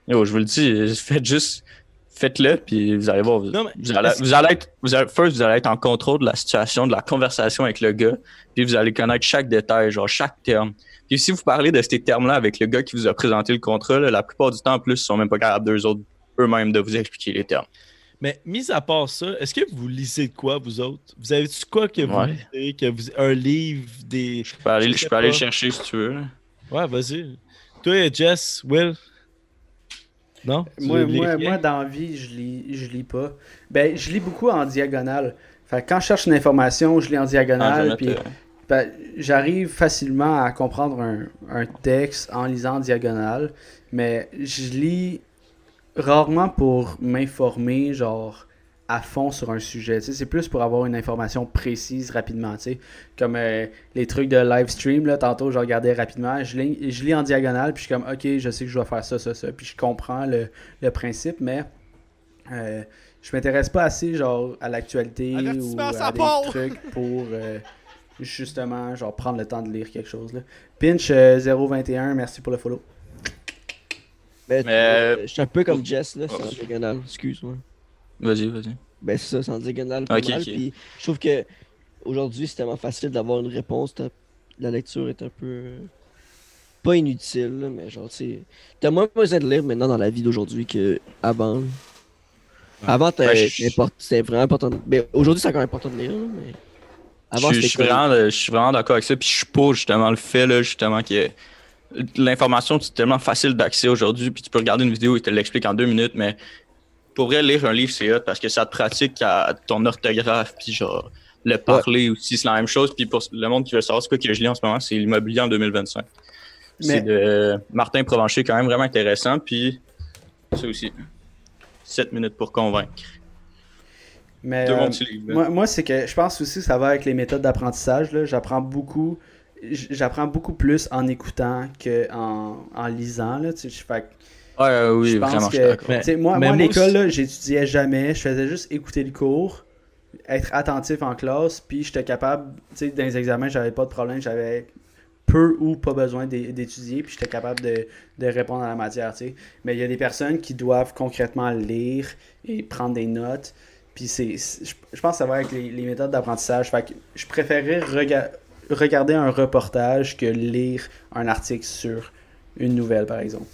Speaker 4: yo, je vous le dis, faites juste, faites-le, puis vous allez voir. Vous,
Speaker 2: Non, mais-
Speaker 4: vous allez,
Speaker 2: est-ce-
Speaker 4: vous allez être, vous allez- first, vous allez être en contrôle de la situation, de la conversation avec le gars, puis vous allez connaître chaque détail, genre chaque terme. Puis si vous parlez de ces termes-là avec le gars qui vous a présenté le contrat, là, la plupart du temps, en plus, ils sont même pas capables d'eux autres eux-mêmes de vous expliquer les termes.
Speaker 2: Mais mis à part ça, est-ce que vous lisez de quoi, vous autres Vous avez du quoi que vous
Speaker 4: Ouais.
Speaker 2: lisez que vous... Un livre, des.
Speaker 4: Je peux aller,
Speaker 2: Je sais
Speaker 4: je peux aller le
Speaker 2: pas.
Speaker 4: chercher si tu veux. là.
Speaker 2: Ouais, vas-y. Toi, Jess, Will. Non Tu
Speaker 1: Moi,
Speaker 2: lis
Speaker 1: moi,
Speaker 2: rien?
Speaker 1: moi, dans la vie, je lis, je lis pas. Ben, je lis beaucoup en diagonale. Fait que quand je cherche une information, je lis en
Speaker 4: Ah, je
Speaker 1: diagonale.
Speaker 4: vais
Speaker 1: puis
Speaker 4: mettre, euh,
Speaker 1: ben, j'arrive facilement à comprendre un, un texte en lisant en diagonale. Mais je lis rarement pour m'informer, genre à fond sur un sujet. Tu sais, c'est plus pour avoir une information précise rapidement. Tu sais, comme euh, les trucs de live stream, là, tantôt, je regardais rapidement. Je lis, je lis en diagonale, puis je suis comme, OK, je sais que je dois faire ça, ça, ça. Puis je comprends le, le principe, mais euh, je m'intéresse pas assez, genre, à l'actualité ou
Speaker 5: Avertissement,
Speaker 1: à
Speaker 5: ça
Speaker 1: des
Speaker 5: part!
Speaker 1: trucs pour, euh, justement, genre, prendre le temps de lire quelque chose. là. Pinch euh, 021, merci pour le follow.
Speaker 3: Mais,
Speaker 4: Mais- Oh.
Speaker 3: euh, je suis un peu comme Jess, là, c'est en diagonale, excuse-moi.
Speaker 4: Vas-y, vas-y.
Speaker 3: Ben c'est ça, c'est en diagonale. pas
Speaker 4: Ok,
Speaker 3: mal,
Speaker 4: ok.
Speaker 3: Puis je trouve que aujourd'hui, c'est tellement facile d'avoir une réponse. t'as- La lecture est un peu. euh, Pas inutile, là, mais genre, tu sais. T'as moins besoin de lire maintenant dans la vie d'aujourd'hui qu'avant. là. Avant, t'as-
Speaker 4: Ouais, je-
Speaker 3: t'importe- c'était vraiment important. de- Ben, aujourd'hui, c'est encore important de lire, là, mais Avant,
Speaker 4: je, je
Speaker 3: c'était
Speaker 4: suis
Speaker 3: comme-
Speaker 4: vraiment, euh, je suis vraiment d'accord avec ça. Puis je suis pour justement le fait, là, justement, que l'information, c'est tellement facile d'accès aujourd'hui. Puis tu peux regarder une vidéo et te l'explique en deux minutes. Mais pour vrai, lire un livre, c'est hot parce que ça te pratique à ton orthographe. Puis genre, le parler aussi, c'est la même chose. Puis pour le monde qui veut savoir ce que je lis en ce moment, c'est l'immobilier en 2025.
Speaker 1: Mais-
Speaker 4: C'est de Martin Provencher, quand même vraiment intéressant. Puis ça aussi, 7 minutes pour convaincre.
Speaker 1: Mais,
Speaker 4: Deux
Speaker 1: euh,
Speaker 4: bons petits livres, hein. là.
Speaker 1: Moi, moi, c'est que je pense aussi que ça va avec les méthodes d'apprentissage. là. J'apprends beaucoup. j- J'apprends beaucoup plus en écoutant qu'en en lisant. Là, tu sais, je- fait que-
Speaker 4: Ouais, ouais, oui,
Speaker 1: je pense
Speaker 4: vraiment, je suis
Speaker 1: que-
Speaker 4: d'accord.
Speaker 2: Mais-
Speaker 1: tu sais, moi,
Speaker 2: mais
Speaker 1: moi, à
Speaker 2: moi
Speaker 1: l'école,
Speaker 2: aussi-
Speaker 1: là, j'étudiais jamais. Je faisais juste écouter le cours, être attentif en classe, puis j'étais capable. tu sais, Dans les examens, j'avais pas de problème. J'avais peu ou pas besoin d'é- d'étudier, puis j'étais capable de, de répondre à la matière. tu sais. Mais il y a des personnes qui doivent concrètement lire et prendre des notes. Puis c'est, c'est- je je pense que ça va avec les, les méthodes d'apprentissage. Fait que je préférais rega- regarder un reportage que lire un article sur une nouvelle, par exemple.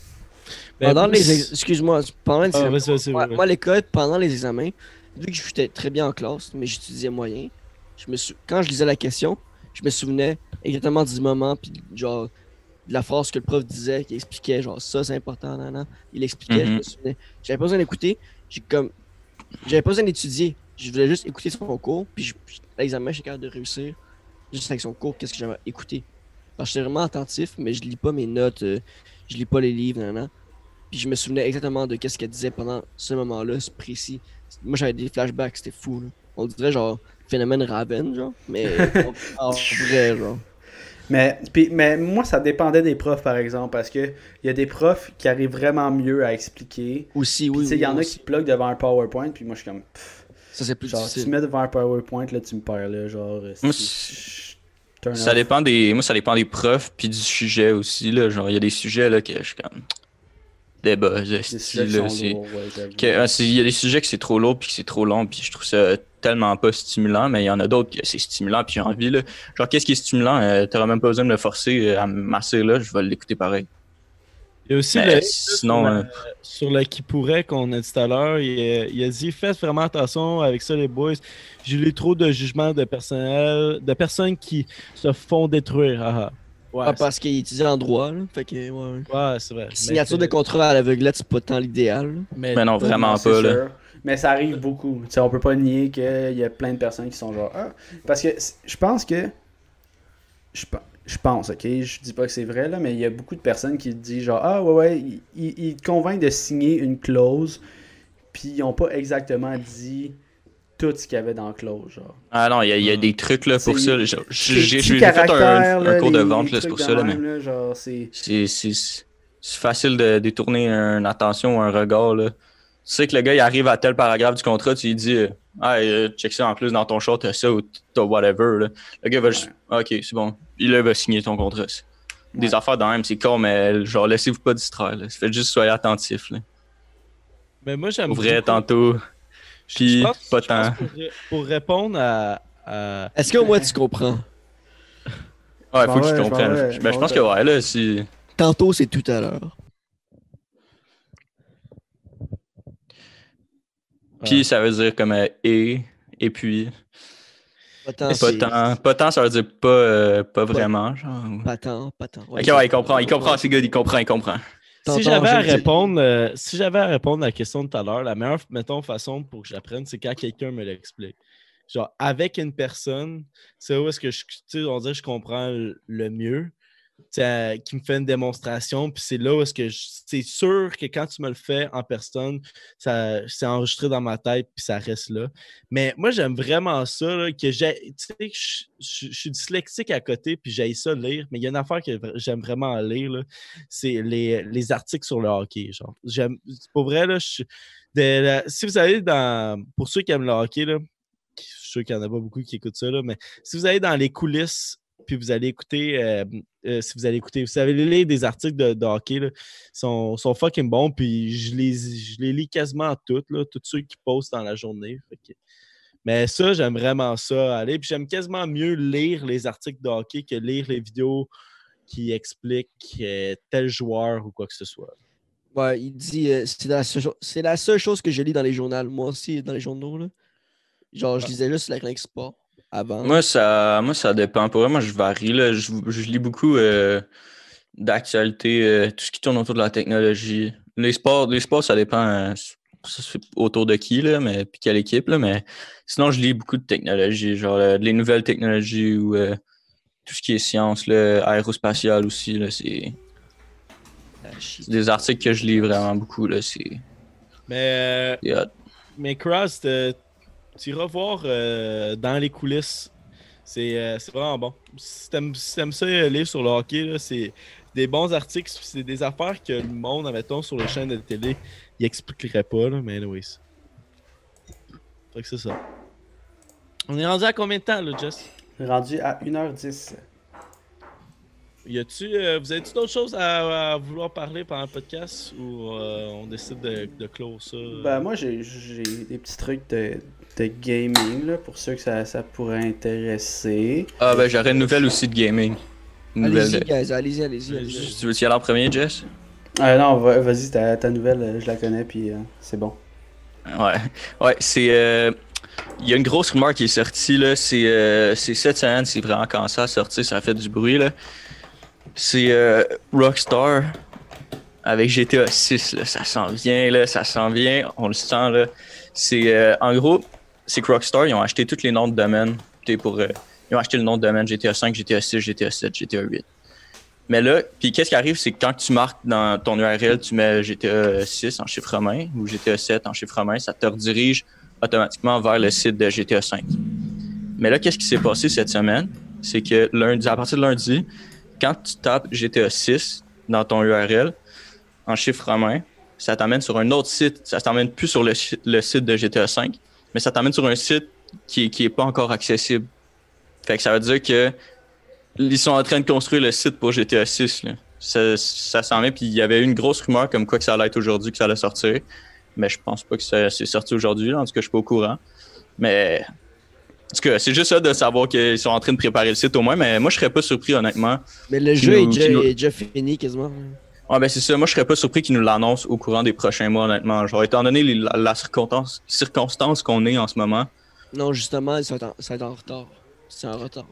Speaker 2: Ben,
Speaker 3: pendant
Speaker 2: moi,
Speaker 3: les
Speaker 2: c'est-
Speaker 3: ex- Excuse-moi, pendant les
Speaker 2: Ah,
Speaker 3: examens,
Speaker 2: vas-y, vas-y,
Speaker 3: moi,
Speaker 2: vas-y.
Speaker 3: moi, à l'école, pendant les examens, vu que j'étais très bien en classe, mais j'étudiais moyen, je me sou- quand je lisais la question, je me souvenais exactement du moment, puis genre, de la phrase que le prof disait, qui expliquait, genre, ça c'est important, nan, nan. il expliquait, je me
Speaker 4: Mhm.
Speaker 3: souvenais. J'avais pas besoin d'écouter, j'ai comme. J'avais pas besoin d'étudier, je voulais juste écouter son cours, puis je- puis à l'examen, j'étais capable de réussir juste avec son cours, qu'est-ce que j'avais écouté. Parce que j'étais vraiment attentif, mais je lis pas mes notes, euh, je lis pas les livres, nan, nan. Puis je me souvenais exactement de qu'est-ce qu'elle disait pendant ce moment-là, ce précis. Moi, j'avais des flashbacks, c'était fou. là. On dirait genre phénomène Raven, genre, mais en vrai, genre.
Speaker 1: Mais, puis- mais moi, ça dépendait des profs, par exemple, parce que il y a des profs qui arrivent vraiment mieux à expliquer.
Speaker 3: Aussi,
Speaker 1: Puis,
Speaker 3: oui.
Speaker 1: tu sais, il y
Speaker 3: oui,
Speaker 1: en a
Speaker 3: aussi.
Speaker 1: qui pluguent devant un PowerPoint, puis moi, je suis comme, pff,
Speaker 3: Ça, c'est plus
Speaker 1: genre, tu
Speaker 3: difficile.
Speaker 1: me mets devant un PowerPoint, là, tu me perds, là, genre, euh,
Speaker 4: Moi,
Speaker 1: c'est- turn
Speaker 4: Ça
Speaker 1: off.
Speaker 4: dépend des. Moi, ça dépend des profs puis du sujet aussi. Là. Genre, il y a des sujets là, que je suis comme. Débat, de
Speaker 1: Les
Speaker 4: style,
Speaker 1: sujets
Speaker 4: là,
Speaker 1: sont
Speaker 4: c'est-
Speaker 1: lourds, ouais, j'avoue.
Speaker 4: que- ah, c'est- Il y a des sujets que c'est trop lourd puis que c'est trop long puis je trouve ça tellement pas stimulant, mais il y en a d'autres que c'est stimulant puis j'ai envie. Là. Genre, qu'est-ce qui est stimulant euh, T'auras même pas besoin de me forcer euh, à me masser là, je vais l'écouter pareil.
Speaker 2: Il y a aussi
Speaker 4: Mais
Speaker 2: le-
Speaker 4: sinon,
Speaker 2: sur, la-
Speaker 4: euh,
Speaker 2: sur le qui pourrait qu'on a dit tout à l'heure, il, a- il a dit faites vraiment attention avec ça les boys. J'ai eu trop de jugements de personnel, de personnes qui se font détruire. Ah, ah. Ouais,
Speaker 3: Ah, parce qu'il étudiait en droit, là. Fait que, ouais, ouais.
Speaker 2: c'est- ouais, c'est vrai.
Speaker 3: Signature
Speaker 2: Mais-
Speaker 3: de contrat à l'aveuglette, c'est pas tant l'idéal. là.
Speaker 2: Mais,
Speaker 4: Mais non,
Speaker 1: Ouais,
Speaker 4: vraiment
Speaker 1: non, c'est
Speaker 4: pas. Là.
Speaker 1: sûr. Mais ça arrive beaucoup. Tu sais, on peut pas nier qu'il y a plein de personnes qui sont genre. Ah. Parce que c- je pense que. Je pe- je pense, ok? Je dis pas que c'est vrai, là, mais il y a beaucoup de personnes qui disent genre Ah, ouais, ouais, ils- ils ils te convainquent de signer une clause, puis ils ont pas exactement dit tout ce qu'il y avait dans la clause. Genre.
Speaker 4: Ah non, il y a, il y
Speaker 1: Mm.
Speaker 4: a des trucs là, pour
Speaker 1: C'est-
Speaker 4: ça. là, genre,
Speaker 1: Les
Speaker 4: J'ai
Speaker 1: petits
Speaker 4: j'ai fait
Speaker 1: caractères,
Speaker 4: un, un
Speaker 1: là,
Speaker 4: cours de
Speaker 1: les-
Speaker 4: vente,
Speaker 1: les
Speaker 4: là, c'est pour
Speaker 1: trucs
Speaker 4: ça,
Speaker 1: de
Speaker 4: là, mais.
Speaker 1: même, là, genre, c'est-
Speaker 4: C'est c'est- c'est facile de détourner une attention ou un regard. Là. Tu sais que le gars, il arrive à tel paragraphe du contrat, tu lui dis euh, Ah, euh, check ça en plus dans ton short, t'as ça ou t'as whatever. Là. Le gars va juste Ok, c'est bon. Il là, il va signer ton contrat. C'est Des
Speaker 1: Ouais.
Speaker 4: affaires de même, c'est con, mais genre, laissez-vous pas distraire. Là. Faites juste soyez attentifs. Là.
Speaker 2: mais moi, j'aime
Speaker 4: Ouvrez
Speaker 2: beaucoup-
Speaker 4: tantôt.
Speaker 2: je- je
Speaker 4: puis
Speaker 2: pense-
Speaker 4: pas
Speaker 2: je pense
Speaker 4: tant.
Speaker 2: Pour, ré- pour répondre à. à-
Speaker 3: Est-ce que moi, tu comprends
Speaker 4: Ouais,
Speaker 1: m'en
Speaker 4: faut que tu
Speaker 1: vais, je m'en
Speaker 4: comprennes.
Speaker 1: vais,
Speaker 4: Mais
Speaker 1: je
Speaker 4: je,
Speaker 1: m'en
Speaker 4: pense
Speaker 1: vais.
Speaker 4: que ouais, là, si.
Speaker 3: Tantôt, c'est tout à l'heure.
Speaker 4: Puis ça veut dire comme euh, et, et puis.
Speaker 3: Pas tant.
Speaker 4: Pas
Speaker 3: c'est-
Speaker 4: tant. Pas tant, ça veut dire pas, euh, pas vraiment, genre. ou-
Speaker 3: Pas tant, pas tant.
Speaker 4: Ok, ouais, il comprend, il comprend, c'est good, il comprend, il comprend.
Speaker 3: T'entends,
Speaker 2: si j'avais à
Speaker 3: je le dis.
Speaker 2: répondre, euh, si j'avais à répondre à la question de tout à l'heure, la meilleure mettons, façon pour que j'apprenne, c'est quand quelqu'un me l'explique. Genre, avec une personne, c'est où est-ce que je, tu sais, on dirait que je comprends le- le mieux, Tu sais, euh, qui me fait une démonstration, puis c'est là où est-ce que je- c'est sûr que quand tu me le fais en personne, ça c'est enregistré dans ma tête, puis ça reste là. Mais moi, j'aime vraiment ça, là, que j'ai, tu sais, que je, je- je suis dyslexique à côté, puis j'ai ça lire, mais il y a une affaire que vra- j'aime vraiment lire, là, c'est les, les articles sur le hockey. Genre. J'aime, c'est pour vrai, là, je suis- de la- si vous allez dans. Pour ceux qui aiment le hockey, là, je suis sûr qu'il n'y en a pas beaucoup qui écoutent ça, là, mais si vous allez dans les coulisses, puis vous allez écouter. euh, euh, si vous allez écouter, vous savez, lire des articles de, de hockey, là, sont, sont fucking bons, puis je les, je les lis quasiment toutes, là, tous ceux qui postent dans la journée. Fait que- Mais ça, j'aime vraiment ça aller. Puis j'aime quasiment mieux lire les articles de hockey que lire les vidéos qui explique euh, tel joueur ou quoi que ce soit.
Speaker 3: Ouais, il dit euh, c'est la, seule cho- c'est la seule chose que je lis dans les journaux. Moi aussi, dans les journaux. Là. Genre, je lisais juste la chronique sport. avant?
Speaker 4: Ah. Moi, ça, moi, ça dépend. Pour vrai, moi, je varie. Là. Je, je lis beaucoup euh, d'actualité, euh, tout ce qui tourne autour de la technologie. Les sports, les sports ça dépend euh, ça, c'est autour de qui, là, mais puis quelle équipe. Là, mais sinon, je lis beaucoup de technologie, genre euh, les nouvelles technologies ou euh, tout ce qui est science, là, aérospatiale aussi. Là, c'est c'est des articles que je lis vraiment beaucoup. Là, c'est
Speaker 2: Mais, euh,
Speaker 4: c'est hot.
Speaker 2: mais Cross, te- t'iras voir euh, dans les coulisses. C'est euh, c'est vraiment bon. Si t'aimes si t'aimes ça, euh, lire sur le hockey, là, c'est des bons articles. C'est des affaires que le monde, admettons, sur les chaînes de télé, il expliquerait pas, là, mais anyways. Fait que c'est ça. On est rendu à combien de temps, là, Jess?
Speaker 1: Rendu à 1h10.
Speaker 2: Y a-tu, euh, vous avez-tu d'autres choses à, à vouloir parler pendant le podcast ou euh, on décide de, de clore ça? euh?
Speaker 1: Ben, moi, j'ai j'ai des petits trucs de, de gaming, là, pour ceux que ça, ça pourrait intéresser.
Speaker 4: Ah, ben, j'aurais une nouvelle aussi de gaming. Une nouvelle euh,
Speaker 3: Allez-y,
Speaker 4: de-
Speaker 3: guys, allez-y, allez-y. allez-y.
Speaker 4: Tu veux y aller en premier, Jess?
Speaker 1: Euh, non, va- vas-y, ta, ta nouvelle, euh, je la connais, puis euh, c'est bon.
Speaker 4: Ouais, ouais, c'est. euh, Il y a une grosse rumeur qui est sortie, là. C'est euh, c'est cette semaine, c'est vraiment quand ça a sorti, ça a fait du bruit, là. C'est euh, Rockstar avec GTA 6, là. Ça s'en vient, là. Ça s'en vient, on le sent, là. C'est. euh, en gros, c'est que Rockstar, ils ont acheté tous les noms de domaine. t'sais, pour, euh, ils ont acheté le nom de domaine GTA 5, GTA 6, GTA 7, GTA 8. Mais là, puis qu'est-ce qui arrive, c'est que quand tu marques dans ton URL, tu mets GTA 6 en chiffre romain ou GTA 7 en chiffre romain, ça te redirige automatiquement vers le site de GTA 5. Mais là, qu'est-ce qui s'est passé cette semaine? C'est que lundi, à partir de lundi, quand tu tapes GTA 6 dans ton URL en chiffre romain, ça t'amène sur un autre site. Ça t'amène plus sur le, chi- le site de GTA 5, mais ça t'amène sur un site qui, qui est pas encore accessible. Fait que ça veut dire que ils sont en train de construire le site pour GTA 6. Là. Ça, ça s'en vient, puis il y avait eu une grosse rumeur comme quoi que ça allait être aujourd'hui, que ça allait sortir. Mais je pense pas que ça c'est sorti aujourd'hui, là. en tout cas, je suis pas au courant. Mais. En tout cas, c'est juste ça de savoir qu'ils sont en train de préparer le site au moins, mais moi, je serais pas surpris, honnêtement.
Speaker 3: Mais le
Speaker 4: Qui
Speaker 3: jeu est
Speaker 4: nous-
Speaker 3: déjà,
Speaker 4: qui nous-
Speaker 3: est déjà fini quasiment.
Speaker 4: Ouais, ben c'est ça. Moi, je serais pas surpris qu'ils nous l'annoncent au courant des prochains mois, honnêtement. Genre, étant donné les- la, la circonstance, circonstance qu'on est en ce moment,
Speaker 3: Non, justement, ça va être en, ça va être en retard. C'est en retard.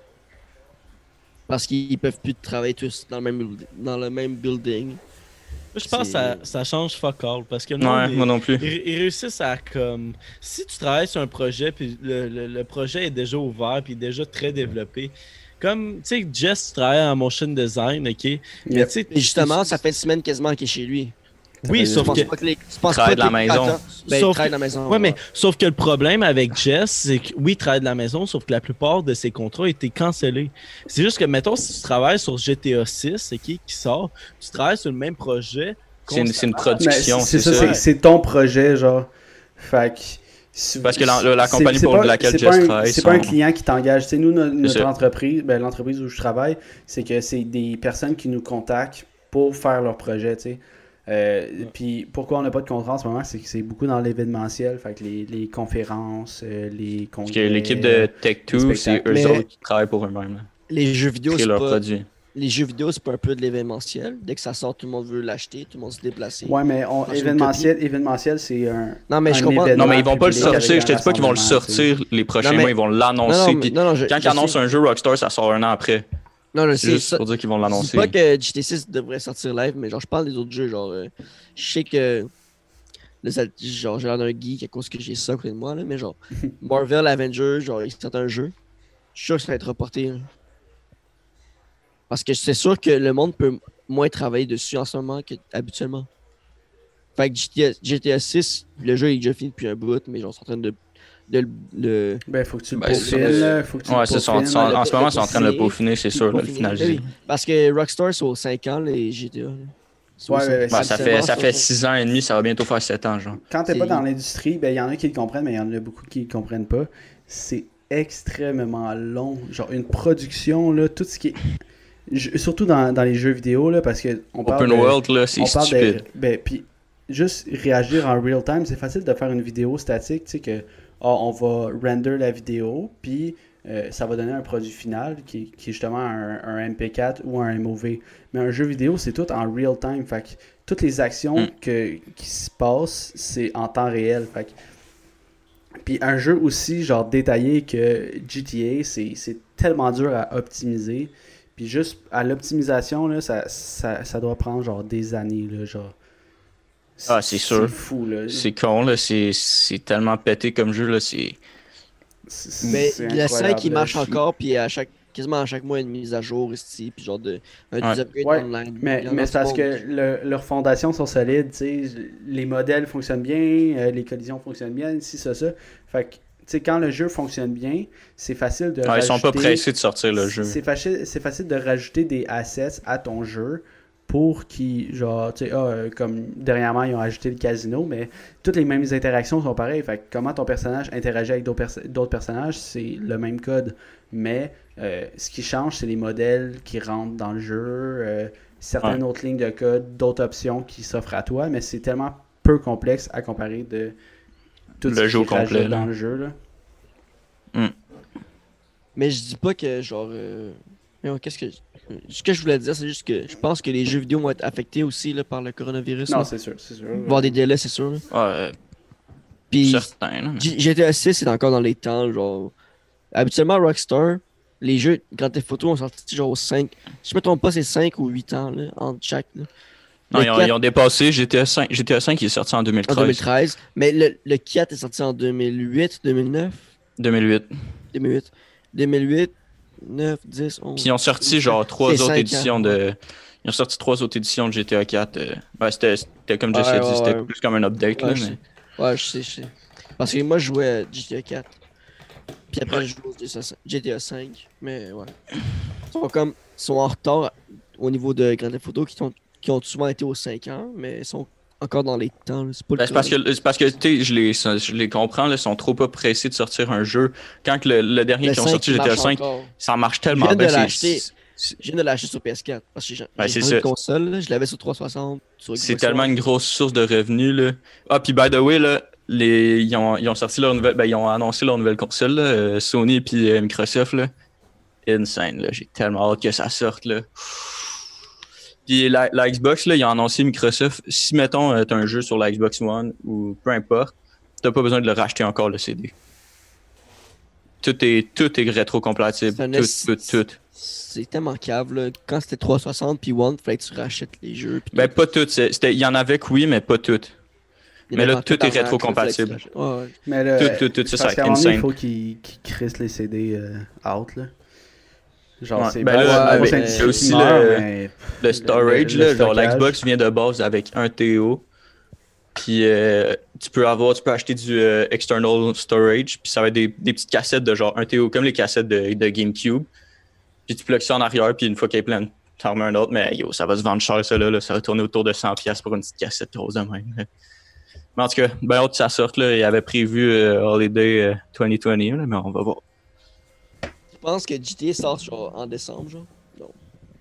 Speaker 3: Parce qu'ils peuvent plus travailler tous dans le même, build- dans le même building.
Speaker 2: Moi, je pense que ça, ça change fuck all parce que le
Speaker 4: ouais,
Speaker 2: monde,
Speaker 4: moi non plus.
Speaker 2: ils, ils- ils réussissent à comme. Si tu travailles sur un projet, puis le, le- le projet est déjà ouvert, puis déjà très développé. Comme, tu sais, Jess, tu travailles en motion design, ok? Mais tu sais,
Speaker 3: Et justement, ça fait une semaine quasiment qu'il est chez lui.
Speaker 2: Oui,
Speaker 3: Je
Speaker 2: sauf
Speaker 3: pense
Speaker 2: que.
Speaker 3: pas que les. Je pense
Speaker 4: Travaille
Speaker 3: pas
Speaker 4: de la
Speaker 3: que les-
Speaker 4: maison.
Speaker 3: Attends, Ben,
Speaker 2: Sauf
Speaker 3: travaille
Speaker 2: que-
Speaker 3: de la maison.
Speaker 2: Ouais, mais sauf que le problème avec Jess, c'est que oui, il travaille de la maison, sauf que la plupart de ses contrats étaient cancellés. C'est juste que, mettons, si tu travailles sur GTA 6, ok, qui sort, tu travailles sur le même projet.
Speaker 4: C'est une, c'est une
Speaker 1: Mais
Speaker 4: production,
Speaker 1: Ben, c'est
Speaker 4: c'est
Speaker 1: ça,
Speaker 4: ça.
Speaker 1: c'est- c'est ton projet, genre. Fait que. si-
Speaker 4: Parce que la- la- la
Speaker 1: c'est-
Speaker 4: compagnie
Speaker 1: c'est
Speaker 4: pour
Speaker 1: pas-
Speaker 4: laquelle
Speaker 1: c'est
Speaker 4: je
Speaker 1: pas un-
Speaker 4: travaille
Speaker 1: C'est pas un
Speaker 4: sont-
Speaker 1: client qui t'engage. C'est nous, no- notre,
Speaker 4: ça.
Speaker 1: entreprise, ben, l'entreprise où je travaille, c'est que c'est des personnes qui nous contactent pour faire leur projet, tu sais. Euh, Puis pourquoi on n'a pas de contrat en ce moment, c'est que c'est beaucoup dans l'événementiel, fait que les, les conférences, euh, les
Speaker 4: Parce
Speaker 1: congrès.
Speaker 4: que l'équipe de
Speaker 1: les
Speaker 4: Tech2, c'est eux
Speaker 1: spectacles.
Speaker 3: Mais-
Speaker 4: autres qui travaillent pour eux-mêmes.
Speaker 3: Les jeux
Speaker 4: là,
Speaker 3: vidéo,
Speaker 4: Créer
Speaker 3: c'est
Speaker 4: leurs
Speaker 3: pas.
Speaker 4: produits.
Speaker 3: Les jeux vidéo, c'est pas un peu de l'événementiel. Dès que ça sort, tout le monde veut l'acheter, tout le monde se déplacer.
Speaker 1: Ouais, mais on-
Speaker 3: Dans une
Speaker 1: événementiel, événementiel, c'est un.
Speaker 3: Non, mais
Speaker 1: Un
Speaker 3: je comprends.
Speaker 1: événement.
Speaker 4: Non, mais ils vont pas le
Speaker 1: public avec
Speaker 4: sortir.
Speaker 1: un
Speaker 4: Je te dis pas qu'ils vont le
Speaker 1: rassemblement, tu sais.
Speaker 4: sortir les prochains
Speaker 3: Non, mais-
Speaker 4: mois. Ils vont
Speaker 3: Non, non,
Speaker 4: l'annoncer.
Speaker 3: mais-
Speaker 4: puis
Speaker 3: non, non, je-
Speaker 4: Quand
Speaker 3: je
Speaker 4: ils annoncent
Speaker 3: sais.
Speaker 4: un jeu Rockstar, ça sort un an après.
Speaker 3: Non, je
Speaker 4: C'est
Speaker 3: sais,
Speaker 4: juste
Speaker 3: ça-
Speaker 4: pour dire qu'ils vont
Speaker 3: Je dis
Speaker 4: l'annoncer.
Speaker 3: pas que GTA 6 devrait sortir live, mais genre, je parle des autres jeux. Genre, euh, je sais que. Là, ça, genre, j'ai l'air d'un geek à cause que j'ai ça à côté de moi, là, mais genre, Marvel Avengers, genre, ils sortent un jeu. Je suis sûr que ça va être reporté. là. Parce que c'est sûr que le monde peut moins travailler dessus en ce moment qu'habituellement. Fait que GTA, 6, le jeu est déjà fini depuis un bout, mais genre, ils sont en train de. de le- le-
Speaker 1: Ben, faut que tu le
Speaker 4: Ben,
Speaker 1: peaufines,
Speaker 4: c'est-
Speaker 1: là, faut que tu
Speaker 4: Ouais,
Speaker 1: le
Speaker 4: c'est ça. En,
Speaker 1: peaufines.
Speaker 4: en- en ce moment, ils sont en train de le
Speaker 3: Peaufiner.
Speaker 4: peaufiner, c'est sûr, là, le
Speaker 3: Peaufiner.
Speaker 4: finaliser.
Speaker 3: Ben oui, Parce que Rockstar, c'est aux 5 ans, les GTA. là. C'est aux
Speaker 1: Ouais,
Speaker 3: cinq-
Speaker 1: ouais, ouais,
Speaker 4: Ouais,
Speaker 1: c'est
Speaker 4: Bah, ça
Speaker 1: ça.
Speaker 4: fait, ça fait
Speaker 3: c'est-
Speaker 4: 6 ans et demi, ça va bientôt faire 7 ans, genre.
Speaker 1: Quand t'es
Speaker 3: C'est-
Speaker 1: pas dans l'industrie, ben, il y en a qui le comprennent, mais il y en a beaucoup qui le comprennent pas. C'est extrêmement long. Genre, une production, là, tout ce qui est. Je- surtout dans, dans les jeux vidéo, là, parce que. On parle
Speaker 4: Open
Speaker 1: de-
Speaker 4: World, là, c'est
Speaker 1: on parle
Speaker 4: stupide.
Speaker 1: de- ben, puis juste réagir en real time, c'est facile de faire une vidéo statique, tu sais, que ah, on va render la vidéo, puis euh, ça va donner un produit final qui, qui est justement un, un MP4 ou un MOV. Mais un jeu vidéo, c'est tout en real time. Fait que toutes les actions
Speaker 4: Mm.
Speaker 1: que, qui se passent, c'est en temps réel. Fait que Puis un jeu aussi, genre, détaillé que GTA, c'est c'est tellement dur à optimiser. Puis juste à l'optimisation, là, ça, ça, ça doit prendre, genre, des années, là, genre.
Speaker 4: Ah, c'est sûr.
Speaker 1: C'est fou, là.
Speaker 4: C'est con, là. C'est c'est tellement pété comme jeu, là. C'est.
Speaker 1: C'est-
Speaker 3: Mais
Speaker 1: c'est
Speaker 3: le 5,
Speaker 1: incroyable,
Speaker 3: il
Speaker 1: là.
Speaker 3: marche encore, puis à chaque, quasiment à chaque mois, une mise à jour, ici, puis genre de, un
Speaker 4: Ouais.
Speaker 3: des upgrades
Speaker 1: Ouais,
Speaker 3: online.
Speaker 1: Mais,
Speaker 3: Il y en a
Speaker 1: mais
Speaker 3: du
Speaker 1: c'est parce
Speaker 3: monde.
Speaker 1: que le- leurs fondations sont solides, tu sais, les modèles fonctionnent bien, euh, les collisions fonctionnent bien, si ça, ça. Fait que, tu sais, quand le jeu fonctionne bien, c'est facile de
Speaker 4: Ah, ils sont pas
Speaker 1: rajouter-
Speaker 4: pressés de sortir le jeu.
Speaker 1: C'est facile, c'est facile de rajouter des assets à ton jeu pour qui, genre, tu sais, ah, euh, comme dernièrement, ils ont ajouté le casino, mais toutes les mêmes interactions sont pareilles. Fait que comment ton personnage interagit avec d'autres perso- d'autres personnages, c'est le même code. Mais euh, ce qui change, c'est les modèles qui rentrent dans le jeu, euh, certaines autres lignes de code, d'autres options qui s'offrent à toi, mais c'est tellement peu complexe à comparer de tout
Speaker 4: Le
Speaker 1: ce
Speaker 4: jeu
Speaker 1: qui
Speaker 4: au complet,
Speaker 1: rajoute
Speaker 4: là.
Speaker 1: dans le jeu. Là.
Speaker 3: Mais je dis pas que genre. euh, mais ouais, qu'est-ce que. Ce que je voulais dire, c'est juste que je pense que les jeux vidéo vont être affectés aussi là, par le coronavirus.
Speaker 1: Non,
Speaker 3: là.
Speaker 1: c'est sûr, c'est sûr.
Speaker 3: Il va y avoir des délais, c'est sûr. là.
Speaker 4: Ouais,
Speaker 3: Puis
Speaker 4: certain, là. mais-
Speaker 3: G- GTA 6 c'est encore dans les temps, genre. Habituellement, Rockstar, les jeux Grand Theft Auto ont sorti genre 5. Si je me trompe pas, c'est 5 ou 8 ans, là, entre chaque. là.
Speaker 4: Non,
Speaker 3: Le
Speaker 4: ils ont,
Speaker 3: 4
Speaker 4: ils ont dépassé GTA 5. GTA 5 il est sorti en
Speaker 3: en
Speaker 4: 2013.
Speaker 3: 2013. Mais le, le 4 est sorti en 2008, 2009,
Speaker 4: 2008.
Speaker 3: 2008. 2008, 9, 10, 11.
Speaker 4: Puis ils ont sorti genre trois
Speaker 3: C'est
Speaker 4: autres
Speaker 3: cinq ans.
Speaker 4: éditions de. Ils ont sorti trois autres éditions de GTA 4. euh. Ouais, c'était, c'était comme Jesse
Speaker 3: Ouais,
Speaker 4: a dit,
Speaker 3: ouais,
Speaker 4: c'était
Speaker 3: ouais.
Speaker 4: plus comme un update.
Speaker 3: Ouais,
Speaker 4: là,
Speaker 3: je
Speaker 4: mais...
Speaker 3: sais. Ouais, je sais, je sais. Parce que moi, je jouais à GTA 4. Puis après, je jouais au GTA 5. Mais ouais. Ils sont comme. Ils sont en retard au niveau de Grand Theft Auto qui, ont, qui ont souvent été aux 5 ans, mais ils sont encore dans les temps. là. C'est pas le
Speaker 4: Ben, c'est parce
Speaker 3: cas.
Speaker 4: que, c'est parce que tu sais, je les, je les comprends, là, ils sont trop pas pressés de sortir un jeu. Quand que le, le dernier
Speaker 3: Le
Speaker 4: qui ont
Speaker 3: 5
Speaker 4: sorti GTA
Speaker 3: marche
Speaker 4: 5,
Speaker 3: encore.
Speaker 4: ça marche tellement
Speaker 3: viennent
Speaker 4: bien.
Speaker 3: de
Speaker 4: c'est-
Speaker 3: l'acheter.
Speaker 4: C'est,
Speaker 3: Je viens de l'acheter sur PS4. Parce que j'ai
Speaker 4: Ben,
Speaker 3: j'ai
Speaker 4: c'est
Speaker 3: pas eu de
Speaker 4: ça.
Speaker 3: console. là. Je l'avais sur 360. Sur
Speaker 4: c'est
Speaker 3: Xbox
Speaker 4: tellement
Speaker 3: One.
Speaker 4: une grosse source de revenus. Là. Ah, puis by the way, là, les, ils, ont, ils ont sorti leur nouvelle. Ben, ils ont annoncé leur nouvelle console, là, euh, Sony et puis euh, Microsoft. Là. Insane, là. J'ai tellement hâte que ça sorte. Là. Puis la, la Xbox, là, ils ont annoncé Microsoft. Si, mettons, euh, t'as un jeu sur la Xbox One ou peu importe, t'as pas besoin de le racheter encore, le CD. Tout est, tout est rétro-compatible.
Speaker 3: C'est un
Speaker 4: Tout,
Speaker 3: S-
Speaker 4: tout, tout.
Speaker 3: C'est tellement cave. Là. Quand c'était 360 puis One, fallait que tu rachètes les jeux. puis
Speaker 4: Ben,
Speaker 3: tout.
Speaker 4: pas tout. c'est- c'était- Il y en avait que oui, mais pas tout.
Speaker 3: Il y
Speaker 4: mais
Speaker 3: avait
Speaker 4: là,
Speaker 3: un
Speaker 4: tout est
Speaker 3: tabarnak, là,
Speaker 4: rétrocompatible.
Speaker 3: fallait que tu rachètes. Ouais, ouais.
Speaker 1: Mais là,
Speaker 4: Tout, tout, tout, ça,
Speaker 1: c'est
Speaker 4: ça
Speaker 1: parce
Speaker 4: va
Speaker 1: qu'à
Speaker 4: être
Speaker 1: un moment donné, il
Speaker 4: insane.
Speaker 1: faut qu'ils qu'ils crissent les CD euh, out, là. Genre,
Speaker 4: Ouais,
Speaker 1: c'est
Speaker 4: ben
Speaker 1: bon,
Speaker 3: là,
Speaker 1: c'est
Speaker 3: avec-
Speaker 1: bon, c'est
Speaker 3: c'est
Speaker 4: aussi
Speaker 1: une heure,
Speaker 4: le-
Speaker 1: mais-
Speaker 4: Le storage,
Speaker 1: le- le
Speaker 4: là, genre la
Speaker 1: stockage.
Speaker 4: Xbox vient de base avec un TO. Puis euh, tu peux avoir, tu peux acheter du euh, external storage, puis ça va être des, des petites cassettes de genre un TO, comme les cassettes de, de GameCube. Puis tu plugues ça en arrière, puis une fois qu'elle est pleine, t'en remets un autre, mais yo, ça va se vendre cher ça là, là. ça va tourner autour de 100$ pour une petite cassette rose de même. là. Mais en tout cas, ben autre que ça sorte là, il avait prévu euh, Holiday euh, 2020, là, mais on va voir.
Speaker 3: Je pense que GTA sort genre, en décembre, genre.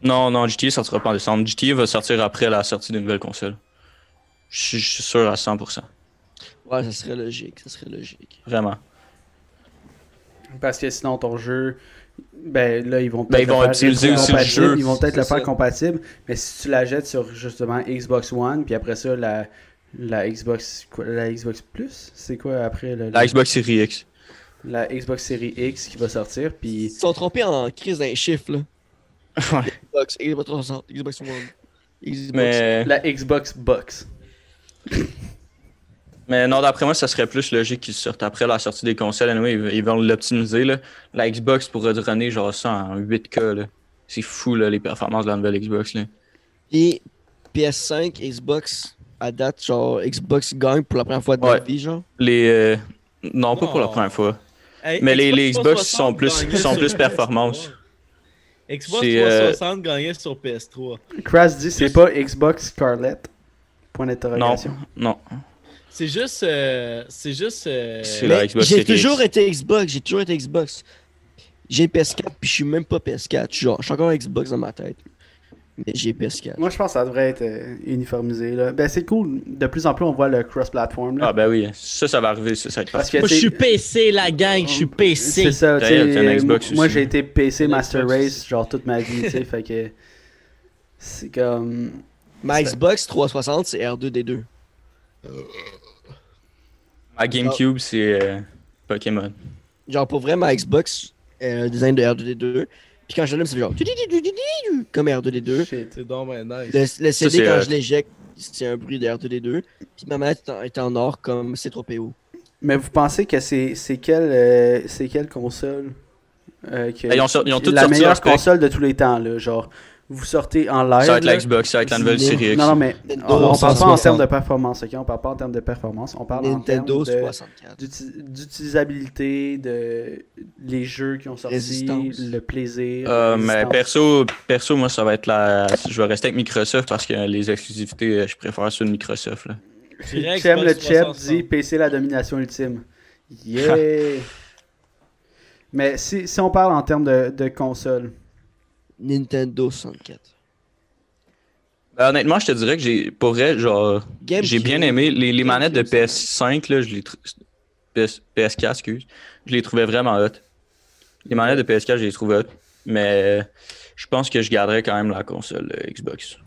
Speaker 4: Non, non, GTA sortira pas en décembre. GTA va sortir après la sortie d'une nouvelle console. Je suis- je suis sûr à 100%.
Speaker 3: Ouais, ça serait logique, ça serait logique.
Speaker 4: Vraiment.
Speaker 1: Parce que sinon, ton jeu, ben là, ils vont
Speaker 4: Ben,
Speaker 1: peut-être
Speaker 4: ils vont
Speaker 1: le faire
Speaker 4: optimiser aussi le
Speaker 1: rétro-compatible,
Speaker 4: jeu.
Speaker 1: Ils vont peut-être le
Speaker 3: C'est
Speaker 1: faire
Speaker 3: ça.
Speaker 1: compatible, mais si tu la jettes sur justement Xbox One, puis après ça, la, la Xbox quoi, la Xbox Plus, c'est quoi après le-
Speaker 4: La Xbox Series X.
Speaker 1: la Xbox Series X qui va sortir,
Speaker 3: Ils
Speaker 1: puis
Speaker 3: se sont trompés en crise d'un chiffre, là.
Speaker 4: Ouais.
Speaker 3: Xbox, Xbox 360, Xbox One, Xbox...
Speaker 4: mais,
Speaker 1: la Xbox Box.
Speaker 4: mais non, d'après moi, ça serait plus logique qu'ils sortent après la sortie des consoles. Anyway, ils, ils vont l'optimiser. là. La Xbox pourrait runner genre ça en 8K. là. C'est fou là, les performances de la nouvelle Xbox. Là.
Speaker 3: Et PS5, Xbox, à date, genre, Xbox gagne pour la première fois de ma
Speaker 4: Ouais.
Speaker 3: vie, genre.
Speaker 4: Les, euh, non, pas pour la
Speaker 1: Oh.
Speaker 2: Non.
Speaker 4: première fois.
Speaker 2: Hey,
Speaker 4: Mais les- les Xbox
Speaker 2: 360
Speaker 4: sont plus-
Speaker 2: gagnait
Speaker 4: sont
Speaker 2: sur
Speaker 4: plus
Speaker 2: PS3.
Speaker 4: performances.
Speaker 2: Xbox
Speaker 4: C'est, euh,
Speaker 2: 360 gagnait sur PS3.
Speaker 1: Crash dit, c'est pas Xbox Scarlett. Point
Speaker 4: Non,
Speaker 1: d'interrogation.
Speaker 4: non.
Speaker 2: C'est juste. euh, c'est juste. euh,
Speaker 4: C'est la
Speaker 3: Mais
Speaker 4: Xbox
Speaker 3: j'ai
Speaker 4: Series
Speaker 3: toujours
Speaker 4: X.
Speaker 3: été Xbox, j'ai toujours été Xbox. J'ai PS4, puis je suis même pas PS4, je suis genre, je suis encore Xbox dans ma tête. Mais j'ai PS4.
Speaker 1: Moi, je pense que ça devrait être euh, uniformisé. Là. Ben, c'est cool. De plus en plus, on voit le cross-platform. là.
Speaker 4: Ah ben oui, ça, ça va arriver. Ça, ça va être
Speaker 1: Parce
Speaker 4: parti.
Speaker 1: que
Speaker 2: Moi, je
Speaker 1: tu
Speaker 2: suis
Speaker 1: sais,
Speaker 2: PC, la gang, je suis PC.
Speaker 1: c'est ça. tu sais,
Speaker 4: D'ailleurs, t'as une
Speaker 1: euh,
Speaker 4: Xbox
Speaker 1: moi,
Speaker 4: aussi.
Speaker 1: j'ai été PC
Speaker 2: Une
Speaker 1: Master
Speaker 2: Xbox
Speaker 1: Race
Speaker 2: aussi.
Speaker 1: genre toute ma vie. tu sais, fait que c'est comme.
Speaker 3: Ma Xbox 360, c'est R2-D2.
Speaker 4: Ma GameCube, c'est. euh, Pokémon.
Speaker 3: Genre, pour vrai, ma Xbox, euh, design de R2D2. Puis quand je l'allume, c'est genre. Comme R2D2.
Speaker 1: Shit.
Speaker 2: C'est donc ben nice.
Speaker 3: Le, le CD,
Speaker 4: c'est,
Speaker 3: quand
Speaker 4: euh,
Speaker 3: je l'éjecte, c'est un bruit de R2D2. Puis ma manette est en- est en or comme C3PO.
Speaker 1: Mais vous pensez que c'est c'est quelle, euh, c'est quelle console euh, que-
Speaker 4: Eh, Ils ont, sor- ils ont toutes
Speaker 1: La
Speaker 4: sorti
Speaker 1: meilleure
Speaker 4: leur spec.
Speaker 1: console de tous les temps, là. Genre, vous sortez en live.
Speaker 4: Ça va être
Speaker 1: là.
Speaker 4: la Xbox, ça va être la nouvelle
Speaker 3: Zero.
Speaker 4: série X.
Speaker 1: Non, non, mais
Speaker 3: Nintendo
Speaker 1: on, on parle pas en
Speaker 3: 360.
Speaker 1: termes de performance, ok? On parle pas en termes de performance, on parle en
Speaker 3: Nintendo
Speaker 1: termes de-
Speaker 3: 64.
Speaker 1: d'uti- d'utilisabilité, de les jeux qui ont sorti,
Speaker 3: Résistance.
Speaker 1: le plaisir.
Speaker 4: Euh,
Speaker 1: la
Speaker 4: mais
Speaker 1: résistance.
Speaker 4: perso, perso, moi, ça va être la. Je vais rester avec Microsoft parce que les exclusivités, euh, je préfère ceux de Microsoft. Là.
Speaker 2: Direct,
Speaker 1: Chem le
Speaker 2: Xbox
Speaker 1: chep
Speaker 2: 360.
Speaker 1: dit PC la domination ultime. Yeah! mais si, si on parle en termes de, de console,
Speaker 3: Nintendo 64.
Speaker 4: Ben, honnêtement, je te dirais que j'ai. Pour vrai, genre.
Speaker 3: Game
Speaker 4: J'ai
Speaker 3: Cube.
Speaker 4: bien aimé. Les, les
Speaker 3: Game
Speaker 4: manettes de
Speaker 3: Cube, ça.
Speaker 4: PS5, là, je les. tr- PS, PS4, excuse. Je les trouvais vraiment hot. Les manettes de PS4, je les trouvais hot. Mais euh, je pense que je garderais quand même la console euh, Xbox.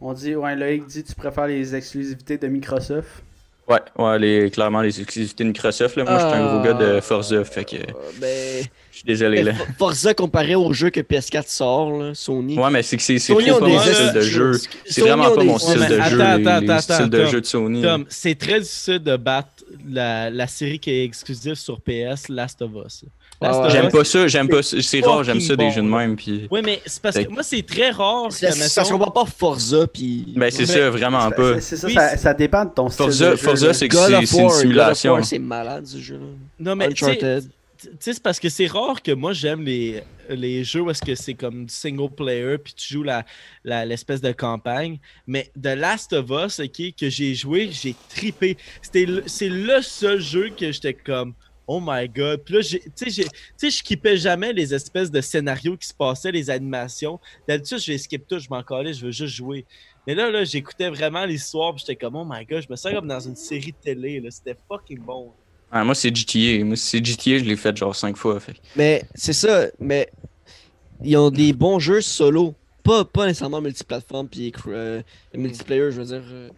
Speaker 1: on dit, ouais, Loïc dit, tu préfères les exclusivités de Microsoft.
Speaker 4: Ouais, ouais, les, clairement, les exclusivités de Microsoft. Là, moi, je suis un gros gars de Forza, fait que euh,
Speaker 3: Euh, ben,
Speaker 4: je suis désolé. Là.
Speaker 3: ben, Fo- Forza comparé aux jeux que PS4 sort, là, Sony.
Speaker 4: Ouais, mais c'est que c'est c'est
Speaker 3: Sony
Speaker 4: trop
Speaker 3: ont
Speaker 4: pas
Speaker 3: des
Speaker 4: mon style de
Speaker 3: astuces.
Speaker 4: jeu. C'est
Speaker 3: Sony
Speaker 4: vraiment
Speaker 3: ont
Speaker 4: pas
Speaker 3: des
Speaker 4: mon style
Speaker 3: astuces.
Speaker 4: de
Speaker 2: Ouais,
Speaker 4: jeu.
Speaker 2: attends,
Speaker 4: les-
Speaker 2: attends,
Speaker 4: les
Speaker 2: attends,
Speaker 4: styles de
Speaker 2: Tom.
Speaker 4: jeu de Sony. là.
Speaker 2: Tom, c'est très difficile de battre la, la série qui est exclusive sur PS, Last of Us. Last
Speaker 3: Ouais,
Speaker 2: of
Speaker 4: J'aime
Speaker 2: Us-
Speaker 4: pas ça, j'aime pas ça. C'est rare, j'aime ça
Speaker 2: fucking
Speaker 4: des jeux de
Speaker 2: bon,
Speaker 4: même. Puis...
Speaker 2: Ouais, mais c'est parce que moi, c'est très rare.
Speaker 3: C'est la-
Speaker 2: que,
Speaker 3: Ça se
Speaker 2: mettons,
Speaker 3: compare pas à Forza, puis.
Speaker 4: Ben, c'est
Speaker 2: Mais-
Speaker 4: ça, vraiment pas.
Speaker 1: C'est c'est ça,
Speaker 2: Oui,
Speaker 1: ça,
Speaker 2: c'est-
Speaker 1: ça dépend de ton style.
Speaker 4: Forza,
Speaker 1: de jeu, là.
Speaker 4: Forza c'est que
Speaker 3: God
Speaker 4: c'est
Speaker 3: of
Speaker 4: c'est une
Speaker 3: War, God of
Speaker 4: simulation.
Speaker 3: War, c'est malade ce jeu-là.
Speaker 2: Non, mais tu sais,
Speaker 3: Uncharted.
Speaker 2: tu sais, c'est parce que c'est rare que moi, j'aime les, les jeux où est-ce que c'est comme du single player, puis tu joues la- la- l'espèce de campagne. Mais The Last of Us, ok, que j'ai joué, j'ai trippé. C'était le- C'est le seul jeu que j'étais comme. Oh my god. Puis là, j'ai- tu sais, j'ai- tu sais, je kippais jamais les espèces de scénarios qui se passaient, les animations. D'habitude, je les skip tout, je m'en calais, je veux juste jouer. Mais là, là j'écoutais vraiment l'histoire, puis j'étais comme, oh my god, je me sens comme dans une série de télé. là. C'était fucking bon.
Speaker 4: Ah, moi, c'est GTA. Moi, c'est GTA, je l'ai fait genre 5 fois. Fait. que-
Speaker 3: Mais c'est ça, mais ils ont des bons jeux solo, pas, pas nécessairement multiplateforme puis cr- euh, multiplayer, je veux dire. euh,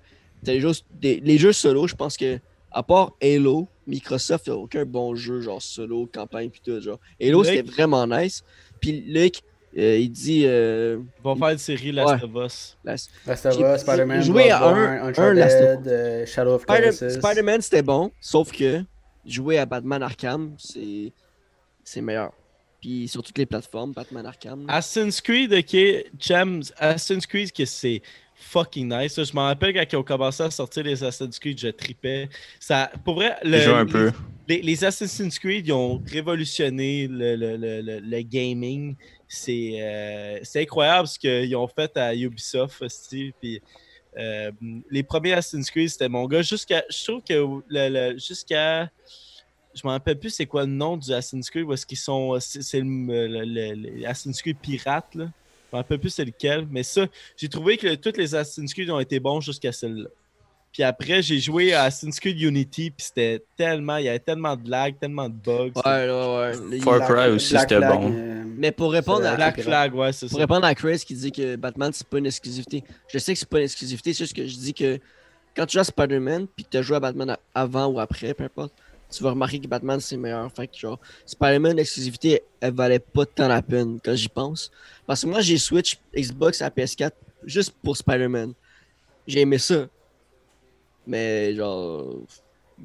Speaker 3: t'as les jeux, des- les jeux solo, je pense que à part Halo, Microsoft n'a aucun bon jeu genre solo, campagne puis tout genre. Halo
Speaker 2: Luc.
Speaker 3: c'était vraiment nice. Puis Luc, euh, il dit euh,
Speaker 2: Ils vont faire une série Last of Us.
Speaker 3: la-
Speaker 1: Last of Us,
Speaker 3: J'ai-
Speaker 1: Spider-Man,
Speaker 3: j'ai joué à
Speaker 1: Bloodborne,
Speaker 3: un-
Speaker 1: Uncharted,
Speaker 3: un Last of Us.
Speaker 1: euh, Shadow of
Speaker 3: Spider-
Speaker 1: Colossus.
Speaker 3: Spider-Man c'était bon, sauf que jouer à Batman Arkham c'est c'est meilleur. Puis sur toutes les plateformes, Batman Arkham.
Speaker 2: Euh, Assassin's Creed, ok, James, Assassin's Creed, que c'est fucking nice. Je m'en rappelle quand ils ont commencé à sortir les Assassin's Creed, je tripais. Ça, pour vrai, le-
Speaker 4: J'ai joué un peu.
Speaker 2: Les, les Assassin's Creed, ils ont révolutionné le, le- le- le- le gaming. C'est euh, c'est incroyable ce qu'ils ont fait à Ubisoft aussi. Puis, euh, les premiers Assassin's Creed, c'était mon gars. Jusqu'à. Je trouve que le- le- jusqu'à. Je m'en rappelle plus c'est quoi le nom du Assassin's Creed où est-ce qu'ils sont. euh, C'est c'est le, le- le- le Assassin's Creed pirate là. Je m'en rappelle plus c'est lequel. Mais ça, j'ai trouvé que toutes les Assassin's Creed ont été bons jusqu'à celle-là. Puis après, j'ai joué à Assassin's Creed Unity, puis c'était tellement, il y avait tellement de lag, tellement de bugs.
Speaker 3: Ouais, ouais, ouais.
Speaker 4: Far
Speaker 1: Black-
Speaker 4: Cry aussi,
Speaker 1: Black
Speaker 4: c'était
Speaker 1: Flag,
Speaker 4: bon.
Speaker 1: euh,
Speaker 3: Mais pour répondre,
Speaker 1: C'est
Speaker 3: à,
Speaker 1: la-
Speaker 2: Black Flag, ouais, c'est
Speaker 3: pour
Speaker 2: ça.
Speaker 3: répondre à Chris qui dit que Batman c'est pas une exclusivité, je sais que c'est pas une exclusivité, c'est juste que je dis que quand tu joues à Spider-Man puis que tu as joué à Batman a- avant ou après, peu importe, tu vas remarquer que Batman c'est meilleur. Fait que genre, Spider-Man, l'exclusivité, elle valait pas tant la peine quand j'y pense. Parce que moi j'ai switch Xbox à PS4 juste pour Spider-Man. J'ai aimé ça. Mais genre,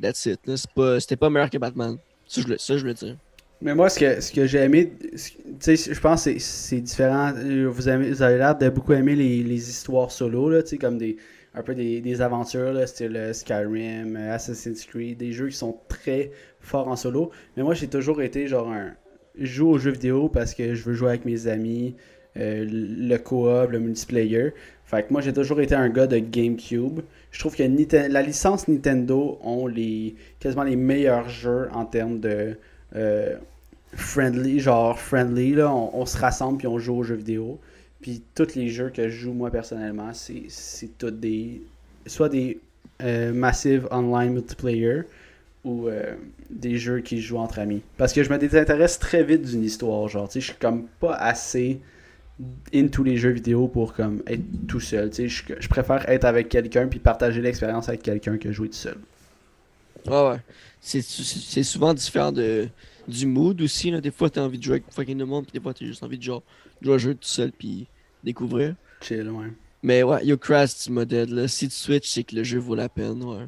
Speaker 3: that's it. là. C'est pas- C'était pas, meilleur que Batman. Ça, je le, ça, je le dis.
Speaker 1: Mais moi, ce que, ce que j'ai aimé, ce- tu sais, je pense que c'est- c'est différent. Euh, Vous, aimez- vous avez l'air de beaucoup aimer les, les histoires solo, là, tu sais, comme des, un peu des, des aventures, là, style euh, Skyrim, euh, Assassin's Creed, des jeux qui sont très forts en solo. Mais moi, j'ai toujours été genre un. Je joue aux jeux vidéo parce que je veux jouer avec mes amis, euh, le co-op, le multiplayer. Fait que moi, j'ai toujours été un gars de GameCube. Je trouve que Niten- la licence Nintendo ont les, quasiment les meilleurs jeux en termes de. euh, friendly, genre friendly, là, on, on se rassemble puis on joue aux jeux vidéo. Puis tous les jeux que je joue moi personnellement, c'est c'est tous des. soit des euh, massive online multiplayer ou euh, des jeux qui se jouent entre amis. Parce que je me désintéresse très vite d'une histoire, genre, tu sais, je suis comme pas assez into les jeux vidéo pour comme être tout seul, tu sais, je, je préfère être avec quelqu'un puis partager l'expérience avec quelqu'un que jouer tout seul.
Speaker 3: Ouais, ouais. C'est su- c'est souvent différent de, du mood aussi. Là. Des fois, t'as envie de jouer avec fucking le monde, puis des fois, t'as juste envie de genre, jouer un jeu tout seul, puis découvrir.
Speaker 1: Chill, ouais.
Speaker 3: Mais ouais, Yo Crash, tu m'as dead, là. Si tu switches, c'est que le jeu vaut la peine, ouais.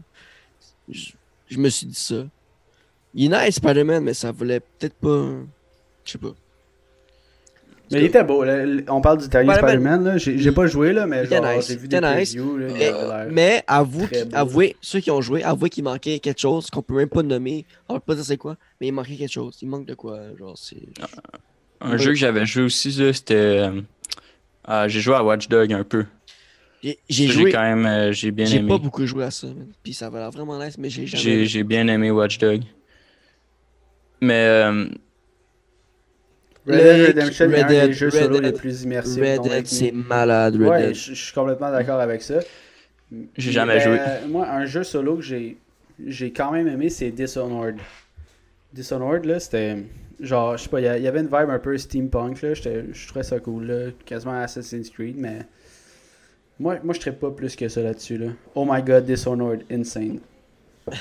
Speaker 3: Je, je me suis dit ça. Il est nice, Spider-Man, mais ça voulait peut-être pas. Je sais pas.
Speaker 1: Mais il était beau. là. On parle du dernier
Speaker 3: Spider-Man.
Speaker 1: Spider-Man. là. J'ai j'ai pas joué, là, mais
Speaker 3: Il était
Speaker 1: genre,
Speaker 3: nice,
Speaker 1: j'ai vu
Speaker 3: il
Speaker 1: des
Speaker 3: était nice.
Speaker 1: previews. là, il
Speaker 3: Mais,
Speaker 1: avait l'air-
Speaker 3: mais avoue
Speaker 1: très
Speaker 3: qu'il-
Speaker 1: beau.
Speaker 3: avouez, ceux qui ont joué, avouez qu'il manquait quelque chose qu'on peut même pas nommer. On peut pas dire c'est quoi, mais il manquait quelque chose. Il manque de quoi, genre, c'est.
Speaker 4: Un
Speaker 3: Ouais.
Speaker 4: jeu que j'avais joué aussi, là, c'était. euh, ah, j'ai joué à Watch Dog un peu.
Speaker 3: J'ai-
Speaker 4: Ça,
Speaker 3: J'ai
Speaker 4: J'ai
Speaker 3: joué.
Speaker 4: quand même. euh, j'ai bien
Speaker 3: J'ai
Speaker 4: aimé.
Speaker 3: pas beaucoup joué à ça, man. Puis ça va l'air vraiment nice, mais j'ai
Speaker 4: J'ai
Speaker 3: jamais.
Speaker 4: j'ai bien aimé Watch Dog. Mais. euh,
Speaker 1: Red Dead
Speaker 3: le-
Speaker 1: Redemption est
Speaker 3: Red
Speaker 1: un des
Speaker 3: Dead,
Speaker 1: jeux
Speaker 3: Red
Speaker 1: solo
Speaker 3: Dead,
Speaker 1: les plus immersifs.
Speaker 3: Red
Speaker 1: non
Speaker 3: Dead,
Speaker 1: maintenus.
Speaker 3: c'est malade, Red
Speaker 1: Ouais,
Speaker 3: Dead.
Speaker 1: je je suis complètement d'accord avec ça.
Speaker 4: J'ai jamais
Speaker 1: Ben,
Speaker 4: joué.
Speaker 1: Moi, un jeu solo que j'ai j'ai quand même aimé, c'est Dishonored. Dishonored, là, c'était. Genre, je sais pas, il y a- il y avait une vibe un peu steampunk, là. j'étais- Je trouvais ça cool, là. Quasiment Assassin's Creed, mais. Moi, moi je serais pas plus que ça là-dessus, là. Oh my god, Dishonored, insane.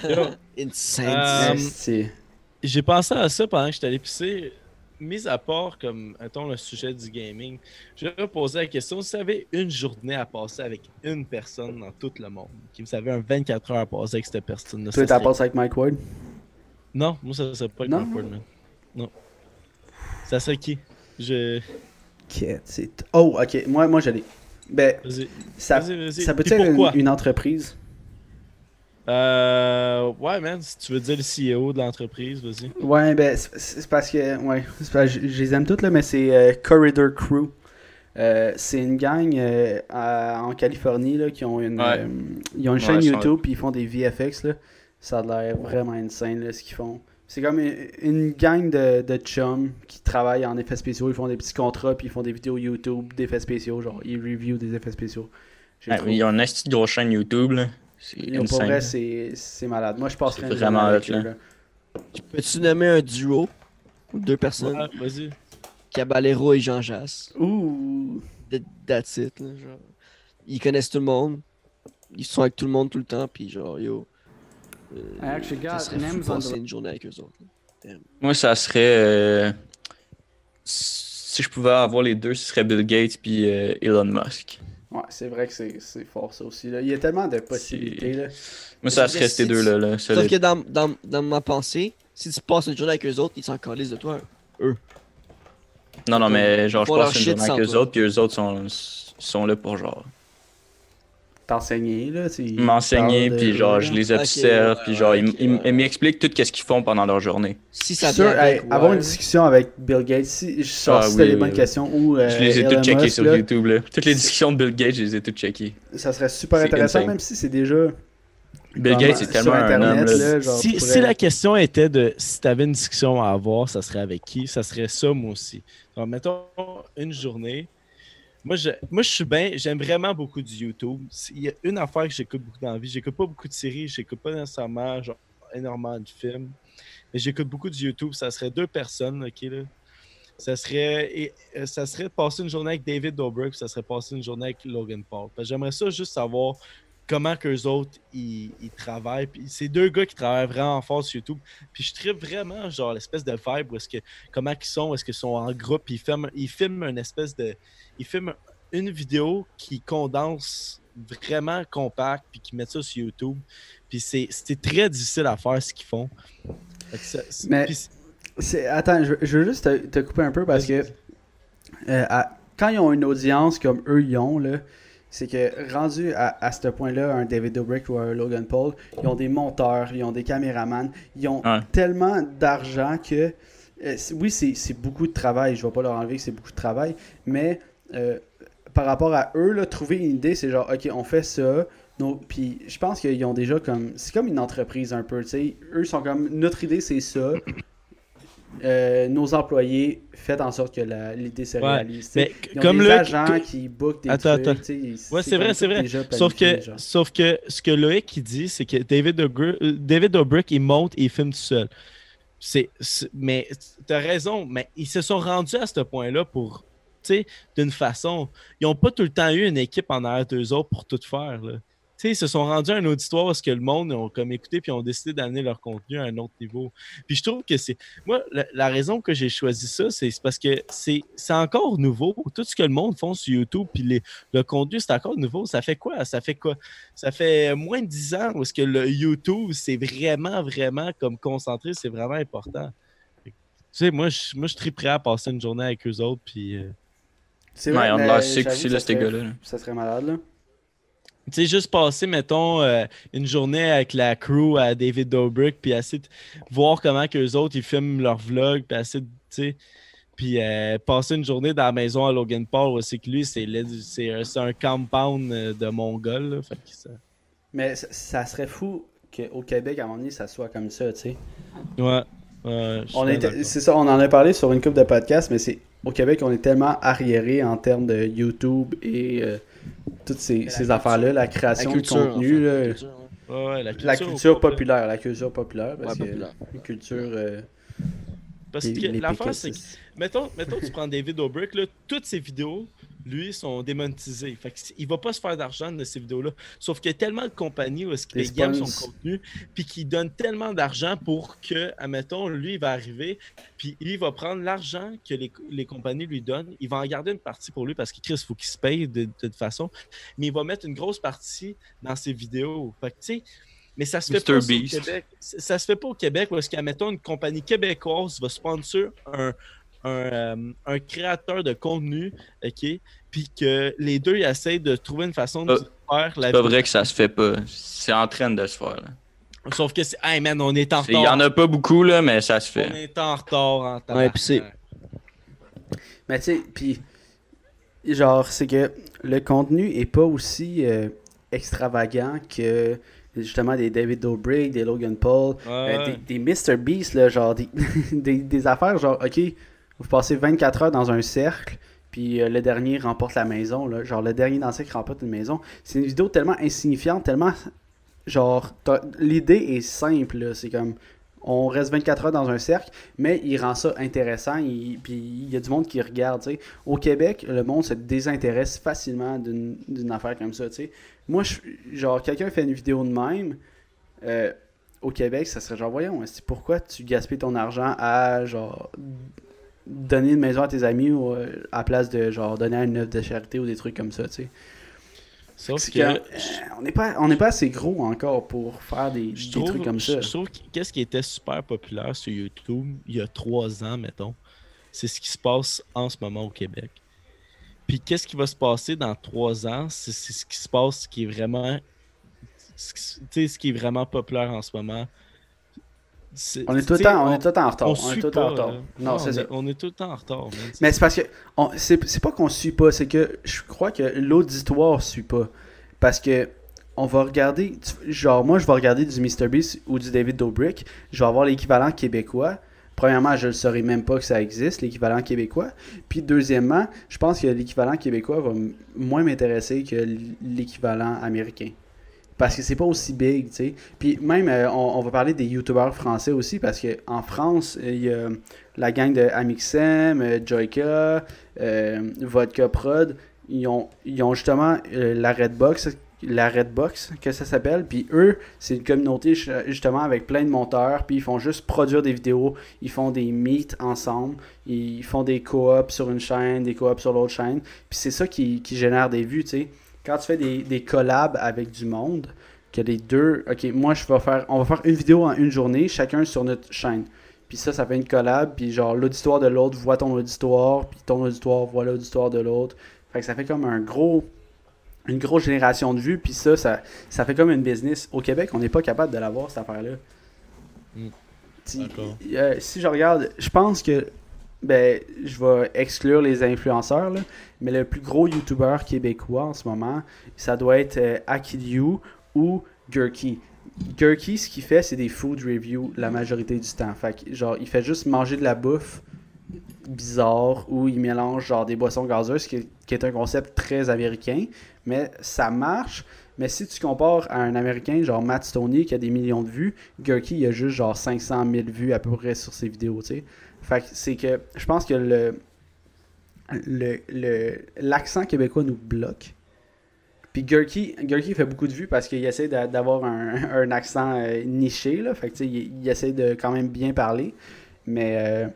Speaker 4: Um,
Speaker 3: Insane.
Speaker 2: Euh,
Speaker 1: Esti.
Speaker 2: J'ai pensé à ça pendant que j'étais allé pisser. Mis à part, comme, mettons, le sujet du gaming, je vais poser la question si vous avez une journée à passer avec une personne dans tout le monde, qui vous avez un 24 heures à passer avec cette personne-là,
Speaker 1: Toi,
Speaker 2: ça
Speaker 1: t'as
Speaker 2: serait-
Speaker 1: passé avec Mike Ward
Speaker 2: Non, moi, ça serait pas le
Speaker 1: Non?
Speaker 2: Comfort, man. Non. Ça serait qui Je.
Speaker 1: Ok, c'est. Oh, ok, moi, moi je l'ai. Ben,
Speaker 2: Vas-y,
Speaker 1: ça,
Speaker 2: vas-y, vas-y.
Speaker 1: ça peut
Speaker 2: Puis
Speaker 1: être une,
Speaker 2: pourquoi?
Speaker 1: une entreprise.
Speaker 2: Euh. Ouais, man, si tu veux dire le CEO de l'entreprise, vas-y.
Speaker 1: Ouais, ben, c'est- c'est parce que. Ouais, c'est parce que je je les aime toutes, là, mais c'est euh, Corridor Crew. Euh, c'est une gang euh, à- en Californie là, qui ont une,
Speaker 4: Ouais.
Speaker 1: euh, ils ont une
Speaker 4: Ouais,
Speaker 1: chaîne
Speaker 4: ils sont-
Speaker 1: YouTube puis ils font des VFX. Là. Ça a l'air vraiment insane là, ce qu'ils font. C'est comme une, une gang de, de chums qui travaillent en effets spéciaux. Ils font des petits contrats puis ils font des vidéos YouTube d'effets spéciaux. Genre, ils reviewent des effets spéciaux. J'ai
Speaker 4: ah,
Speaker 1: trouvé-
Speaker 4: il y a une petite grosse chaîne YouTube. là. C'est
Speaker 1: Yo, pour
Speaker 4: insane. hein.
Speaker 1: vrai, c'est c'est malade. Moi, je passerais
Speaker 4: C'est
Speaker 1: une
Speaker 4: vraiment
Speaker 1: journée avec
Speaker 4: hot, là.
Speaker 1: eux, là.
Speaker 3: Peux-tu nommer un duo ou deux personnes
Speaker 2: Ouais, vas-y.
Speaker 3: Caballero et Jean Jass.
Speaker 1: Ouh!
Speaker 3: Th- That's it, là, genre. Ils connaissent tout le monde. Ils sont avec tout le monde tout le temps, puis genre, yo. euh,
Speaker 5: I actually
Speaker 3: ça
Speaker 5: got
Speaker 3: serait
Speaker 5: names
Speaker 3: fou
Speaker 5: on
Speaker 3: de passer
Speaker 5: the-
Speaker 3: une journée avec eux autres. là.
Speaker 4: Moi, ça serait. euh, si je pouvais avoir les deux, ce serait Bill Gates puis euh, Elon Musk.
Speaker 1: Ouais, c'est vrai que c'est c'est fort ça aussi. Là. Il y a tellement de possibilités. Là.
Speaker 4: Moi, ça
Speaker 3: Sauf
Speaker 4: serait
Speaker 3: que
Speaker 4: ces
Speaker 3: si
Speaker 4: deux-là. là,
Speaker 3: Sauf
Speaker 4: solide.
Speaker 3: que dans, dans, dans ma pensée, si tu passes une journée avec eux autres, ils s'en calissent de toi.
Speaker 4: Non, non, mais genre, je
Speaker 3: Faut leur
Speaker 4: passe une
Speaker 3: shit
Speaker 4: journée avec
Speaker 3: sans
Speaker 4: eux
Speaker 3: toi.
Speaker 4: autres, puis eux autres sont, sont là pour genre
Speaker 1: T'enseigner. là, tu-
Speaker 4: m'enseigner,
Speaker 1: parle de- hein?
Speaker 4: puis genre, je les
Speaker 3: Ok,
Speaker 4: observe,
Speaker 3: ouais,
Speaker 4: puis genre,
Speaker 3: ouais,
Speaker 4: ils,
Speaker 3: ok,
Speaker 4: ils-
Speaker 3: ouais.
Speaker 4: ils m'expliquent tout ce qu'ils font pendant leur journée.
Speaker 3: Si
Speaker 1: Je
Speaker 3: ça
Speaker 1: suis sûr,
Speaker 3: vient avec
Speaker 1: hey,
Speaker 3: ouais,
Speaker 1: avoir une discussion avec Bill Gates, si je sors
Speaker 4: Ah,
Speaker 1: si
Speaker 4: oui,
Speaker 1: c'était les
Speaker 4: oui,
Speaker 1: bonnes
Speaker 4: oui.
Speaker 1: questions ou euh,
Speaker 4: Je les ai
Speaker 1: Elon
Speaker 4: toutes checkées
Speaker 1: Musk,
Speaker 4: sur
Speaker 1: là,
Speaker 4: YouTube, là. Toutes les discussions de Bill Gates, je les ai toutes checkées.
Speaker 1: ça serait super
Speaker 4: C'est
Speaker 1: intéressant,
Speaker 4: insane.
Speaker 1: même si c'est déjà
Speaker 4: Bill
Speaker 1: dans-
Speaker 4: Gates, c'est tellement
Speaker 1: sur
Speaker 4: un homme,
Speaker 1: Internet.
Speaker 4: là.
Speaker 1: là, genre, euh,
Speaker 2: si,
Speaker 1: tu
Speaker 2: si
Speaker 1: pourrais-
Speaker 2: la question était de si tu avais une discussion à avoir, ça serait avec qui Ça serait ça, moi aussi. Alors, mettons une journée. Moi, je, moi, je suis bien. J'aime vraiment beaucoup du YouTube. S- Il y a une affaire que j'écoute beaucoup dans la vie. J'écoute pas beaucoup de séries. J'écoute pas nécessairement genre, énormément de films. Mais j'écoute beaucoup de YouTube. Ça serait deux personnes, OK, là. Ça serait, et, euh, ça serait passer une journée avec David Dobrik, puis ça serait passer une journée avec Logan Paul. Parce que J'aimerais ça juste savoir comment qu'eux autres, ils, ils travaillent. Puis c'est deux gars qui travaillent vraiment fort sur YouTube. Puis je tripe vraiment, genre, l'espèce de vibe où est-ce que, comment qu'ils sont, est-ce qu'ils sont en groupe, puis ils filment, ils filment une espèce de, ils filment une vidéo qui condense vraiment compact, puis qui mettent ça sur YouTube. Puis c'est c'est très difficile à faire ce qu'ils font. Fait que ça- c'est-
Speaker 1: Mais-
Speaker 2: puis c'est-
Speaker 1: C'est- Attends, je, je veux juste te, te couper un peu parce que euh, à- quand ils ont une audience comme eux ils ont, là, c'est que rendu à, à ce point-là, un David Dobrik ou un Logan Paul, ils ont des monteurs, ils ont des caméramans, ils ont
Speaker 4: Ouais.
Speaker 1: tellement d'argent que euh, c'est- oui, c'est c'est beaucoup de travail, je vais pas leur enlever que c'est beaucoup de travail, mais euh, par rapport à eux, là, trouver une idée, c'est genre, ok, on fait ça. Donc, puis je pense qu'ils ont déjà comme. C'est comme une entreprise un peu, tu sais. Eux sont comme. Notre idée, c'est ça. Euh, nos employés, faites en sorte que la- l'idée se
Speaker 2: Ouais,
Speaker 1: réalise. tu sais.
Speaker 2: mais
Speaker 1: Ils ont
Speaker 2: comme
Speaker 1: des
Speaker 2: le.
Speaker 1: agents qui bookent des
Speaker 2: Attends,
Speaker 1: trucs.
Speaker 2: attends.
Speaker 1: tu sais, ils-
Speaker 2: Ouais, c'est vrai,
Speaker 1: comme
Speaker 2: c'est
Speaker 1: tout
Speaker 2: vrai.
Speaker 1: déjà
Speaker 2: Sauf que,
Speaker 1: planifié, genre.
Speaker 2: sauf que ce que Loïc il dit, c'est que David, Degre- euh, David Dobrik, il monte et il filme tout seul. C'est, c'est- mais t'as raison, mais ils se sont rendus à ce point-là pour, tu sais, d'une façon. Ils n'ont pas tout le temps eu une équipe en arrière d'eux autres pour tout faire. là. sais, ils se sont rendus à un auditoire parce que le monde ont comme écouté puis ont décidé d'amener leur contenu à un autre niveau. Puis je trouve que c'est. Moi, la, la raison que j'ai choisi ça, c'est c'est parce que c'est c'est encore nouveau. Tout ce que le monde font sur YouTube, puis les- le contenu, c'est encore nouveau. Ça fait quoi? Ça fait quoi? Ça fait moins de 10 ans où est-ce que le YouTube, c'est vraiment, vraiment comme concentré, c'est vraiment important. Fait que, Tu sais, moi, je, moi, je suis prêt à passer une journée avec eux autres, puis. euh,
Speaker 1: C'est
Speaker 4: Ouais, on
Speaker 1: mais
Speaker 4: de l'air sick
Speaker 1: j'avoue que
Speaker 4: aussi, là,
Speaker 1: ça
Speaker 4: ces
Speaker 1: serait-
Speaker 4: gars-là. là.
Speaker 1: Ça serait malade, là.
Speaker 2: Tu sais, juste passer, mettons, euh, une journée avec la crew à David Dobrik, puis essayer de voir comment qu'eux autres, ils filment leur vlog, puis essayer de, tu sais, puis euh, passer une journée dans la maison à Logan Paul, où c'est que lui, c'est le- c'est un, c'est un compound euh, de Mongol, là, fait que ça...
Speaker 1: Mais ça, ça serait fou qu'au Québec, à un moment donné, ça soit comme ça, tu sais.
Speaker 2: Ouais, ouais, je suis
Speaker 1: On
Speaker 2: bien
Speaker 1: était-
Speaker 2: d'accord.
Speaker 1: C'est ça, on en a parlé sur une coupe de podcasts, mais c'est au Québec, on est tellement arriéré en termes de YouTube et euh, toutes ces, ces affaires-là, la
Speaker 3: La
Speaker 1: création
Speaker 3: culture,
Speaker 1: de contenu,
Speaker 3: enfin,
Speaker 1: là,
Speaker 3: la culture, ouais.
Speaker 2: Ouais, ouais, la culture,
Speaker 1: la
Speaker 2: au
Speaker 1: culture
Speaker 2: complet.
Speaker 1: populaire, la culture populaire, parce
Speaker 3: Ouais,
Speaker 1: que
Speaker 3: populaire.
Speaker 1: une culture. euh,
Speaker 2: Parce
Speaker 1: les-
Speaker 2: que
Speaker 1: les
Speaker 2: l'affaire, c'est que
Speaker 1: péquistes.
Speaker 2: Mettons, mettons tu prends David Dobrik, là, toutes ses vidéos, lui, sont démonétisées. Fait que, il va pas se faire d'argent de ces vidéos-là. Sauf qu'il y a tellement de compagnies où est-ce
Speaker 1: Des
Speaker 2: qu'ils aiment son
Speaker 1: spons.
Speaker 2: contenu, puis qu'ils donnent tellement d'argent pour que, admettons, lui, il va arriver, puis lui, il va prendre l'argent que les, les compagnies lui donnent. Il va en garder une partie pour lui parce qu'il Chris, faut qu'il se paye de, de toute façon. Mais il va mettre une grosse partie dans ses vidéos. Fait que, tu sais, mais ça se fait
Speaker 4: Mr.
Speaker 2: pas ça,
Speaker 4: Beast.
Speaker 2: au Québec. Ça ça se fait pas au Québec parce qu'admettons une compagnie québécoise va sponsor un, un, euh, un créateur de contenu, OK? Puis que les deux ils essayent de trouver une façon de
Speaker 4: Euh,
Speaker 2: faire la
Speaker 4: C'est pas vrai que ça se fait pas. C'est en train de se faire. là.
Speaker 2: Sauf que c'est Hey man, on est en
Speaker 4: C'est- Il y
Speaker 2: retard.
Speaker 4: en a pas beaucoup, là, mais ça se
Speaker 2: On
Speaker 4: fait.
Speaker 2: est en retard en temps.
Speaker 3: Ouais, puis c'est-
Speaker 1: Mais tu sais, puis genre c'est que le contenu est pas aussi euh, extravagant que justement des David Dobrik, des Logan Paul, euh,
Speaker 3: Ben,
Speaker 1: des, des Mr Beast là, genre des, des, des affaires genre OK, vous passez 24 heures dans un cercle puis euh, le dernier remporte la maison là, genre le dernier dans le cercle remporte une maison. C'est une vidéo tellement insignifiante, tellement genre t'as- l'idée est simple, là, c'est comme on reste 24 heures dans un cercle, mais il rend ça intéressant. il- Puis il y a du monde qui regarde. tu sais. Au Québec, le monde se désintéresse facilement d'une d'une affaire comme ça. tu sais. Moi, je, genre, quelqu'un fait une vidéo de même. euh, au Québec, ça serait genre, voyons, esti, pourquoi tu gaspilles ton argent à genre donner une maison à tes amis ou euh, à place de genre donner à une œuvre de charité ou des trucs comme ça, tu sais.
Speaker 2: Sauf
Speaker 1: C'est
Speaker 2: que,
Speaker 1: que, euh, on n'est pas, on n'est pas assez gros encore pour faire des,
Speaker 2: je
Speaker 1: des
Speaker 2: trouve,
Speaker 1: trucs comme ça.
Speaker 2: je- je trouve que- qu'est-ce qui était super populaire sur YouTube il y a trois ans, mettons, c'est ce qui se passe en ce moment au Québec. Puis qu'est-ce qui va se passer dans trois ans, c'est c'est ce qui se passe, ce qui est vraiment, ce qui- tu sais, ce qui est vraiment populaire en ce moment. C'est-
Speaker 1: On est tout le
Speaker 2: tu sais,
Speaker 1: temps, on est tout le temps en retard.
Speaker 2: on
Speaker 1: On, est
Speaker 2: suit
Speaker 1: tout le temps
Speaker 2: pas,
Speaker 1: en retard.
Speaker 2: là.
Speaker 1: Non,
Speaker 2: on
Speaker 1: c'est
Speaker 2: est-
Speaker 1: ça.
Speaker 2: On est tout le temps en retard. man. C'est-
Speaker 1: Mais c'est parce que on- c'est c'est pas qu'on suit pas, c'est que je crois que l'auditoire suit pas. Parce que on va regarder, tu- genre moi je vais regarder du MrBeast ou du David Dobrik, je vais avoir l'équivalent québécois. Premièrement, je ne saurais même pas que ça existe, l'équivalent québécois. Puis deuxièmement, je pense que l'équivalent québécois va m- moins m'intéresser que l- l'équivalent américain. Parce que c'est pas aussi big, tu sais. Puis même, euh, on, on va parler des youtubeurs français aussi, parce que en France, il y a la gang de Amixem, euh, Joyka, euh, Vodka Prod, ils ont, ils ont justement euh, la Redbox, la Redbox que ça s'appelle, puis eux, c'est une communauté ju- justement avec plein de monteurs, puis ils font juste produire des vidéos, ils font des meets ensemble, ils font des co-ops sur une chaîne, des co-ops sur l'autre chaîne, puis c'est ça qui, qui génère des vues, tu sais. Quand tu fais des, des collabs avec du monde, que les deux, ok, moi je vais faire, on va faire une vidéo en une journée, chacun sur notre chaîne. Puis ça, ça fait une collab. Puis genre, l'auditoire de l'autre voit ton auditoire. Puis ton auditoire voit l'auditoire de l'autre. Fait que ça fait comme un gros. Une grosse génération de vues. Puis ça, ça, ça fait comme une business. Au Québec, on n'est pas capable de l'avoir, cette affaire-là.
Speaker 2: Mm.
Speaker 1: Si-
Speaker 2: D'accord.
Speaker 1: euh, si je regarde, je pense que. Ben, je vais exclure les influenceurs, là, mais le plus gros youtubeur québécois en ce moment, ça doit être euh, Akiliu ou Gurky. Gurky, ce qu'il fait, c'est des food reviews la majorité du temps. Fait que, genre, il fait juste manger de la bouffe bizarre où il mélange genre des boissons gazeuses, qui est, qui est un concept très américain, mais ça marche. Mais si tu compares à un américain, genre Matt Stoney, qui a des millions de vues, Gurky, il a juste genre 500 000 vues à peu près sur ses vidéos, tu sais. Fait que c'est que, je pense que le, le, le- l'accent québécois nous bloque. Puis Gurky, Gurky fait beaucoup de vues parce qu'il essaie d'a- d'avoir un, un accent euh, niché. Là. Fait que, tu sais, il, il essaie de quand même bien parler. Mais euh,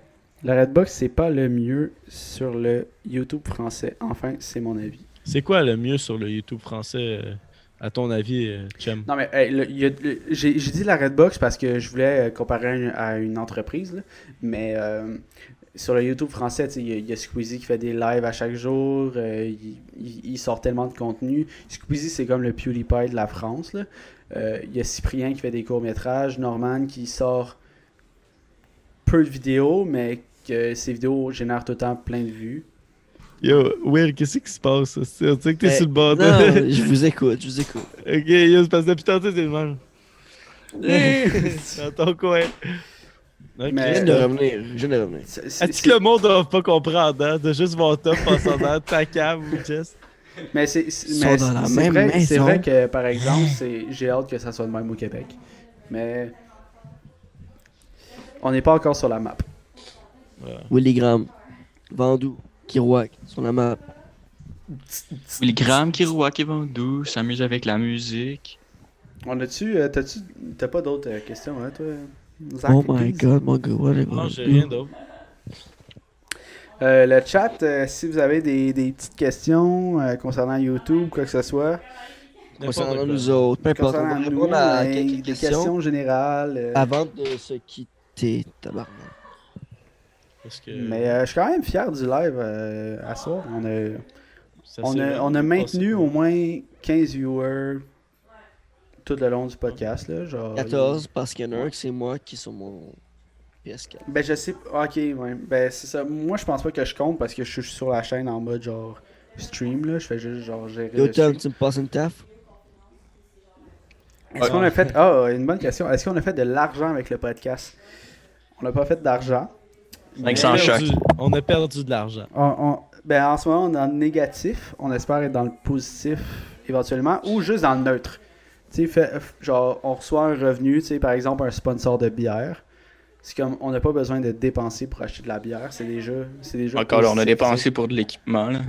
Speaker 1: la Redbox, c'est pas le mieux sur le YouTube français. Enfin, c'est mon avis.
Speaker 2: C'est quoi le mieux sur le YouTube français, euh, à ton avis, euh, Chem?
Speaker 1: Non, mais hey, le- il y a- le- j'ai j'ai dit la Redbox parce que je voulais euh, comparer à une, à une entreprise. là. mais euh, sur le YouTube français, tu sais, il y, a- il y a Squeezie qui fait des lives à chaque jour. euh, il, il- il sort tellement de contenu. Squeezie, c'est comme le PewDiePie de la France. là. Euh, il y a Cyprien qui fait des courts-métrages. Norman qui sort peu de vidéos, mais que ses vidéos génèrent tout le temps plein de vues.
Speaker 2: Yo, Will, qu'est-ce qui se passe? Tu sais que t'es
Speaker 3: Eh,
Speaker 2: sur le bord.
Speaker 3: Non, je vous écoute, je vous écoute.
Speaker 2: ok, yo, c'est parce que depuis tantôt, c'est le même. Dans ton coin. Ok.
Speaker 3: Je
Speaker 1: Eh! Mais- euh,
Speaker 3: viens de revenir, je viens de revenir.
Speaker 1: C'est- c'est-
Speaker 2: Est-ce que le monde doit pas comprendre, hein, de juste mon top en s'en allant de ta cave ou Jess?
Speaker 1: Mais c'est c'est-
Speaker 3: Ils
Speaker 1: mais
Speaker 3: sont dans la
Speaker 1: c'est
Speaker 3: même
Speaker 1: vrai, c'est
Speaker 3: maison.
Speaker 1: vrai que par exemple, c'est j'ai hâte que ça soit le même au Québec. Mais on n'est pas encore sur la map.
Speaker 3: Willy Graham, Vandou, Kirouac, sur la map.
Speaker 4: Willy Graham qui roule à Kevandou, s'amuse avec la musique.
Speaker 1: On a-tu euh, t'as-tu t'as pas d'autres euh, questions hein toi Zach,
Speaker 3: Oh my
Speaker 1: please?
Speaker 3: god, mon gars, what
Speaker 2: Non, j'ai rien d'autre.
Speaker 1: Euh, le chat, euh, si vous avez des, des petites questions euh, concernant YouTube, quoi que ce soit,
Speaker 3: Concernant
Speaker 2: N'importe
Speaker 3: nous autres, peu importe, on va
Speaker 1: concernant nous,
Speaker 3: répondre à
Speaker 1: euh,
Speaker 3: quelques
Speaker 1: des
Speaker 3: questions Ah.
Speaker 1: questions générales. euh,
Speaker 3: avant de se quitter, tabarnak.
Speaker 2: quoi. Parce que
Speaker 1: mais euh, je suis quand même fier du live euh, à soir. On a,
Speaker 2: ça
Speaker 1: On
Speaker 2: s'est
Speaker 1: a,
Speaker 2: vraiment
Speaker 1: on a maintenu
Speaker 2: passé.
Speaker 1: au moins 15 viewers tout le long du podcast. Là, genre,
Speaker 3: 14, parce qu'il y en a un que c'est moi qui est sur mon PS4.
Speaker 1: Ben, je sais. Ok, ouais. Ben, c'est ça. Moi, je pense pas que je compte parce que je suis sur la chaîne en mode genre stream. Là. Je fais juste genre gérer.
Speaker 3: Yo,
Speaker 1: le
Speaker 3: Tom,
Speaker 1: stream.
Speaker 3: tu me passes une taf?
Speaker 1: Est-ce qu'on a fait. Ah, une bonne question. Est-ce qu'on a fait de l'argent avec le podcast On n'a pas fait d'argent.
Speaker 2: On a
Speaker 4: 500 choc.
Speaker 2: perdu- On a perdu de l'argent.
Speaker 1: On- on- ben, en ce moment, on est en négatif. On espère être dans le positif éventuellement ou juste dans le neutre. Tu sais, fait- f- genre, on reçoit un revenu, tu sais, par exemple, un sponsor de bière. C'est comme, on n'a pas besoin de dépenser pour acheter de la bière. C'est déjà. C'est déjà
Speaker 4: Encore là, on a
Speaker 1: positif,
Speaker 4: dépensé pour de l'équipement. là.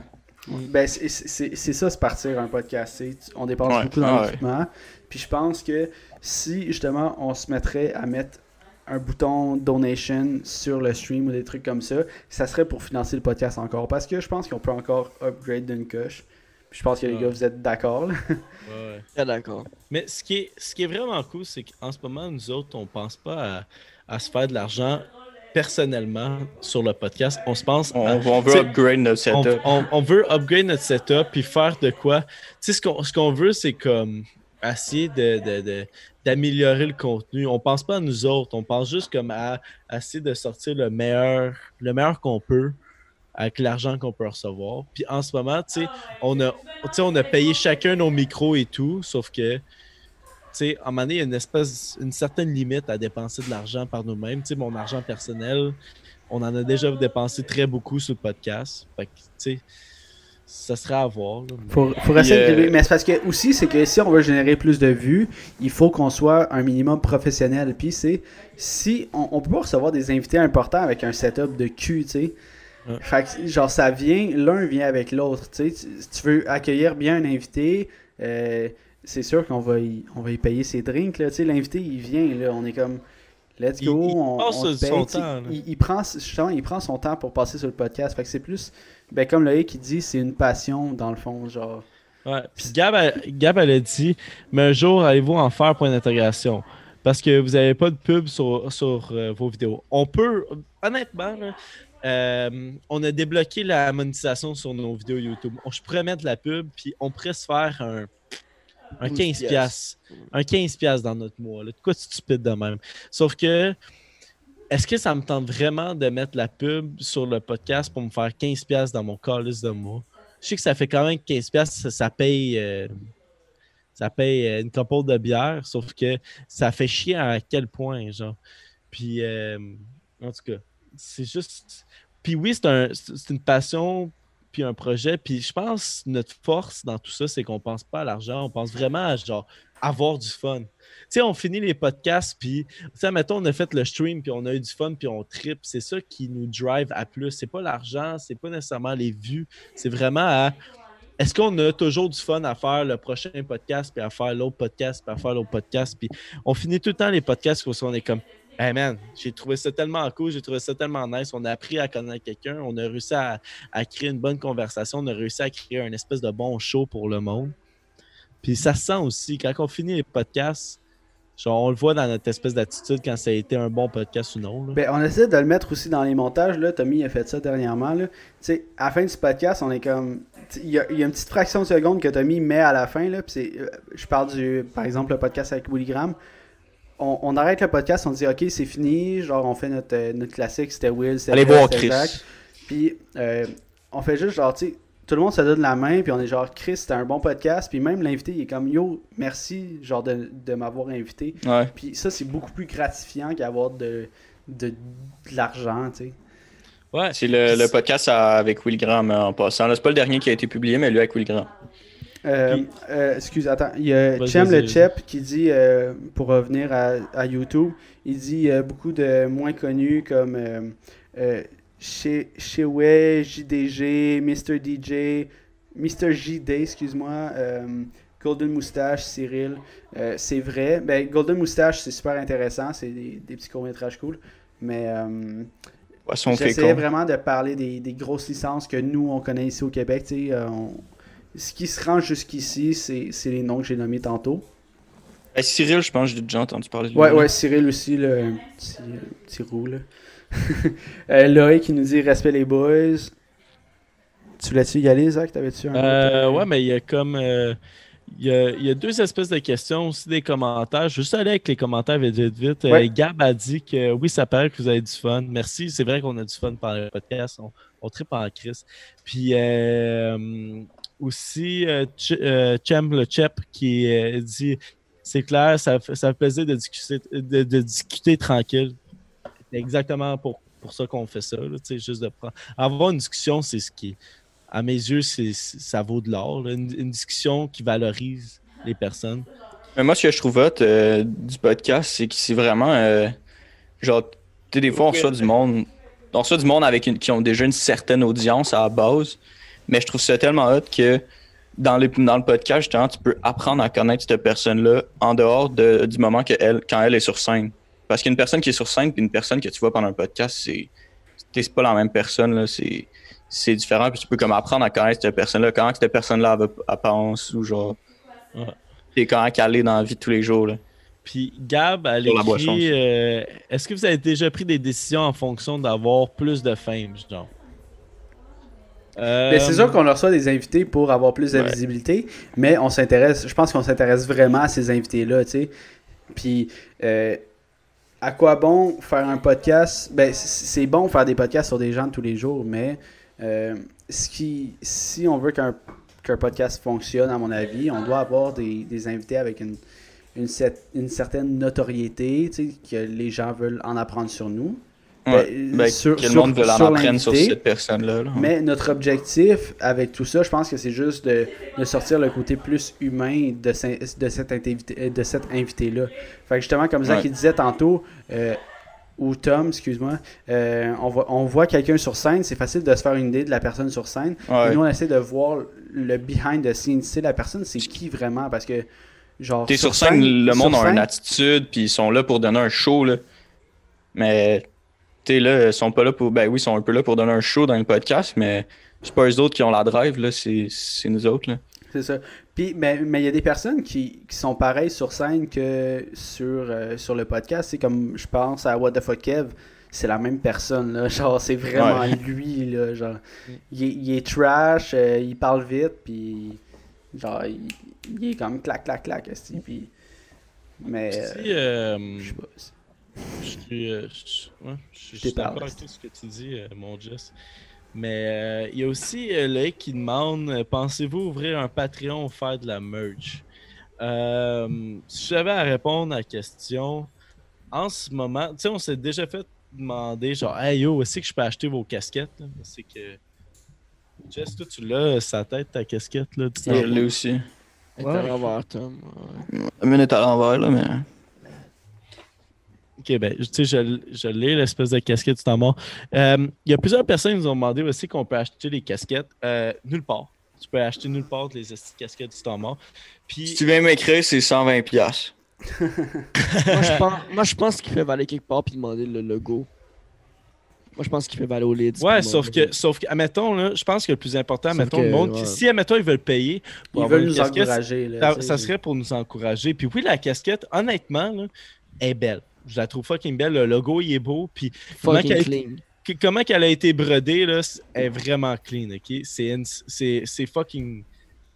Speaker 1: tu sais. Ben, c'est- c'est c'est- c'est ça, se partir un podcast. tu sais. Tu- On dépense
Speaker 4: Ouais, Ah
Speaker 1: beaucoup dans
Speaker 4: ouais.
Speaker 1: l'équipement. Puis je pense que si, justement, on se mettrait à mettre un bouton donation sur le stream ou des trucs comme ça, ça serait pour financer le podcast encore. Parce que je pense qu'on peut encore upgrade d'une coche. Puis je pense que les
Speaker 2: Ouais.
Speaker 1: gars, vous êtes d'accord. là.
Speaker 2: Ouais, ouais.
Speaker 3: Ah, d'accord.
Speaker 2: Mais ce qui est, ce qui est vraiment cool, c'est qu'en ce moment, nous autres, on pense pas à, à se faire de l'argent personnellement sur le podcast. On se pense
Speaker 4: On,
Speaker 2: à-
Speaker 4: on veut
Speaker 2: T'sais,
Speaker 4: upgrade notre
Speaker 2: on,
Speaker 4: setup.
Speaker 2: on- on veut upgrade notre setup puis faire de quoi. Tu sais, ce qu'on, ce qu'on veut, c'est comme essayer de, de- de- d'améliorer le contenu. On pense pas à nous autres, on pense juste comme à, à essayer de sortir le meilleur, le meilleur qu'on peut avec l'argent qu'on peut recevoir. Puis en ce moment, tu sais, on a, tu sais, on a payé chacun nos micros et tout, sauf que, tu sais, à un moment donné, il y a une espèce, une certaine limite à dépenser de l'argent par nous-mêmes. Tu sais, mon argent personnel, on en a déjà dépensé très beaucoup sur le podcast. Fait que, tu sais, ça serait à voir. là.
Speaker 1: Faut, faut rester
Speaker 4: Puis, euh,
Speaker 1: équilibré. Mais c'est parce que aussi, c'est que si on veut générer plus de vues, il faut qu'on soit un minimum professionnel. Puis c'est si on, on peut pas recevoir des invités importants avec un setup de cul, tu sais.
Speaker 2: Ouais.
Speaker 1: Fait que, genre, ça vient, l'un vient avec l'autre, tu sais. Tu- Si tu veux accueillir bien un invité, euh, c'est sûr qu'on va y, on va y payer ses drinks, là, tu sais. L'invité, il vient, là. On est comme, let's
Speaker 2: Il-
Speaker 1: go,
Speaker 2: il
Speaker 1: on,
Speaker 2: passe
Speaker 1: on te
Speaker 2: son
Speaker 1: paye, tu sais.
Speaker 2: temps, là.
Speaker 1: Il, il prend, justement, il prend son temps pour passer sur le podcast. Fait que c'est plus, ben, comme Loïc, qui dit, c'est une passion, dans le fond, genre.
Speaker 2: Ouais. Puis Gab, elle- Gab, elle a dit Mais un jour, allez-vous en faire point d'intégration Parce que vous n'avez pas de pub sur, sur euh, vos vidéos. On peut, honnêtement, là, euh, on a débloqué la monétisation sur nos vidéos YouTube. On- Je pourrais mettre la pub, puis on pourrait se faire un, un
Speaker 3: 12
Speaker 2: 15$. piastres. Un 15$ piastres dans notre mois. Là. De quoi de stupide de même Sauf que. Est-ce que ça me tente vraiment de mettre la pub sur le podcast pour me faire 15$ piastres dans mon calice de mois? Je sais que ça fait quand même 15$, piastres, ça, ça paye. euh, ça paye euh, une compote de bière, sauf que ça fait chier à quel point, genre. Puis, euh, en tout cas, c'est juste. Puis oui, c'est un- c'est c'est une passion, puis un projet. Puis je pense que notre force dans tout ça, c'est qu'on pense pas à l'argent, on pense vraiment à genre avoir du fun. Tu sais, on finit les podcasts, puis, tu sais, mettons, on a fait le stream, puis on a eu du fun, puis on tripe. C'est ça qui nous drive à plus. C'est pas l'argent, c'est pas nécessairement les vues. C'est vraiment à est-ce qu'on a toujours du fun à faire le prochain podcast, puis à faire l'autre podcast, puis à faire l'autre podcast, puis on finit tout le temps les podcasts parce qu'on est comme Hey man, j'ai trouvé ça tellement cool, j'ai trouvé ça tellement nice. On a appris à connaître quelqu'un, on a réussi à, à créer une bonne conversation, on a réussi à créer un espèce de bon show pour le monde. Puis ça se sent aussi, quand on finit les podcasts, genre on le voit dans notre espèce d'attitude quand ça a été un bon podcast ou non. là.
Speaker 1: Ben, on essaie de le mettre aussi dans les montages. Là. Tommy a fait ça dernièrement. Là. Tu sais, à la fin du podcast, on est comme. tu sais, Il y, a il y a une petite fraction de seconde que Tommy met à la fin. Là, puis c'est- euh, je parle du. Par exemple, le podcast avec Willy Graham. On, on arrête le podcast, on dit OK, c'est fini. Genre, on fait notre, euh, notre classique. C'était Will, c'était
Speaker 4: Allez
Speaker 1: Jeff,
Speaker 4: voir
Speaker 1: c'était
Speaker 4: Chris.
Speaker 1: Zach. Puis euh, on fait juste genre, tu sais, tout le monde se donne la main, puis on est genre, Chris, c'était un bon podcast. Puis même l'invité, il est comme, yo, merci, genre, de, de m'avoir invité.
Speaker 4: Ouais.
Speaker 1: Puis ça, c'est beaucoup plus gratifiant qu'avoir de, de, de l'argent, tu sais.
Speaker 2: Ouais,
Speaker 4: C'est le, le podcast à- avec Will Graham euh, en passant. là. C'est pas le dernier qui a été publié, mais lui avec Will Graham.
Speaker 1: Euh,
Speaker 2: Puis-
Speaker 1: euh, excuse, attends. Il y a
Speaker 2: Vas-y,
Speaker 1: Chem
Speaker 2: vas-y,
Speaker 1: le
Speaker 2: vas-y.
Speaker 1: Chep qui dit, euh, pour revenir à, à YouTube, il dit euh, beaucoup de moins connus comme euh, euh, Che- Chewe, JDG, Mr. DJ, Mr. JD, excuse-moi, euh, Golden Moustache, Cyril. Euh, c'est vrai. Ben, Golden Moustache, c'est super intéressant. C'est des, des petits courts-métrages cool. Mais. euh,
Speaker 4: Poisson
Speaker 1: J'essayais
Speaker 4: fécond.
Speaker 1: vraiment de parler des, des grosses licences que nous, on connaît ici au Québec. tu sais, euh, on- Ce qui se rend jusqu'ici, c'est c'est les noms que j'ai nommés tantôt.
Speaker 4: Eh, Cyril, je pense que j'ai déjà entendu parler de lui.
Speaker 1: Ouais, ouais, Cyril aussi, le petit, euh, petit roux. Là. Euh, Loïc qui nous dit respect les boys. Tu voulais-tu y aller, Zach T'avais-tu un.
Speaker 2: Euh,
Speaker 1: autre, euh,
Speaker 2: ouais, mais il y a comme. euh, il, y a, il y a deux espèces de questions, aussi des commentaires. Je vais juste aller avec les commentaires vite, vite, vite. Euh,
Speaker 1: Ouais.
Speaker 2: Gab a dit que oui, ça paraît que vous avez du fun. Merci, c'est vrai qu'on a du fun par le podcast. On, on tripe en crise. Puis euh, aussi, euh, Ch- euh, Chem le Chep qui euh, dit c'est clair, ça, fait- ça fait plaisir de discuter, de, de discuter tranquille. C'est exactement pour, pour ça qu'on fait ça. là, tu sais, juste de prendre- Avoir une discussion, c'est ce qui, à mes yeux, c'est, c'est- ça vaut de l'or. là, Une, une discussion qui valorise les personnes.
Speaker 4: Mais moi, ce que je trouve hot euh, du podcast, c'est que c'est vraiment. euh, genre, tu sais, des fois, on reçoit du monde. On reçoit du monde avec une- qui ont déjà une certaine audience à la base. Mais je trouve ça tellement hot que dans, les, dans le podcast, justement, tu peux apprendre à connaître cette personne-là en dehors de- du moment que elle, quand elle est sur scène. Parce qu'une personne qui est sur scène et une personne que tu vois pendant un podcast, c'est. tu sais, C'est pas la même personne, là. C'est. C'est différent, puis tu peux comme apprendre à connaître cette personne-là, comment cette personne-là elle va- elle pense, ou genre.
Speaker 2: Ouais.
Speaker 4: Et comment caler dans la vie de tous les jours, là.
Speaker 2: Puis Gab, elle
Speaker 4: Sur la boisson.
Speaker 2: écrit euh, Est-ce que vous avez déjà pris des décisions en fonction d'avoir plus de fame, genre
Speaker 1: Ben, c'est
Speaker 2: Euh,
Speaker 1: sûr qu'on leur reçoit des invités pour avoir plus de
Speaker 4: Ouais.
Speaker 1: visibilité, mais on s'intéresse, je pense qu'on s'intéresse vraiment à ces invités-là, tu sais. Puis, euh, à quoi bon faire un podcast Ben, c- c'est bon faire des podcasts sur des gens de tous les jours, mais euh, ce qui, si on veut qu'un qu'un podcast fonctionne, à mon avis, on doit avoir des, des invités avec une, une, cer- une certaine notoriété, tu sais, que les gens veulent en apprendre sur nous.
Speaker 4: Ouais.
Speaker 1: Ben,
Speaker 4: Ben,
Speaker 1: sur-
Speaker 4: que le
Speaker 1: sur-
Speaker 4: monde veut l'en
Speaker 1: sur
Speaker 4: apprendre sur
Speaker 1: l'invité.
Speaker 4: cette personne-là. là.
Speaker 1: Mais notre objectif avec tout ça, je pense que c'est juste de, de sortir le côté plus humain de, ce- de cet invité, euh, de cet invité-là. Fait que justement, comme Zach
Speaker 4: Ouais.
Speaker 1: il disait tantôt, euh, ou Tom, excuse-moi, euh, on voit, on voit quelqu'un sur scène, c'est facile de se faire une idée de la personne sur scène.
Speaker 4: Ouais.
Speaker 1: Mais Nous, on essaie de voir le behind the scenes, c'est la personne, c'est qui vraiment, parce que genre.
Speaker 4: T'es sur scène, le monde
Speaker 1: sur
Speaker 4: a une
Speaker 1: scène,
Speaker 4: attitude, puis ils sont là pour donner un show. Là. Mais, t'es là, ils sont pas là pour. Ben oui, ils sont un peu là pour donner un show dans le podcast, mais c'est pas eux autres qui ont la drive, là, c'est c'est nous autres. Là.
Speaker 1: C'est ça. Puis, mais mais il y a des personnes qui, qui sont pareilles sur scène que sur, euh, sur le podcast. C'est comme, je pense à What the Fuck Kev, c'est la même personne. Là. Genre, c'est vraiment lui. Là, genre. Il, est, il est trash, euh, il parle vite, puis genre, il, il est comme clac, clac, clac. esti, Puis, mais,
Speaker 2: si,
Speaker 1: euh,
Speaker 2: euh,
Speaker 1: je sais pas.
Speaker 2: Je suis, euh, je- ouais, je suis
Speaker 1: Je t'ai
Speaker 2: d'accord
Speaker 1: parlé.
Speaker 2: avec tout ce que tu dis, euh, mon Jess. Mais euh, il y a aussi euh, Loïc qui demande euh, pensez-vous ouvrir un Patreon ou faire de la merch Euh, Si j'avais à répondre à la question, en ce moment, tu sais, on s'est déjà fait demander genre, hey yo, où est-ce que je peux acheter vos casquettes là? C'est que. Jess, toi, tu l'as, euh, sa tête, ta casquette, là. tu t'en-
Speaker 4: Je l'ai aussi.
Speaker 3: Elle est à l'envers, Tom. ouais.
Speaker 4: Une minute à l'envers, là, mais.
Speaker 2: Ok, ben, tu sais, je, l- je l'ai, l'espèce de casquette du tambour. Euh, Il y a plusieurs personnes qui nous ont demandé aussi qu'on peut acheter des casquettes euh, nulle part. Tu peux acheter nulle part les esti de casquettes du temps mort.
Speaker 4: Si
Speaker 2: Puis,
Speaker 4: tu viens m'écrire, c'est 120$. piastres.
Speaker 3: Moi, je pense, moi, je pense qu'il peut aller quelque part puis demander le logo. Moi, je pense qu'il peut aller au lead.
Speaker 2: ouais, sauf que, sauf que, admettons, là, je pense que le plus important,
Speaker 3: Sauf
Speaker 2: admettons, le
Speaker 3: que,
Speaker 2: monde,
Speaker 3: ouais.
Speaker 2: qui- si, admettons, ils veulent payer, pour
Speaker 1: Ils
Speaker 2: avoir
Speaker 1: veulent
Speaker 2: une
Speaker 1: nous
Speaker 2: casquette,
Speaker 1: encourager. là,
Speaker 2: ça,
Speaker 1: tu sais.
Speaker 2: ça serait pour nous encourager. Puis oui, la casquette, honnêtement, là, est belle. Je la trouve fucking belle. Le logo, il est beau. Puis Comment
Speaker 3: Fucking
Speaker 2: qu'elle-
Speaker 3: clean.
Speaker 2: que- comment qu'elle a été brodée, là, c- elle est vraiment clean, ok? C'est une- C'est c'est fucking...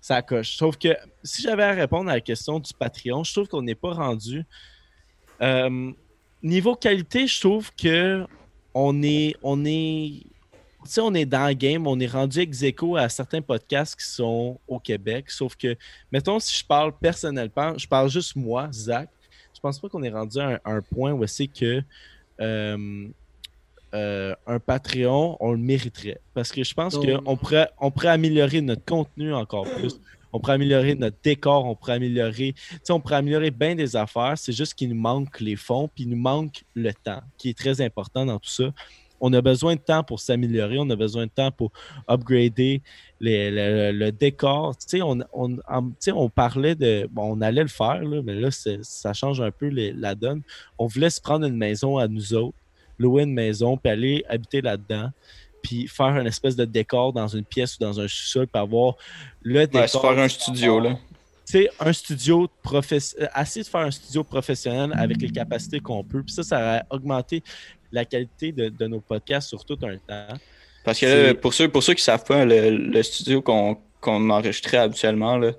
Speaker 2: Ça coche. Sauf que si j'avais à répondre à la question du Patreon, je trouve qu'on n'est pas rendu. Euh, niveau qualité, je trouve que on est... On est... Tu sais, on est dans le game, on est rendu ex aequo à certains podcasts qui sont au Québec. Sauf que, mettons, si je parle personnellement, je parle juste moi, Zach, je pense pas qu'on est rendu à un, un point où c'est que euh, euh, un Patreon, on le mériterait. Parce que je pense
Speaker 3: Donc-
Speaker 2: qu'on pourrait, on pourrait améliorer notre contenu encore plus. On pourrait améliorer notre décor, on pourrait améliorer, tu sais, on pourrait améliorer bien des affaires. C'est juste qu'il nous manque les fonds, puis il nous manque le temps, qui est très important dans tout ça. On a besoin de temps pour s'améliorer, on a besoin de temps pour upgrader les- le, le- le décor. Tu sais, on, on, en- tu sais, on parlait de. bon, on allait le faire, là, mais là, c'est- ça change un peu les- la donne. On voulait se prendre une maison à nous autres, louer une maison, puis aller habiter là-dedans, puis faire une espèce de décor dans une pièce ou dans un sous-sol, puis avoir le décor.
Speaker 4: Ouais, se faire un studio, là.
Speaker 2: Tu sais, un studio professionnel, assez de faire un studio professionnel avec les capacités qu'on peut. Puis ça, ça a augmenté la qualité de, de nos podcasts sur tout un temps.
Speaker 4: Parce que
Speaker 2: C'est-
Speaker 4: là, pour ceux, pour ceux qui savent pas, le, le studio qu'on qu'on enregistrait habituellement, là,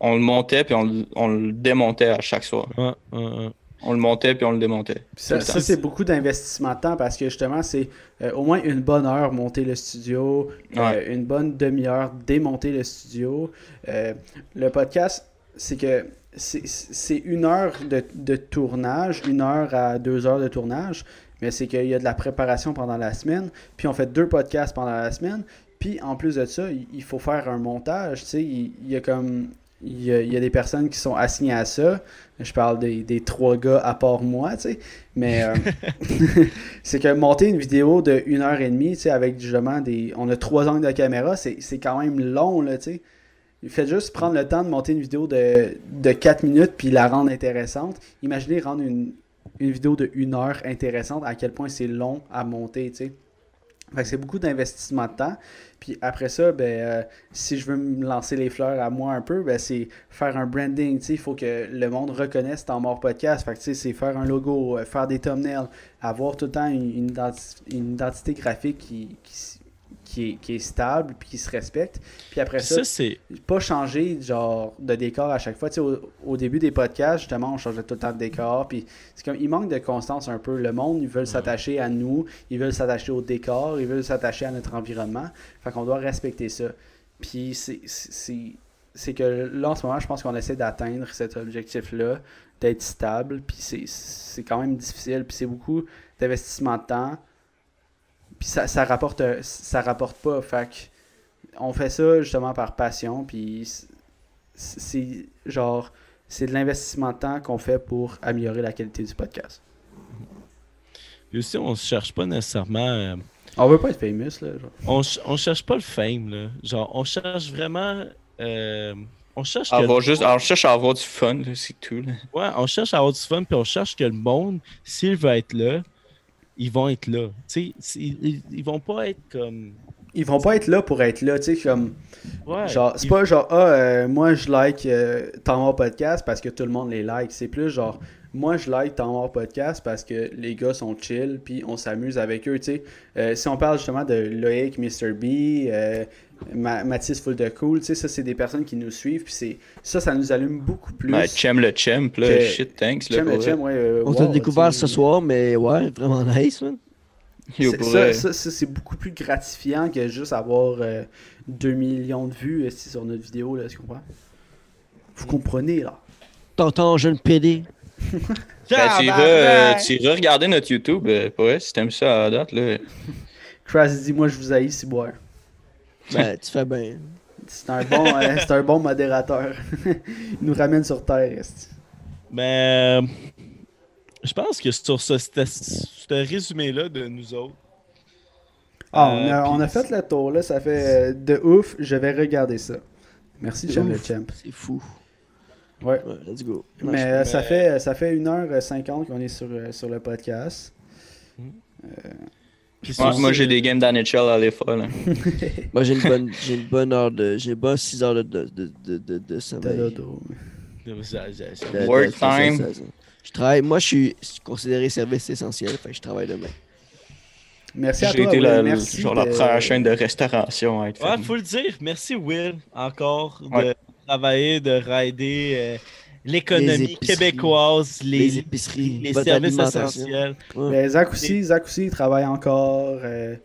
Speaker 4: on le montait puis on, le- on le démontait à chaque soir.
Speaker 2: Ouais, ouais, ouais.
Speaker 4: On le montait puis on le démontait.
Speaker 1: Puis Ça,
Speaker 4: Tout le
Speaker 1: Euh, ça,
Speaker 4: temps.
Speaker 1: c'est beaucoup d'investissement de temps parce que justement, c'est euh, au moins une bonne heure monter le studio, euh,
Speaker 4: Ouais.
Speaker 1: une bonne demi-heure démonter le studio. Euh, le podcast, c'est que c'est- c'est une heure de, de tournage, une heure à deux heures de tournage, mais c'est qu'il y a de la préparation pendant la semaine, puis on fait deux podcasts pendant la semaine, puis en plus de ça, il, il faut faire un montage, tu sais, il, il y a comme... Il y, a, il y a des personnes qui sont assignées à ça. Je parle des, des trois gars à part moi, tu sais. Mais euh, c'est que monter une vidéo de une heure et demie, tu sais, avec justement des. On a trois angles de caméra, c'est c'est quand même long, là, tu sais. Faites juste prendre le temps de monter une vidéo de, de 4 minutes puis la rendre intéressante. Imaginez rendre une, une vidéo de une heure intéressante, à quel point c'est long à monter, tu sais. Fait que c'est beaucoup d'investissement de temps. Puis après ça, ben, euh, si je veux me lancer les fleurs à moi un peu, ben, c'est faire un branding. tu sais, Il faut que le monde reconnaisse ton mort podcast. Fait que, tu sais, c'est faire un logo, euh, faire des thumbnails, avoir tout le temps une, une identi- une identité graphique qui, qui, s- qui est, qui est stable puis qui se respecte. Puis après
Speaker 2: Puis
Speaker 1: ça,
Speaker 2: ça, c'est.
Speaker 1: pas changer genre de décor à chaque fois. Tu sais, au, au début des podcasts, justement, on changeait tout le temps de décor. Puis c'est comme il manque de constance un peu. Le monde, ils veulent s'attacher à nous, ils veulent s'attacher au décor, ils veulent s'attacher à notre environnement. Fait qu'on doit respecter ça. Puis c'est- c'est c'est que là en ce moment, je pense qu'on essaie d'atteindre cet objectif-là, d'être stable. Puis c'est- c'est quand même difficile. Puis c'est beaucoup d'investissement de temps. Puis ça, ça rapporte ça rapporte pas. Fait que on fait ça justement par passion, puis c- c'est genre c'est de l'investissement de temps qu'on fait pour améliorer la qualité du podcast.
Speaker 2: Puis aussi, on se cherche pas nécessairement. euh,
Speaker 1: On veut pas être famous là. Genre.
Speaker 2: on, ch- on cherche pas le fame, là. Genre, on cherche vraiment. euh, on cherche que-
Speaker 4: Avoir juste, alors, je cherche à avoir du fun, là, c'est tout. là.
Speaker 2: Ouais, on cherche à avoir du fun, puis on cherche que le monde, s'il veut être là, ils vont être là. Tu sais, c'est- ils, ils vont pas être comme.
Speaker 1: Ils vont pas être là pour être là, tu sais comme
Speaker 2: Ouais,
Speaker 1: genre c'est
Speaker 2: ils-
Speaker 1: pas genre ah euh, moi je like euh, Tant Mort podcast parce que tout le monde les like, c'est plus genre moi je like Tant Mort podcast parce que les gars sont chill puis on s'amuse avec eux, tu sais. Euh, si on parle justement de Loïc, Mr B, euh, Ma- Mathis Full de Cool, tu sais ça c'est des personnes qui nous suivent puis c'est ça ça nous allume beaucoup plus.
Speaker 4: Ben, Chem le Chem, là,
Speaker 1: Que-
Speaker 4: shit, thanks. là,
Speaker 1: Chem,
Speaker 4: pour
Speaker 1: le
Speaker 4: vrai.
Speaker 1: Chem, ouais, euh,
Speaker 3: On t'a
Speaker 1: wow,
Speaker 3: découvert
Speaker 1: tu-
Speaker 3: ce soir, mais ouais, vraiment nice, man.
Speaker 1: C'est-
Speaker 4: Yo, pour
Speaker 1: ça,
Speaker 4: vrai.
Speaker 1: ça, ça, c'est beaucoup plus gratifiant que juste avoir euh, 2 millions de vues euh, si, sur notre vidéo, là, tu comprends? Vous comprenez, là.
Speaker 3: T'entends, jeune PD.
Speaker 4: Ben, tu, iras, euh,
Speaker 2: Tabarnak!
Speaker 4: tu iras regarder notre YouTube, euh, pour vrai, si t'aimes ça à date. Là.
Speaker 1: Crash dit, moi, je vous haïs, c'est boire.
Speaker 3: Ben, tu fais bien.
Speaker 1: C'est un, bon, euh, c'est un bon modérateur. Il nous ramène sur Terre, esti.
Speaker 2: Mais euh, je pense que sur ce, ce- ce résumé-là de nous autres,
Speaker 1: Ah, on a,
Speaker 2: Euh,
Speaker 1: on a
Speaker 2: puis-
Speaker 1: fait le tour, là. Ça fait euh, de ouf. Je vais regarder ça. Merci,
Speaker 3: C'est
Speaker 1: Jeff le
Speaker 3: ouf.
Speaker 1: Champ.
Speaker 3: C'est fou.
Speaker 1: Ouais.
Speaker 3: Ouais, let's go.
Speaker 1: Mais euh, ça fait ça fait 1h50 qu'on est sur, euh, sur le podcast.
Speaker 2: Puis c'est
Speaker 4: Ouais,
Speaker 2: aussi-
Speaker 4: moi, j'ai des games d'NHL à l'effort. là.
Speaker 3: Moi, j'ai une bonne, j'ai une bonne heure de. J'ai pas 6 heures de, de, de, de, de, de
Speaker 1: T'as
Speaker 3: sommeil.
Speaker 1: le dos.
Speaker 2: Ça- ça- ça-
Speaker 1: Euh,
Speaker 3: De- de-
Speaker 4: Work
Speaker 3: de- ça-
Speaker 4: time.
Speaker 3: ça- ça- Je travaille. Moi, je suis considéré service essentiel. Fait que je travaille demain.
Speaker 1: Merci à
Speaker 4: J'ai
Speaker 1: toi.
Speaker 4: été
Speaker 1: Will,
Speaker 4: la,
Speaker 1: merci
Speaker 4: genre, la
Speaker 1: de-
Speaker 4: première chaîne de restauration à être
Speaker 2: Ouais,
Speaker 4: fermée.
Speaker 2: faut le dire. Merci, Will, encore de
Speaker 4: Ouais.
Speaker 2: travailler, de rider euh, l'économie
Speaker 3: Les épiceries.
Speaker 2: québécoise, les,
Speaker 3: Les épiceries,
Speaker 2: les
Speaker 3: bonne
Speaker 2: services
Speaker 3: alimentation.
Speaker 2: essentiels.
Speaker 1: Ben, Zach aussi, Zach aussi, il travaille encore. euh,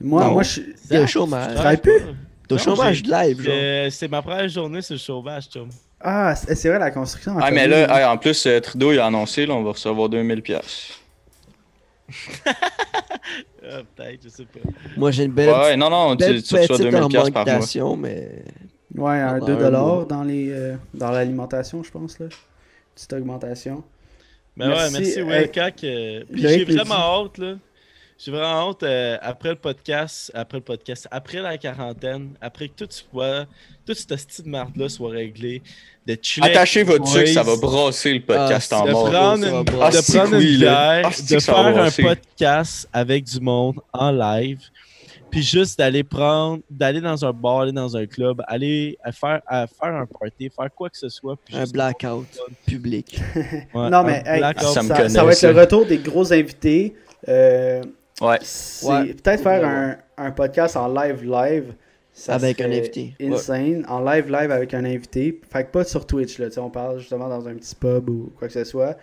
Speaker 1: Moi,
Speaker 3: Non.
Speaker 1: moi je suis-
Speaker 3: T'es au
Speaker 2: Zach,
Speaker 3: chômage.
Speaker 2: tu
Speaker 1: travailles
Speaker 2: pas?
Speaker 3: T'es au
Speaker 2: Non,
Speaker 3: chômage live, genre.
Speaker 2: Je- Euh, C'est ma première journée sur le chômage, chum.
Speaker 1: Ah, c'est c'est vrai, la construction. en
Speaker 4: Ah, mais
Speaker 1: famille.
Speaker 4: là, hey, en plus, euh, Trudeau, il a annoncé, là, on va recevoir 2000$. piastres.
Speaker 2: Ah, Peut-être, je sais pas.
Speaker 3: Moi, j'ai une belle.
Speaker 4: Ouais, non, non, tu,
Speaker 3: belle
Speaker 4: tu reçois
Speaker 3: petite
Speaker 4: 2000$ piastres par mois.
Speaker 3: augmentation, mais.
Speaker 1: Ouais, un
Speaker 3: Dans
Speaker 1: 2$
Speaker 3: un mois.
Speaker 1: dans les euh, dans l'alimentation, je pense. Là. Petite augmentation.
Speaker 2: Mais
Speaker 1: Merci,
Speaker 2: ouais, merci, Will,
Speaker 1: hey,
Speaker 2: Cac, euh, puis
Speaker 1: Loïc le
Speaker 2: j'ai
Speaker 1: dit.
Speaker 2: vraiment hâte, là. J'ai vraiment hâte, euh, après le podcast, après le podcast, après la quarantaine, après que tout soit, toute cette petite marde-là soit réglée, de chiller.
Speaker 4: Attachez votre
Speaker 2: Ouais,
Speaker 4: sucre, ça va
Speaker 2: c'est-
Speaker 4: brasser le podcast
Speaker 3: Ah,
Speaker 4: en
Speaker 2: de
Speaker 3: c'est
Speaker 4: mort.
Speaker 3: vrai.
Speaker 2: prendre
Speaker 3: Ça va
Speaker 2: une,
Speaker 3: brasser.
Speaker 2: de
Speaker 4: Ah,
Speaker 2: prendre
Speaker 4: c'est
Speaker 2: une
Speaker 4: oui, là.
Speaker 2: bière,
Speaker 4: Ah, c'est
Speaker 2: de
Speaker 4: que ça va
Speaker 2: faire un
Speaker 4: brasser.
Speaker 2: podcast avec du monde en live, puis juste d'aller prendre, d'aller dans un bar, aller dans un club, aller à faire, à faire un party, faire quoi que ce soit. puis
Speaker 3: Un
Speaker 2: juste-
Speaker 3: blackout public.
Speaker 2: Ouais,
Speaker 1: non,
Speaker 2: un
Speaker 1: mais hey, ah,
Speaker 2: blackout.
Speaker 1: ça,
Speaker 4: me
Speaker 1: ça
Speaker 4: connaît,
Speaker 1: va être
Speaker 4: ça.
Speaker 1: le retour des gros invités. Euh,
Speaker 4: Ouais.
Speaker 1: c'est-
Speaker 3: Ouais.
Speaker 1: Peut-être faire
Speaker 3: Ouais.
Speaker 1: un, un podcast en live-live.
Speaker 3: Avec un invité. Ouais.
Speaker 1: Insane. En live-live avec un invité. Fait que pas sur Twitch, là. tu sais, On parle justement dans un petit pub ou quoi que ce soit.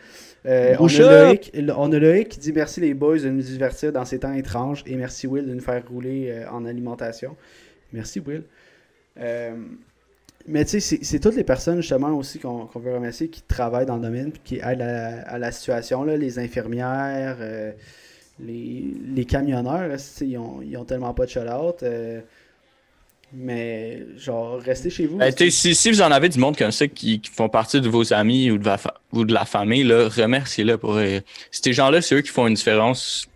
Speaker 1: Euh, on,
Speaker 3: Bouche
Speaker 1: a
Speaker 3: up!
Speaker 1: Loïc, on a Loïc qui dit merci les boys de nous divertir dans ces temps étranges et merci Will de nous faire rouler euh, en alimentation. Merci Will. Euh, mais tu sais, c'est- c'est toutes les personnes justement aussi qu'on qu'on veut remercier qui travaillent dans le domaine puis qui aident à, à la situation, là, les infirmières, euh, les, les camionneurs, là, tu sais, ils, ont, ils ont tellement pas de shout-out. euh, mais genre, restez chez vous.
Speaker 4: Ben, tu sais, si, si vous en avez du monde comme ça qui, qui font partie de vos amis ou de, va- ou de la famille, là, remerciez-le pour. euh, ces gens-là, c'est eux qui font une différence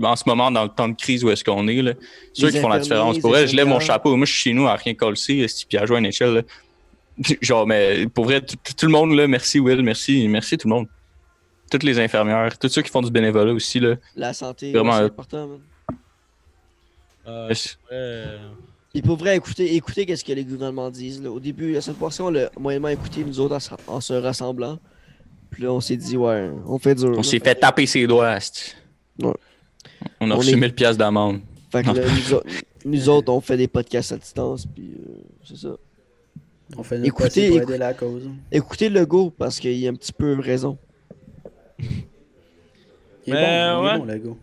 Speaker 4: en ce moment dans le temps de crise où est-ce qu'on est. là. C'est
Speaker 3: Les
Speaker 4: eux qui font la
Speaker 3: infirmiers,
Speaker 4: différence.
Speaker 3: les
Speaker 4: Pour vrai, je lève mon
Speaker 3: infirmières.
Speaker 4: chapeau. Moi, je suis chez nous à rien coller, si puis à jouer à NHL. là. Genre, mais pour vrai, tout- tout tout le monde, là, merci Will, merci, merci tout le monde. Toutes les infirmières, tous ceux qui font du bénévolat aussi. Là.
Speaker 3: La santé,
Speaker 4: Vraiment,
Speaker 3: ouais, c'est
Speaker 4: euh,
Speaker 3: important, man.
Speaker 2: Euh,
Speaker 4: Merci.
Speaker 2: ouais.
Speaker 3: Puis pour vrai, écoutez, écoutez qu'est-ce que les gouvernements disent. là. Au début, la seule portion, on l'a moyennement écouté, nous autres, en se, en se rassemblant. Puis là, on s'est dit, ouais, on fait dur. là.
Speaker 4: On s'est fait taper ses doigts. asti.
Speaker 3: Ouais.
Speaker 4: On a
Speaker 3: On
Speaker 4: reçu
Speaker 3: est-
Speaker 4: 1000 piastres d'amende.
Speaker 3: Fait que là, nous, autres- nous autres, on fait des podcasts à distance, puis euh, c'est ça.
Speaker 1: on fait notre
Speaker 3: écoutez,
Speaker 1: possible pour
Speaker 3: écoute-
Speaker 1: aider la cause.
Speaker 3: Écoutez le go, parce qu'il y a un petit peu raison.
Speaker 1: Il est
Speaker 2: Mais
Speaker 4: Ben,
Speaker 1: bon, il est
Speaker 2: ouais.
Speaker 1: bon, le go.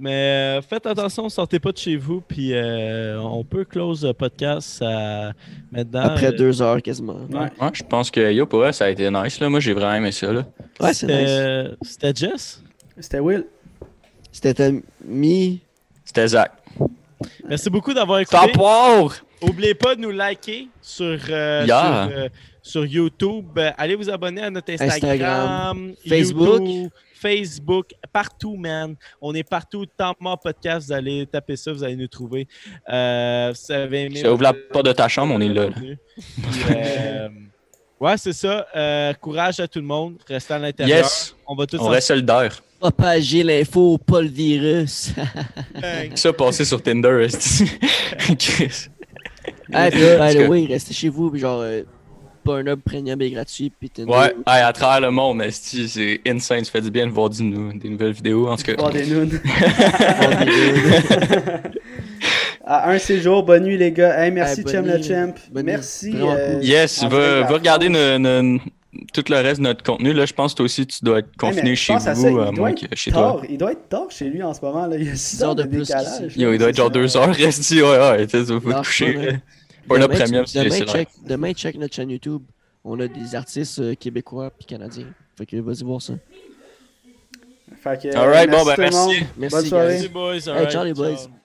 Speaker 2: Mais euh, faites attention, sortez pas de chez vous, puis euh, on peut close le podcast à- maintenant.
Speaker 3: Après
Speaker 2: Euh,
Speaker 3: deux heures, quasiment.
Speaker 1: Ouais.
Speaker 4: Ouais, je pense que yo, pour eux, ça a été nice. Là. Moi, j'ai vraiment aimé ça. Là.
Speaker 3: Ouais, c'est nice.
Speaker 2: euh, C'était Jess.
Speaker 1: C'était Will.
Speaker 3: C'était un mi...
Speaker 4: C'était Zach.
Speaker 2: Merci beaucoup d'avoir
Speaker 4: T'en
Speaker 2: écouté.
Speaker 4: poire!
Speaker 2: Oubliez pas de nous liker sur, euh,
Speaker 4: Yeah.
Speaker 2: sur, euh, sur YouTube. Euh, Allez vous abonner à notre Instagram,
Speaker 3: Instagram, Facebook.
Speaker 2: YouTube, Facebook, partout, man. On est partout. Tant mort podcast, vous allez taper ça, vous allez nous trouver. Euh, vous avez aimé
Speaker 4: Je ouvre la porte de ta chambre, on est là. là.
Speaker 2: Puis, euh, ouais, c'est ça. Euh, courage à tout le monde. Restez à l'intérieur.
Speaker 4: Yes!
Speaker 2: On va tous
Speaker 4: On reste solidaires.
Speaker 3: Propager l'info, pas le virus.
Speaker 2: en
Speaker 4: Ça, passé sur Tinder, esti. Chris.
Speaker 3: Ah, puis,
Speaker 4: Parce
Speaker 3: by
Speaker 4: que-
Speaker 3: the way, restez chez vous, puis genre, euh, Pornhub premium est gratuit, puis Tinder.
Speaker 4: Ouais, hey, à travers le monde, esti, c'est insane. Ça fait du bien de voir du nou- des nouvelles vidéos, en tout cas.
Speaker 1: Voir des nounes.
Speaker 3: Pornhub.
Speaker 1: À un séjour, bonne nuit les gars. Hey, merci
Speaker 3: Hey, bonne
Speaker 1: Chum le
Speaker 3: nuit.
Speaker 1: Champ.
Speaker 3: Bonne nuit.
Speaker 1: merci. euh,
Speaker 3: Vraiment cool.
Speaker 4: Yes,
Speaker 1: en vrai,
Speaker 4: va,
Speaker 1: la
Speaker 4: va regarder
Speaker 1: France-
Speaker 4: no- no- tout le reste de notre contenu. Là, je pense que toi aussi, tu dois être confiné
Speaker 1: mais je
Speaker 4: chez
Speaker 1: pense à ça,
Speaker 4: vous,
Speaker 1: il
Speaker 4: à
Speaker 1: doit
Speaker 4: moins
Speaker 1: être
Speaker 4: que chez toi.
Speaker 1: Tard. Il doit être tard chez lui en ce moment. Là. Il y a 6
Speaker 3: Six
Speaker 1: heures
Speaker 3: heures
Speaker 1: de,
Speaker 3: de plus
Speaker 1: décalage.
Speaker 3: qu'ici.
Speaker 4: Yo, il doit être genre deux heures, esti. Ouais, ouais, tu sais, faut
Speaker 3: Non,
Speaker 4: te coucher.
Speaker 3: je-
Speaker 4: là. Pornhub
Speaker 3: Demain,
Speaker 4: Premium, c'est
Speaker 3: demain,
Speaker 4: c'est
Speaker 3: check, demain, check notre chaîne YouTube. On a des artistes euh, québécois puis canadiens. Fait que vas-y voir ça.
Speaker 1: Fait que,
Speaker 4: Alright, bon, ben,
Speaker 1: tout le monde.
Speaker 4: merci.
Speaker 3: Merci,
Speaker 1: Bonne soirée.
Speaker 3: guys.
Speaker 2: Merci, boys.
Speaker 3: Hey, ciao, les boys.